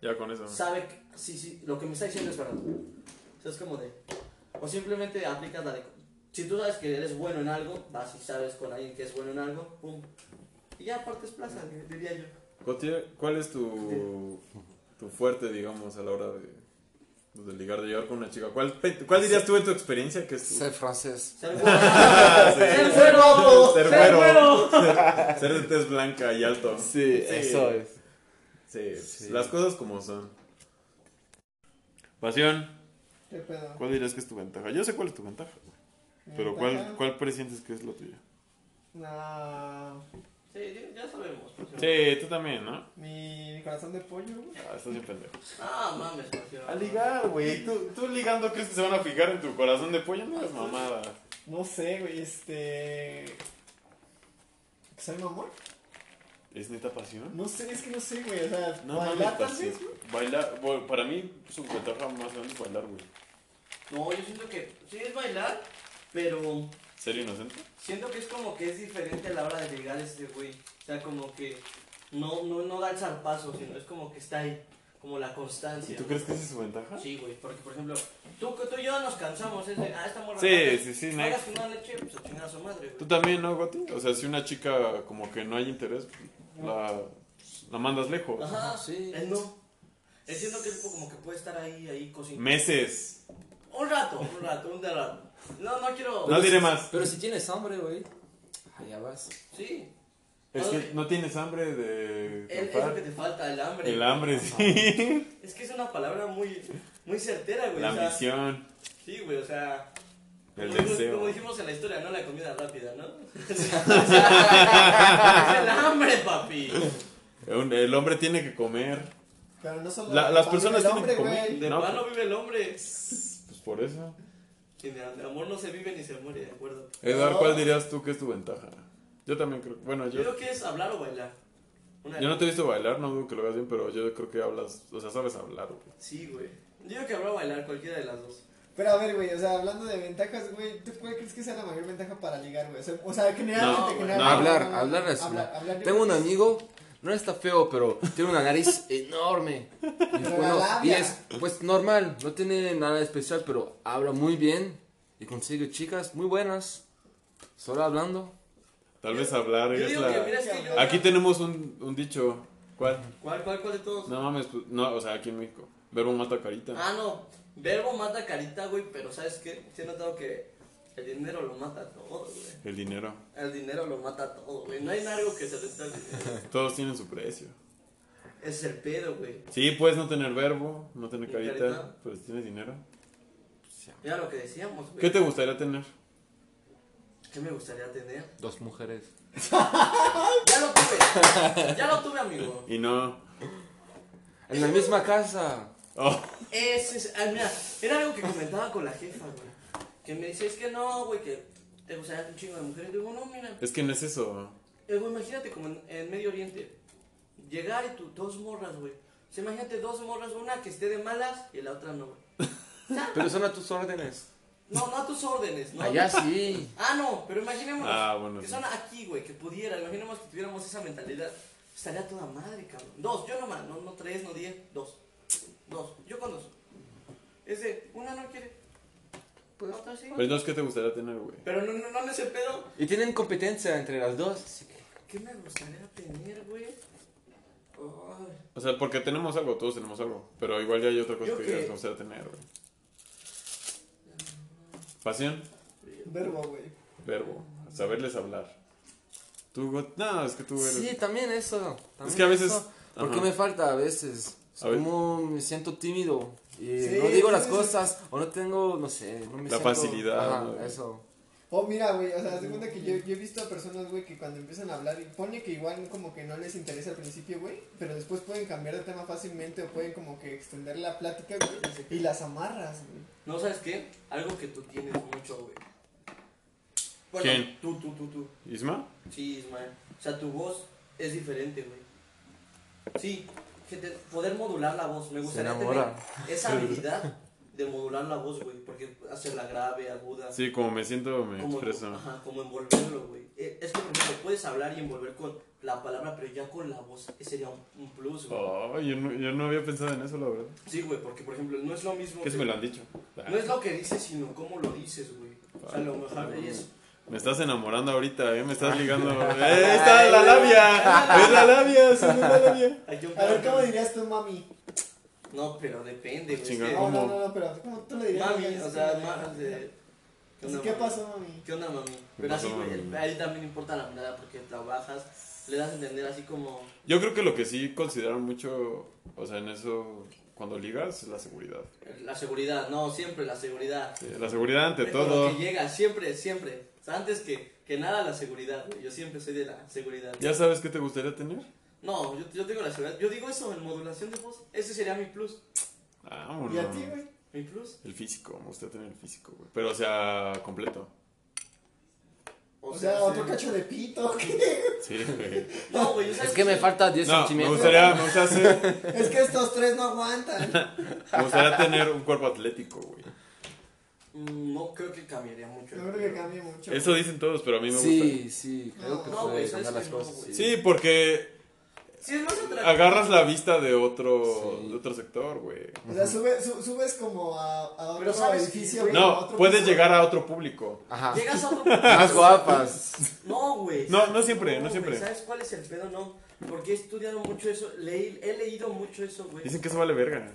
A: Ya con eso.
D: Sabe, que- sí, sí, lo que me está diciendo es verdad. O sea, es como de. O simplemente aplicas la de. Si tú sabes que eres bueno en algo, vas y sabes con alguien que es bueno en algo, pum. Y ya partes plaza, diría yo.
A: Gautier, ¿cuál es tu, tu fuerte, digamos, a la hora de, pues, de ligar, de llevar con una chica? ¿Cuál, pe- cuál dirías tú en tu experiencia que es tu-
E: Ser francés.
D: Ser bueno. Ser bueno.
A: Ser
D: Ser
A: bueno.
D: bueno.
A: ser de tez blanca y alto?
E: Sí, eso es.
A: Sí,
E: Sí.
A: las cosas como son. Pasión,
B: ¿Qué pedo?
A: ¿cuál dirías que es tu ventaja? Yo sé cuál es tu ventaja, güey, pero
B: ¿Mi
A: ¿cuál,
B: ventaja?
A: cuál presientes que es la tuya?
B: No,
D: Sí, ya- ya sabemos.
A: Sí, tú también, ¿no?
B: mi, mi corazón de pollo, güey.
A: Ah, estás bien pendejo.
D: Ah, mames, pasión.
A: A ligar, güey. ¿Tú, tú ligando crees que se van a fijar en tu corazón de pollo, no es mamada.
B: No sé, güey, este. pues, ¿Soy mamón?
A: ¿Es neta pasión?
B: No sé, es que no sé, güey. O sea,
A: No,
B: bailar
A: mames, pues,
B: tal
A: pasión.
B: vez, güey.
A: Bailar, bueno, para mí su ventaja más grande es bailar, güey.
D: No, yo siento que sí es bailar, pero
A: ¿Ser inocente?
D: siento que es como que es diferente a la hora de llegar este güey. O sea, como que no, no, no da el zarpazo, sino es como que está ahí, como la constancia.
A: ¿Y tú crees que esa es su ventaja?
D: Sí, güey, porque por ejemplo, tú, tú y yo nos cansamos, es de, ah, esta morra.
A: Sí, sí, sí,
D: no. Hagas
A: next.
D: que no leche, pues a chingar a su madre,
A: Tú
D: güey.
A: también, ¿no, Goti? O sea, si una chica como que no hay interés, la, la mandas lejos.
D: Ajá,
E: sí.
D: Él no. Él siento que él como que puede estar ahí, ahí cocinando.
A: Meses.
D: Un rato, un rato, un rato. No, no quiero.
A: No diré más.
E: Pero si tienes hambre, güey, allá vas.
D: Sí,
A: Es que no tienes hambre de
D: él es lo que
A: trampar.
D: te falta, el hambre.
A: El hambre, sí.
D: Es que es una palabra muy, muy certera, güey.
A: La
D: o sea,
A: ambición.
D: Sí, güey, o sea.
A: El
D: como, dijimos-
A: deseo.
D: como dijimos en la historia, ¿no? La comida rápida, ¿no? es el hambre, papi.
A: Un- El hombre tiene que comer.
B: Pero no solo.
A: La-
B: el
A: las
B: pan,
A: personas
B: el
A: tienen que
B: hombre,
A: comer.
B: güey.
D: De
A: No,
D: pan no vive el hombre.
A: Pues por eso.
D: Y de, de amor no se vive ni se muere, ¿de acuerdo?
A: Eduardo,
B: No.
A: ¿cuál dirías tú que es tu ventaja? Yo también creo. Bueno,
D: Yo creo
A: yo.
D: que es hablar o bailar. Una-
A: Yo no te he visto bailar, no dudo que lo hagas bien, pero yo creo que hablas. O sea, sabes hablar, güey.
D: Sí, güey. Yo creo que hablar o bailar, cualquiera de las dos.
B: Pero a ver, güey, o sea, hablando de ventajas, güey, ¿tú cuál crees que sea la mayor ventaja para ligar, güey? O sea, o sea, generalmente,
A: No, güey,
B: generalmente.
A: no.
E: Hablar, hablar es.
B: Hablar, hablar yo
E: Tengo un
B: creo que
E: amigo, no está feo, pero tiene una nariz enorme. Y,
B: Pero
E: bueno,
B: la
E: y
B: labia.
E: es, pues normal, no tiene nada especial, pero habla muy bien y consigue chicas muy buenas. Solo hablando.
A: Tal vez hablar
D: Yo
A: es
D: digo que, mira,
A: la.
D: es que yo.
A: Aquí tenemos un, un dicho. ¿Cuál?
D: ¿Cuál, cuál, cuál de todos?
A: No mames, pues, no, o sea, aquí en México. Verbo mata carita.
D: Ah, no. Verbo mata carita, güey, pero ¿sabes qué? Sí he notado que el dinero lo mata todo, güey.
A: El dinero.
D: El dinero lo mata todo, güey. No hay algo que se le está Ese
A: Todos tienen su precio.
D: es el pedo, güey.
A: Sí, puedes no tener verbo, no tener
D: Ni
A: carita,
D: carita.
A: pero si tienes dinero.
D: Era lo que decíamos, güey.
A: ¿Qué te gustaría tener?
D: ¿Qué me gustaría tener?
E: Dos mujeres.
D: Ya lo tuve. Ya lo tuve, amigo.
A: Y no.
E: En la misma casa.
A: Oh,
D: Ese es. ah, mira, era algo que comentaba con la jefa, güey. Que me dice, es que no, güey, que te gustaría un chingo de mujeres. Digo, no, mira.
A: es que no es eso.
D: Eh, güey, imagínate como en, en Medio Oriente. Llegar y tú, dos morras, güey. O sea, imagínate dos morras, una que esté de malas y la otra no, güey.
E: Pero son a tus órdenes.
D: No, no a tus órdenes, ¿no?
E: Allá sí.
D: Ah, no, pero imaginemos
A: Ah, bueno,
D: que
A: sí.
D: son aquí, güey, que pudiera, imaginemos que tuviéramos esa mentalidad, estaría toda madre, cabrón. Dos, yo nomás, no, no tres, no diez, dos. Dos, yo con dos. Es de, una no quiere, otra sí.
A: Pero entonces, ¿qué te gustaría tener, güey?
D: Pero no, no, no en ese pedo.
E: Y tienen competencia entre las dos. así que-
D: ¿Qué me gustaría tener, güey? Ay,
A: O sea, porque tenemos algo, todos tenemos algo. Pero igual ya hay otra cosa
D: Yo
A: que
D: que-
A: digas, no sea tener, güey. Pasión,
B: Verbo, güey.
A: verbo, saberles hablar. Tú, Got- no, es que tú eres.
E: Sí, también eso. también
A: que a veces-
E: eso. Porque
A: ajá.
E: me falta a veces. Es
A: A ver.
E: como me siento tímido. Y
B: Sí,
E: no digo
B: sí,
E: las
B: sí.
E: cosas. O no tengo, no sé. No me
A: La
E: siento-
A: facilidad,
E: Ajá,
A: ¿no?
E: eso.
B: Oh, mira, güey, o sea, haz de cuenta que yo, yo he visto a personas, güey, que cuando empiezan a hablar, y pone que igual como que no les interesa al principio, güey, pero después pueden cambiar de tema fácilmente o pueden como que extender la plática, güey, y las amarras, güey.
D: No, ¿sabes qué? Algo que tú tienes mucho, güey. Bueno,
A: ¿Quién?
D: tú, tú, tú, tú.
A: ¿Isma?
D: Sí, Ismael. O sea, tu voz es diferente, güey. Sí, que te- poder modular la voz. Me gustaría tener
E: enamora.
D: esa habilidad de modular la voz, güey. Porque hacerla grave, aguda.
A: Sí, como me siento, me
D: como,
A: expreso.
D: ajá, como envolverlo, güey. Eh, Es que, por ejemplo, puedes hablar y envolver con la palabra, pero ya con la voz. Ese sería un, un plus, güey.
A: Oh, yo, no, yo no había pensado en eso, la verdad.
D: Sí, güey, porque por ejemplo, no es lo mismo.
A: Que
D: que-
A: se me lo han dicho. Ah,
D: No es lo que dices, sino cómo lo dices, güey. O sea, a lo mejor es.
A: Me estás enamorando ahorita, ¿eh? Me estás ligando. ¡Eh, está la labia! ¡Es la labia! ¡Sí, es la labia!
D: Hay un
B: A ver, ¿cómo
D: pedo.
B: dirías tú, mami?
D: No, pero depende, güey.
A: Chingado.
B: No,
D: es
B: no,
A: ¿Cómo?
B: no, no, pero ¿cómo tú le
D: que-
B: dirías?
D: Eh, Mami,
B: Así
D: o sea,
B: que-
D: más de. ¿Qué
B: Así,
D: onda,
B: ¿Qué
D: mami?
B: pasó, mami?
D: ¿Qué onda, mami? Pero
A: pasó,
D: así, güey,
A: mami?
D: ahí también importa la mirada porque trabajas, le das a entender así como.
A: Yo creo que lo que sí consideran mucho, o sea, en eso, cuando ligas, es la seguridad.
D: La seguridad, no, siempre la seguridad.
A: Sí, La seguridad ante
D: Con lo
A: todo.
D: Que llega, siempre, siempre. O sea, antes que, que nada la seguridad, güey. Yo siempre soy de la seguridad.
A: ¿Ya sabes qué te gustaría tener?
D: No, yo, yo tengo la seguridad. Yo digo eso en modulación de voz. Ese sería mi plus.
A: Vámonos.
B: ¿Y a ti, güey?
D: Mi plus.
A: El físico, me gustaría tener el físico, güey. Pero, o sea, completo.
B: O sea, otro cacho de pito, ¿qué?
A: Sí, güey.
D: No, güey, yo sabes
E: Es que me
D: sí.
E: falta 10
A: No, me
E: centímetros.
A: gustaría, me gustaría, ser-
B: Es que estos tres no aguantan.
A: me gustaría tener un cuerpo atlético, güey.
D: Mm, No creo que cambiaría mucho.
B: Yo creo que cambia mucho.
A: Eso dicen todos, pero a mí me gusta.
E: Sí, sí, creo que
B: No,
D: güey,
E: puede
D: ¿sabes
E: cambiar
D: qué?
E: las
D: No,
E: cosas.
D: güey.
A: Sí, porque
D: Sí, es más atractivo.
A: agarras la vista de otro,
E: Sí.
A: de otro sector, güey.
B: O sea, sube- su- subes como a, a
D: Pero
B: otro
D: ¿sabes qué,
B: edificio.
D: güey?
B: como a
A: No,
B: otro
A: puedes
B: piso.
A: llegar a otro público.
E: Ajá.
D: Llegas a otro
E: Más guapas.
D: No, güey.
A: No, no siempre, no
D: güey,
A: siempre.
D: ¿Sabes cuál es el pedo? No. Porque he estudiado mucho eso. Leí, he leído mucho eso, güey.
A: Dicen que eso vale verga.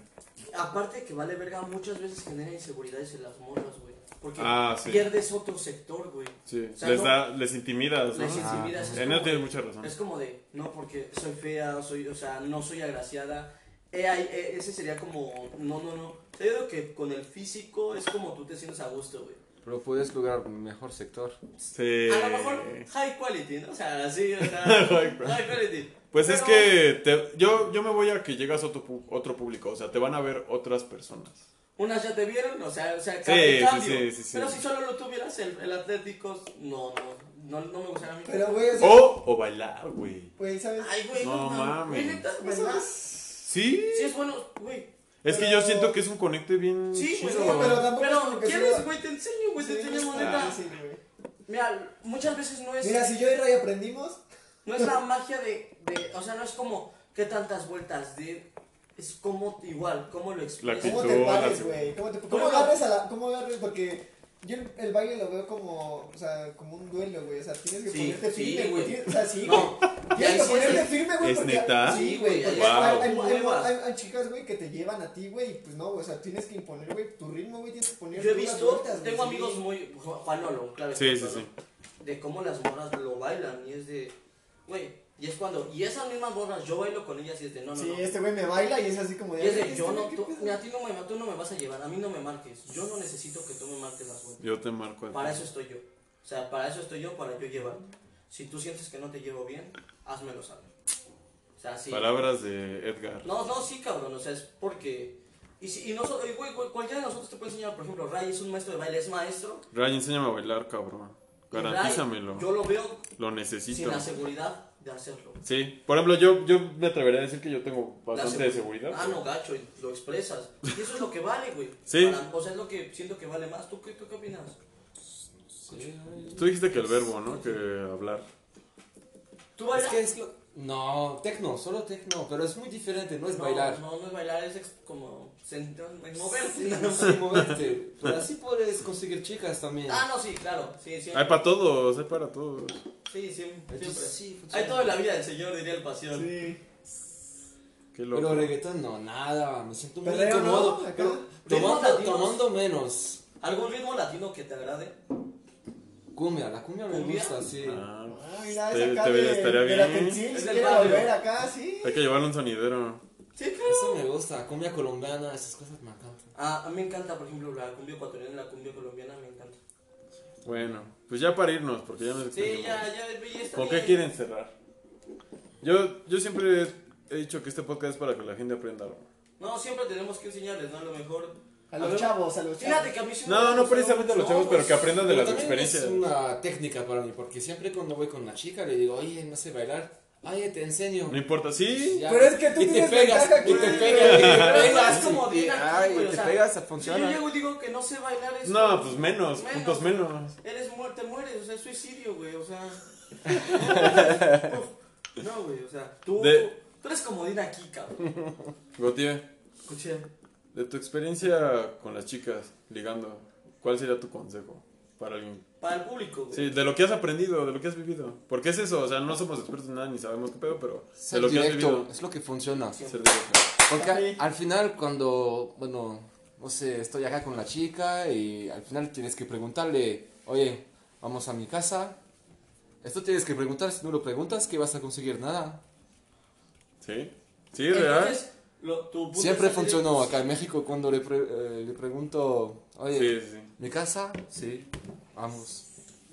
D: Aparte que vale verga, muchas veces genera inseguridades en las morras, güey. Porque
A: Ah, sí.
D: pierdes otro sector, güey.
A: Sí.
D: O sea,
A: les
D: no-
A: da, les intimidas, ¿no? Ah,
D: Les intimidas, es
A: En eso
D: como-
A: tienes mucha razón.
D: Es como de, no, porque soy fea, soy, o sea, no soy agraciada. Eh, ahí, eh, ese sería como, no, no, no. O sea, yo creo que con el físico es como tú te sientes a gusto, güey.
E: Pero puedes lograr mejor sector.
A: Sí.
D: A lo mejor high quality, ¿no? O sea, sí, o sea, high quality.
A: Pues es
D: Pero-
A: que te- yo, yo me voy a que llegas a otro, pu- otro público, o sea, te van a ver otras personas.
D: Unas ya te vieron, o sea, o sea,
A: Sí,
D: cambia,
A: sí,
D: cambio.
A: sí, sí, sí.
D: Pero si solo lo tuvieras el, el Atlético, no, no, no, no me gustaría a mí.
B: Pero, güey, o sea,
A: O, o bailar, güey.
B: güey, ¿sabes?
D: Ay, güey,
A: No
D: no, mames.
A: mames.
D: Güey, neta,
B: Eso
D: ¿verdad?
B: es-
A: Sí.
D: Sí, es bueno, güey.
A: Es que yo siento que es un conecte bien
D: Sí, güey,
A: chido.
B: no, pero tampoco es
D: Pero,
B: como que
D: ¿quieres,
B: sea-
D: güey? Te enseño, güey, te enseño,
B: sí,
D: neta.
B: sí, güey.
D: Mira, muchas veces no es,
B: Mira, si yo y Ray aprendimos,
D: no es la magia de, de- o sea, no es como qué tantas vueltas de, es como igual, cómo lo expresas.
B: ¿cómo te
A: actitud,
B: pares,
A: la-
B: güey? ¿Cómo, te, ¿Cómo
D: Bueno.
B: agarres a la.? ¿Cómo agarres? Porque yo el- el baile lo veo como. O sea, como un duelo, güey. O sea, tienes que
D: Sí,
B: ponerte
D: sí,
B: firme,
D: güey.
B: güey. Tienes- O sea, sí, güey.
D: No, ahí
B: Tienes
D: sí
B: que ponerte
D: es-
B: firme, güey.
A: ¿Es
B: porque-
A: neta?
B: Sí, güey.
D: Sí,
B: porque
A: güey,
B: hay-
A: wow.
B: hay, hay-
D: Muevas.
B: hay- hay chicas, güey, que te llevan a ti, güey. y Pues no, güey. O sea, tienes que imponer, güey, tu ritmo, güey. Tienes que poner.
D: Yo he
B: tú las
D: visto,
B: vueltas, güey,
D: tengo
B: sí.
D: amigos muy, Ju- Juanolo, claro.
A: Sí,
D: es
A: sí,
D: Juanolo, De cómo las morras lo bailan y es de, güey, y es cuando, y esas mismas morras yo bailo con ellas y es de, no, no,
B: Sí,
D: no.
B: este güey me baila y es así como de.
D: Y es
B: "Ay,
D: de,
B: este
D: yo
B: güey,
D: no,
B: ¿qué
D: tú,
B: pedo?".
D: mira, a ti no me, tú no me vas a llevar, a mí no me marques, yo no necesito que tú me marques las vueltas.
A: Yo te marco.
D: Para eso estoy yo. O sea, para eso estoy yo, para yo llevar. Si tú sientes que no te llevo bien, házmelo saber. O sea, sí.
A: Palabras de Edgar.
D: No, no, sí, cabrón. O sea, es porque. Y, si, y no so- y, güey, güey, cualquiera de nosotros te puede enseñar, por ejemplo, Ray es un maestro de baile, es maestro.
A: Ray, enséñame a bailar, cabrón.
D: Y Ray,
A: Garantízamelo.
D: Yo lo veo
A: Lo
D: sin
A: necesito.
D: la seguridad de hacerlo.
A: Sí. Por ejemplo, yo, yo me atrevería a decir que yo tengo
D: La
A: bastante
D: segu-
A: de seguridad.
D: Ah, no, gacho, y lo expresas. Y eso es lo que vale, güey.
A: Sí.
D: Para- o sea, es lo que siento que vale más. ¿Tú qué, tú qué opinas?
A: Tú dijiste que el verbo, ¿no? Que hablar.
D: ¿Tú bailas?
E: es lo... No, tecno, solo tecno, pero es muy diferente, no es
D: no,
E: bailar.
D: No, no es bailar, es ex- como. sentar- moverse.
E: Sí,
D: nada más.
E: sí, moverte. Pero así puedes conseguir chicas también.
D: Ah, no, sí, claro. Sí, sí.
A: Hay para todos, hay para todos.
D: Sí, sí, siempre.
E: Entonces, sí, funciona.
D: Hay todo en la vida del Señor, diría el pasión.
B: Sí.
A: Qué
E: Pero
A: loco.
E: reggaetón no, nada, me siento muy
B: Perreo, ¿no?
E: incómodo.
B: Acá.
E: Pero
D: Ritmos
E: tomando,
D: latinos.
E: tomando menos.
D: ¿Algún ritmo latino que te agrade?
E: Cumbia, la cumbia me
D: ¿Cumbia?
E: gusta, sí.
A: Ah,
B: Ah, mira, es
A: Te-
B: acá
A: te-
B: de,
A: estaría
B: de la
A: bien.
B: Tensil,
D: Es
B: si
D: del
B: quiere
D: barrio.
B: volver acá, sí.
A: hay que llevarle un sonidero.
D: Sí,
E: Eso me gusta, cumbia colombiana, esas cosas me encantan.
D: Ah, a mí me encanta, por ejemplo, la cumbia ecuatoriana y la cumbia colombiana, me encanta.
A: Bueno, pues ya para irnos, porque ya nos
D: Sí,
A: extendimos.
D: ya, ya, ya está
A: ¿Con
D: bien.
A: qué quieren cerrar? Yo, yo siempre he dicho que este podcast es para que la gente aprenda algo.
D: No, siempre tenemos que enseñarles, ¿no? A lo mejor.
B: A los chavos, a los
D: Fíjate
B: chavos.
D: que a mí sí me
A: No, no
D: gusta,
A: precisamente a los
D: no,
A: chavos, pero que
D: pues,
A: aprendan de
E: Pero
A: las
E: también
A: experiencias.
E: Es una técnica para mí, porque siempre cuando voy con una chica le digo, oye, no sé bailar. Oye, te enseño.
A: No importa, sí.
E: Ya.
B: Pero es que tú
E: y te
B: tienes
E: pegas,
B: ventaja
E: y te
B: aquí,
E: pegas, y te
B: güey.
D: Pero es
E: pegas,
D: como
E: y te,
D: digan,
E: ay,
D: güey, o
E: y te
D: sea,
E: pegas,
D: Si yo
E: funciona.
D: llego y digo que no sé bailar eso.
A: No, pues menos,
D: Menos.
A: puntos menos.
D: Eres muerte, mueres, o sea, es suicidio, güey, o sea. No, güey, o sea, tú,
A: De-
D: tú eres comodín aquí, cabrón.
A: Gautier,
D: Escuché.
A: de tu experiencia con las chicas ligando, ¿cuál sería tu consejo para alguien?
D: Para el público, güey.
A: Sí, de lo que has aprendido, de lo que has vivido. Porque es eso, o sea, no somos expertos en nada ni sabemos qué pedo, pero de
E: Ser
A: lo que has
E: directo
A: vivido.
E: es lo que funciona.
A: Ser directo.
E: Porque
D: Sí.
E: a- al final cuando, bueno, no sé, estoy acá con la chica y al final tienes que preguntarle, oye, vamos a mi casa. Esto tienes que preguntar, si no lo preguntas, ¿qué vas a conseguir? Nada.
A: ¿Sí? ¿Sí, real?
D: Entonces, lo- tu punto
E: Siempre
D: de salida,
E: funcionó
D: pues,
E: acá en México cuando le, pre- eh, le pregunto, oye,
A: Sí, sí, sí.
E: ¿mi casa? Sí, vamos.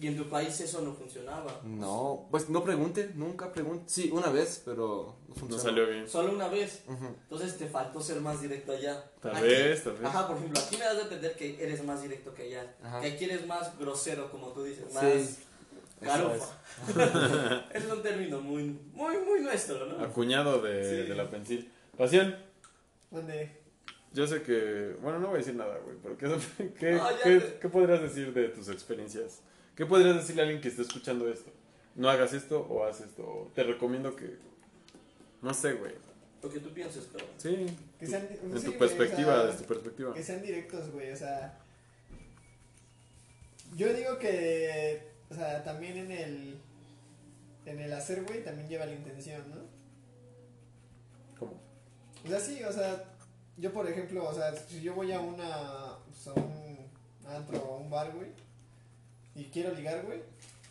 D: Y en tu país eso no funcionaba.
E: No, pues no pregunte, nunca pregunte. Sí, una vez, pero no
A: No
E: funcionó.
A: salió bien.
D: Solo una vez.
E: Ujú.
D: Entonces te faltó ser más directo allá.
A: Tal
D: Aquí-
A: vez, tal vez.
D: Ajá, por ejemplo, aquí me das a entender que eres más directo que allá.
E: Ajá.
D: Que aquí eres más grosero, como tú dices.
E: Sí.
D: Más garufa. es un término muy, muy, muy nuestro, ¿no?
A: Acuñado de,
D: Sí.
A: de la pensil. Facial,
B: Donde
A: yo sé que. Bueno, no voy a decir nada, güey, pero ¿qué, qué,
B: Ah,
D: No, ya
A: qué-
D: te-
A: qué podrías decir de tus experiencias? ¿Qué podrías decirle a alguien que esté escuchando esto? No hagas esto o haz esto. o te recomiendo que. No sé, güey.
D: Lo que tú piensas, pero...
A: Sí.
B: Que
A: tú-
B: sean-
A: en
B: sí,
A: tu
B: güey,
A: perspectiva,
B: o sea,
A: desde tu perspectiva.
B: que sean directos, güey, o sea. Yo digo que, o sea, también en el en el hacer, güey, también lleva la intención, ¿no?
A: ¿Cómo?
B: O sea, sí, o sea, yo por ejemplo, o sea, si yo voy a una, pues, a un antro o a un bar, güey, y quiero ligar, güey,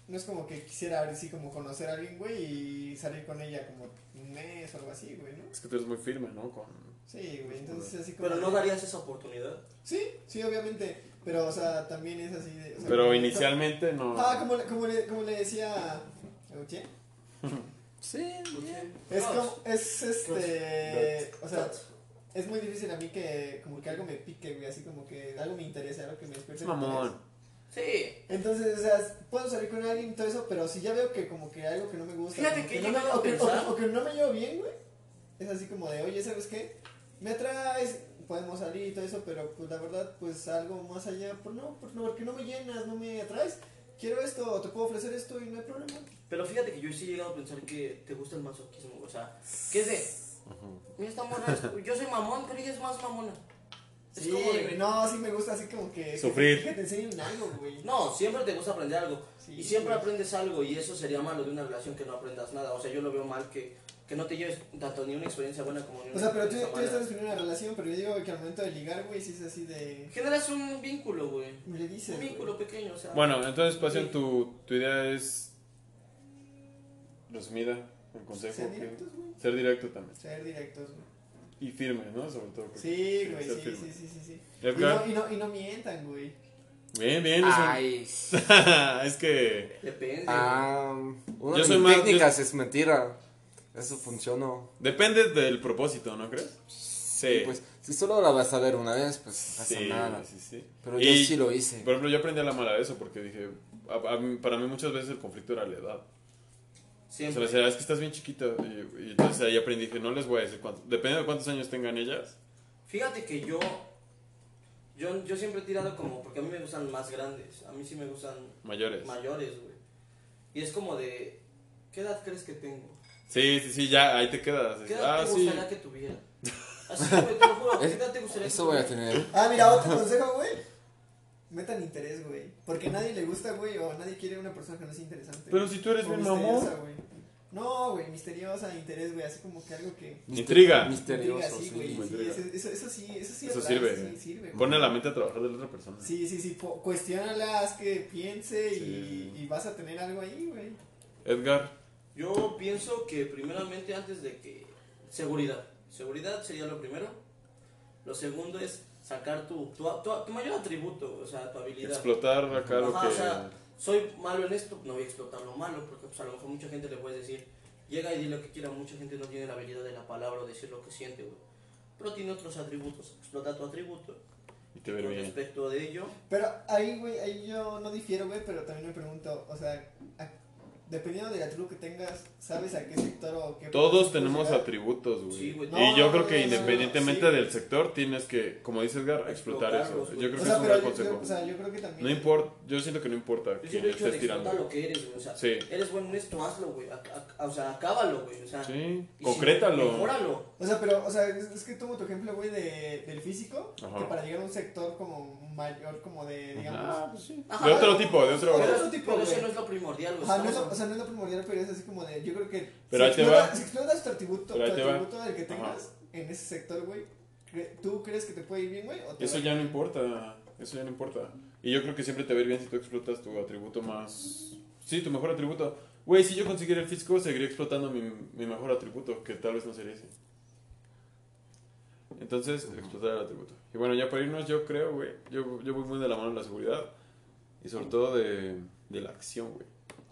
B: no es como que quisiera, ahora sí, como conocer a alguien, güey, y salir con ella como un mes o algo así, güey, ¿no?
A: Es que tú eres muy firme, ¿no? Con.
B: Sí, güey, entonces así como...
D: Pero no darías esa oportunidad.
B: Sí, sí, obviamente, pero, o sea, también es así de... o sea,
A: Pero
B: como-
A: inicialmente no.
B: Ah, como, le- como, le, como le decía... ¿a Gautier?
E: Sí,
B: Es
D: Crocs.
B: como, es este, o sea,
D: Crocs.
B: es muy difícil a mí que como que algo me pique, güey, así como que algo me interese, algo que me despierte.
A: Es
B: el interés.
A: mamón.
D: Sí.
B: Entonces, o sea, puedo salir con alguien y todo eso, pero si ya veo que como que algo que no me gusta, como
D: Fíjate que
B: no
D: yo
B: me,
D: acabo de
B: o, que, o-
D: pensar.
B: o que no me llevo bien, güey, es así como de, oye, ¿sabes qué? Me atraes, podemos salir y todo eso, pero pues la verdad, pues algo más allá, pues no, pues, no, porque no me llenas, no me atraes, quiero esto, o te puedo ofrecer esto y no hay problema.
D: Pero fíjate que yo sí he llegado a pensar que te gusta el masoquismo, o sea, que es de... Mira esta morra, es- yo soy mamón, pero ella es más mamona. Es
B: Sí,
D: como de-
B: güey, no, sí me gusta así como que... que-
A: Sufrir.
B: Que te enseñen algo, güey.
D: No, siempre te gusta aprender algo.
B: Sí,
D: y siempre
B: güey.
D: aprendes algo. Y eso sería malo de una relación que no aprendas nada. O sea, yo lo veo mal que, que no te lleves tanto ni una experiencia buena como ni una
B: O sea, pero tú,
D: experiencia
B: tú
D: mala.
B: estás en una relación, pero yo digo que al momento de ligar, güey, sí es así de...
D: Generas un vínculo, güey.
B: Me le dices,
D: Un
B: güey.
D: vínculo pequeño, o sea.
A: Bueno, entonces, Pasión, tu, tu idea es resumida en consejo.
B: Ser
A: ¿qué?
B: directos, güey.
A: Ser directo también.
B: Ser directos, güey.
A: Y firme, ¿no? Sobre todo. creo que
B: Sí, güey,
A: ser
B: sí,
A: firme.
B: sí, sí, sí, sí. Y
A: Edgar.
B: no, y, no, y no mientan, güey.
A: Bien, bien. es un-
E: Ay,
A: es que...
D: Depende.
E: Ah, una
A: Yo
E: de
A: soy
E: mis
A: más-
E: técnicas es mentira. Eso funcionó.
A: Depende del propósito, ¿no crees? Sí.
E: Pues, si solo la vas a ver una vez, pues no pasa
A: sí,
E: nada.
A: sí, sí.
E: Pero
A: Y,
E: yo sí lo hice.
A: Por ejemplo, yo aprendí a la mala eso porque dije... a- a mí- para mí muchas veces el conflicto era la edad. O sea,
D: Siempre.
A: me decía, es que estás bien chiquita. Y, y entonces ahí aprendí, dije, no les voy a decir cuánto. Depende de cuántos años tengan ellas.
D: Fíjate que yo, yo. Yo siempre he tirado como. Porque a mí me gustan más grandes. A mí sí me gustan
A: Mayores.
D: mayores, güey. Y es como de. ¿Qué edad crees que tengo?
A: Sí, sí, sí, ya, ahí te quedas.
D: ¿Qué edad
A: ah,
D: te
A: sí.
D: gustaría que tuviera? Así, güey, te lo juro. ¿Qué
E: Es-
D: edad te gustaría que
E: Eso voy a
D: tuviera?
E: tener.
B: Ah, mira, otro consejo, güey. Metan interés, güey. Porque nadie le gusta, güey, o nadie quiere una persona que no es interesante.
A: Pero
B: güey.
A: si tú eres
B: O
A: bien
B: misteriosa,
A: mamón.
B: güey. No, güey, misteriosa, interés, güey, así como que algo que...
A: Intriga.
B: Diga,
E: Misterioso,
B: sí, güey,
E: sí.
A: güey.
B: sí, eso, eso, eso sí, eso sí
A: Eso
B: atrae,
A: sirve. ¿eh?
B: sí sirve, güey.
A: Pone la mente a trabajar de la otra persona.
B: Sí, sí, sí, po- cuestiónala, haz que piense y,
A: Sí.
B: y vas a tener algo ahí, güey.
A: Edgar,
D: Yo pienso que primeramente antes de que... Seguridad. Seguridad sería lo primero. Lo segundo es sacar tu, tu, tu- tu mayor atributo, o sea, tu habilidad.
A: explotar acá lo
D: Ajá,
A: que.
D: o sea, soy malo en esto, no voy a explotar lo malo, porque pues, a lo mejor mucha gente le puede decir, llega y di lo que quiera, mucha gente no tiene la habilidad de la palabra o decir lo que siente, güey. Pero tiene otros atributos, explota tu atributo.
A: y te ver
D: Con
A: bien.
D: respecto de ello,
B: Pero ahí, güey, ahí yo no difiero, güey, pero también me pregunto, o sea, ¿a- dependiendo del atributo que tengas, sabes a qué sector o qué.
A: Todos
B: puedes
A: tenemos
B: llegar.
A: atributos, güey.
D: Sí, güey.
A: y
B: No,
A: yo
B: no,
A: creo
B: no,
A: que
B: no, no,
A: independientemente
B: sí.
A: del sector, tienes que, como dice Edgar, explotar eso.
D: Explotarlos,
A: Yo
D: güey.
A: creo
B: O
A: que
B: sea,
A: es un
B: pero
A: gran
B: yo, creo-
A: consejo.
B: o sea, yo creo que también.
A: No importa, yo siento que no importa
D: Es
A: quién
D: el hecho de
A: estés
D: explotar lo
A: tirando.
D: pues, que eres, güey. O sea,
A: Sí.
D: eres bueno en esto, hazlo, güey. a- a- a- O sea, acábalo, güey. O sea,
A: Sí,
D: y si-
A: concrétalo.
D: Mejóralo.
B: O sea, pero, o sea, es, es que tomo tu ejemplo, güey, de, del físico,
A: Ajá.
B: que para llegar a un sector como mayor, como de, digamos...
A: Ah, pues sí.
D: Ajá,
A: De otro tipo, de
D: Pero,
A: otro.
B: Pero-
D: eso-
B: tipo,
D: pero eso
B: güey.
D: no es lo primordial, güey.
B: Ajá, no es,
D: estamos-
B: o sea, no es lo primordial, pero es así como de, yo creo que...
A: Pero
B: si
A: ahí te
B: exploras-
A: va.
B: Si exploras tu atributo, tu
A: Pero ahí te va.
B: atributo del que
A: Ajá.
B: tengas en ese sector, güey, cre- ¿tú crees que te puede ir bien, güey? o te
A: Eso
B: va-
A: ya no importa, eso ya no importa. Y yo creo que siempre te va a ir bien si tú explotas tu atributo más... Sí, tu mejor atributo. Güey, si yo consiguiera el físico, seguiría explotando mi, mi mejor atributo, que tal vez no sería ese. Entonces, explotar el atributo. Y bueno, ya para irnos, yo creo, güey, yo, yo voy muy de la mano en la seguridad. Y sobre todo de, de la acción, güey.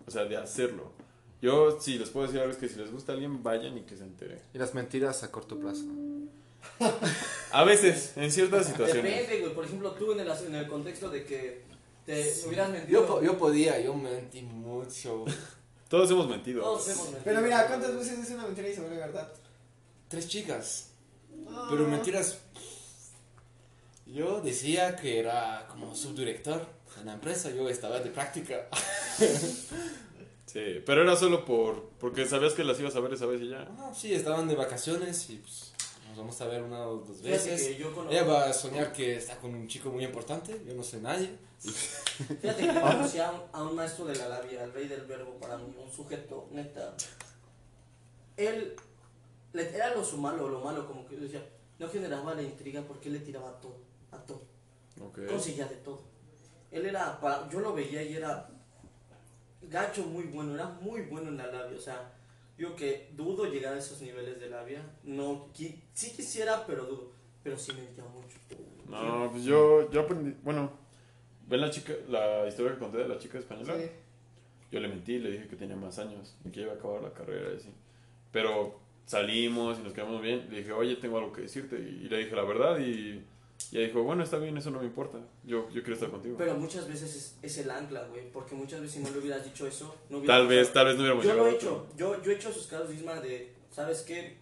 A: O sea, de hacerlo. Yo, si les puedo decir algo, es que si les gusta a alguien, vayan y que se enteren.
E: Y las mentiras a corto plazo.
A: A veces, en ciertas situaciones.
D: Depende, güey. Por ejemplo, tú en el, as- en el contexto de que te hubieras mentido.
E: Yo, po- yo podía, yo mentí mucho.
A: Todos hemos mentido.
D: Todos hemos mentido.
B: Pero mira, ¿cuántas veces es una mentira y se vuelve verdad?
E: Tres chicas, pero
D: Ah.
E: mentiras. Yo decía que era como subdirector en la empresa, yo estaba de práctica.
A: Sí, pero era solo por porque sabías que las ibas a ver esa vez y ya.
E: Ah, sí, estaban de vacaciones y pues nos vamos a ver una o dos
D: Fíjate
E: veces.
D: que
A: eh,
D: yo cono-
E: Ella va a soñar que está con un chico muy importante, yo no sé nadie.
D: Fíjate que yo conocí a un, a un maestro de la labia, el rey del verbo para mí, un sujeto, neta. Él le, era lo su malo, lo malo, como que yo decía, no generaba la intriga porque él le tiraba a todo, a todo,
A: Ok.
D: conseguía de todo. Él era, para- yo lo veía y era gacho muy bueno, era muy bueno en la labia, o sea, yo que dudo llegar a esos niveles de labia, no, qui- sí quisiera, pero dudo, pero sí mentía mucho.
A: No, pues yo, yo aprendí, bueno, ven la chica, la historia que conté de la chica española.
B: Sí.
A: Yo le mentí, le dije que tenía más años y que iba a acabar la carrera y así. Pero salimos y nos quedamos bien. Le dije, oye, tengo algo que decirte. Y, le dije la verdad y, y ella dijo, bueno, está bien, eso no me importa. Yo, yo quiero estar contigo.
D: Pero muchas veces es, es el ancla, güey, porque muchas veces si no le hubieras dicho eso, no hubiera
A: tal vez, tal vez no hubiéramos
D: Yo lo
A: llegado
D: he
A: a
D: hecho,
A: otro.
D: yo, yo he hecho esos casos, Isma, de, ¿sabes qué?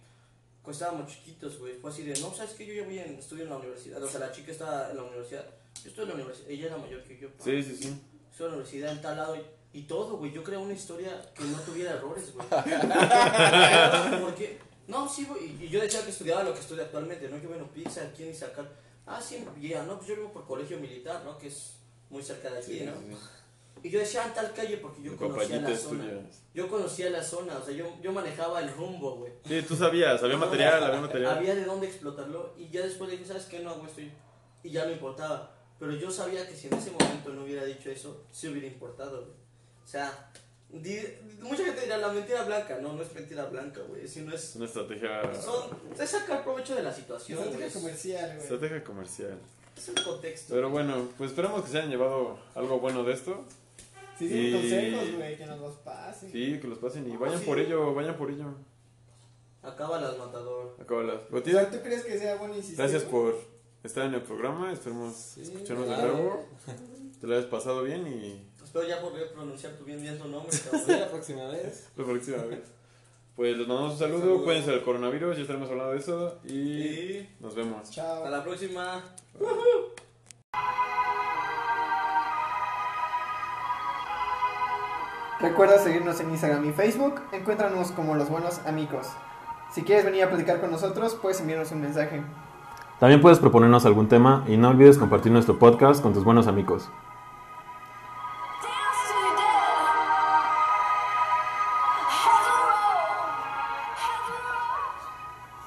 D: Cuando estábamos chiquitos, güey, fue así de, no, ¿sabes qué? Yo ya voy en, estudio en la universidad, o sea, la chica está en la universidad, yo estoy en la universidad, ella era mayor que yo, pa.
A: Sí, sí, sí.
D: estoy en la universidad en tal lado, y, y todo, güey, yo creé una historia que no tuviera errores, güey. Porque, no, sí, güey, y, y yo decía que estudiaba lo que estudio actualmente, ¿no? Que bueno, pizza, aquí en Iztacar, ah, sí, ya, no, pues yo vivo por colegio militar, ¿no? Que es muy cerca de aquí,
A: sí,
D: ¿no?
A: sí, sí.
D: Y yo decía "Ah, en tal calle porque yo
A: Mi
D: conocía
A: compañita
D: la zona.
A: estudia.
D: Yo conocía la zona, o sea, yo, yo manejaba el rumbo, güey.
A: Sí, tú sabías, había material, había material.
D: Había de dónde explotarlo y ya después le dije, ¿sabes qué? No hago esto y, y ya no importaba. Pero yo sabía que si en ese momento no hubiera dicho eso, sí hubiera importado, güey. O sea, di- mucha gente dirá, la mentira blanca, no, no es mentira blanca, güey. Si no
A: Es
D: es...
A: una estrategia,
D: Son, es sacar provecho de la situación,
B: Estrategia
D: güey.
B: comercial, güey.
A: estrategia comercial.
D: Es el contexto.
A: Pero bueno, pues esperamos que se hayan llevado algo bueno de esto.
B: Si tienen
A: Y-
B: consejos, güey, que nos los pasen.
A: Sí, que los pasen y
D: Ah,
A: vayan
D: sí.
A: por ello, vayan por ello.
D: Acaba las matador.
A: Acábalas.
B: O sea,
A: Gotita,
B: ¿tú crees que sea bueno insistir?
A: gracias
B: güey?
A: por estar en el programa. Esperemos escucharnos de
E: claro.
A: nuevo. Te lo hayas pasado bien y
D: Espero ya poder pronunciar tu bien bien tu nombre,
E: Sí,
D: cabrón.
E: la próxima vez.
A: la próxima vez. Pues les mandamos un saludo.
D: Saludos.
A: Cuídense del coronavirus, ya estaremos hablando de eso. Y
D: Y
A: nos vemos.
B: Chao.
D: hasta la próxima.
B: Recuerda seguirnos en Instagram y Facebook, encuéntranos como los buenos amigos. Si quieres venir a platicar con nosotros, puedes enviarnos un mensaje.
A: También puedes proponernos algún tema y no olvides compartir nuestro podcast con tus buenos amigos.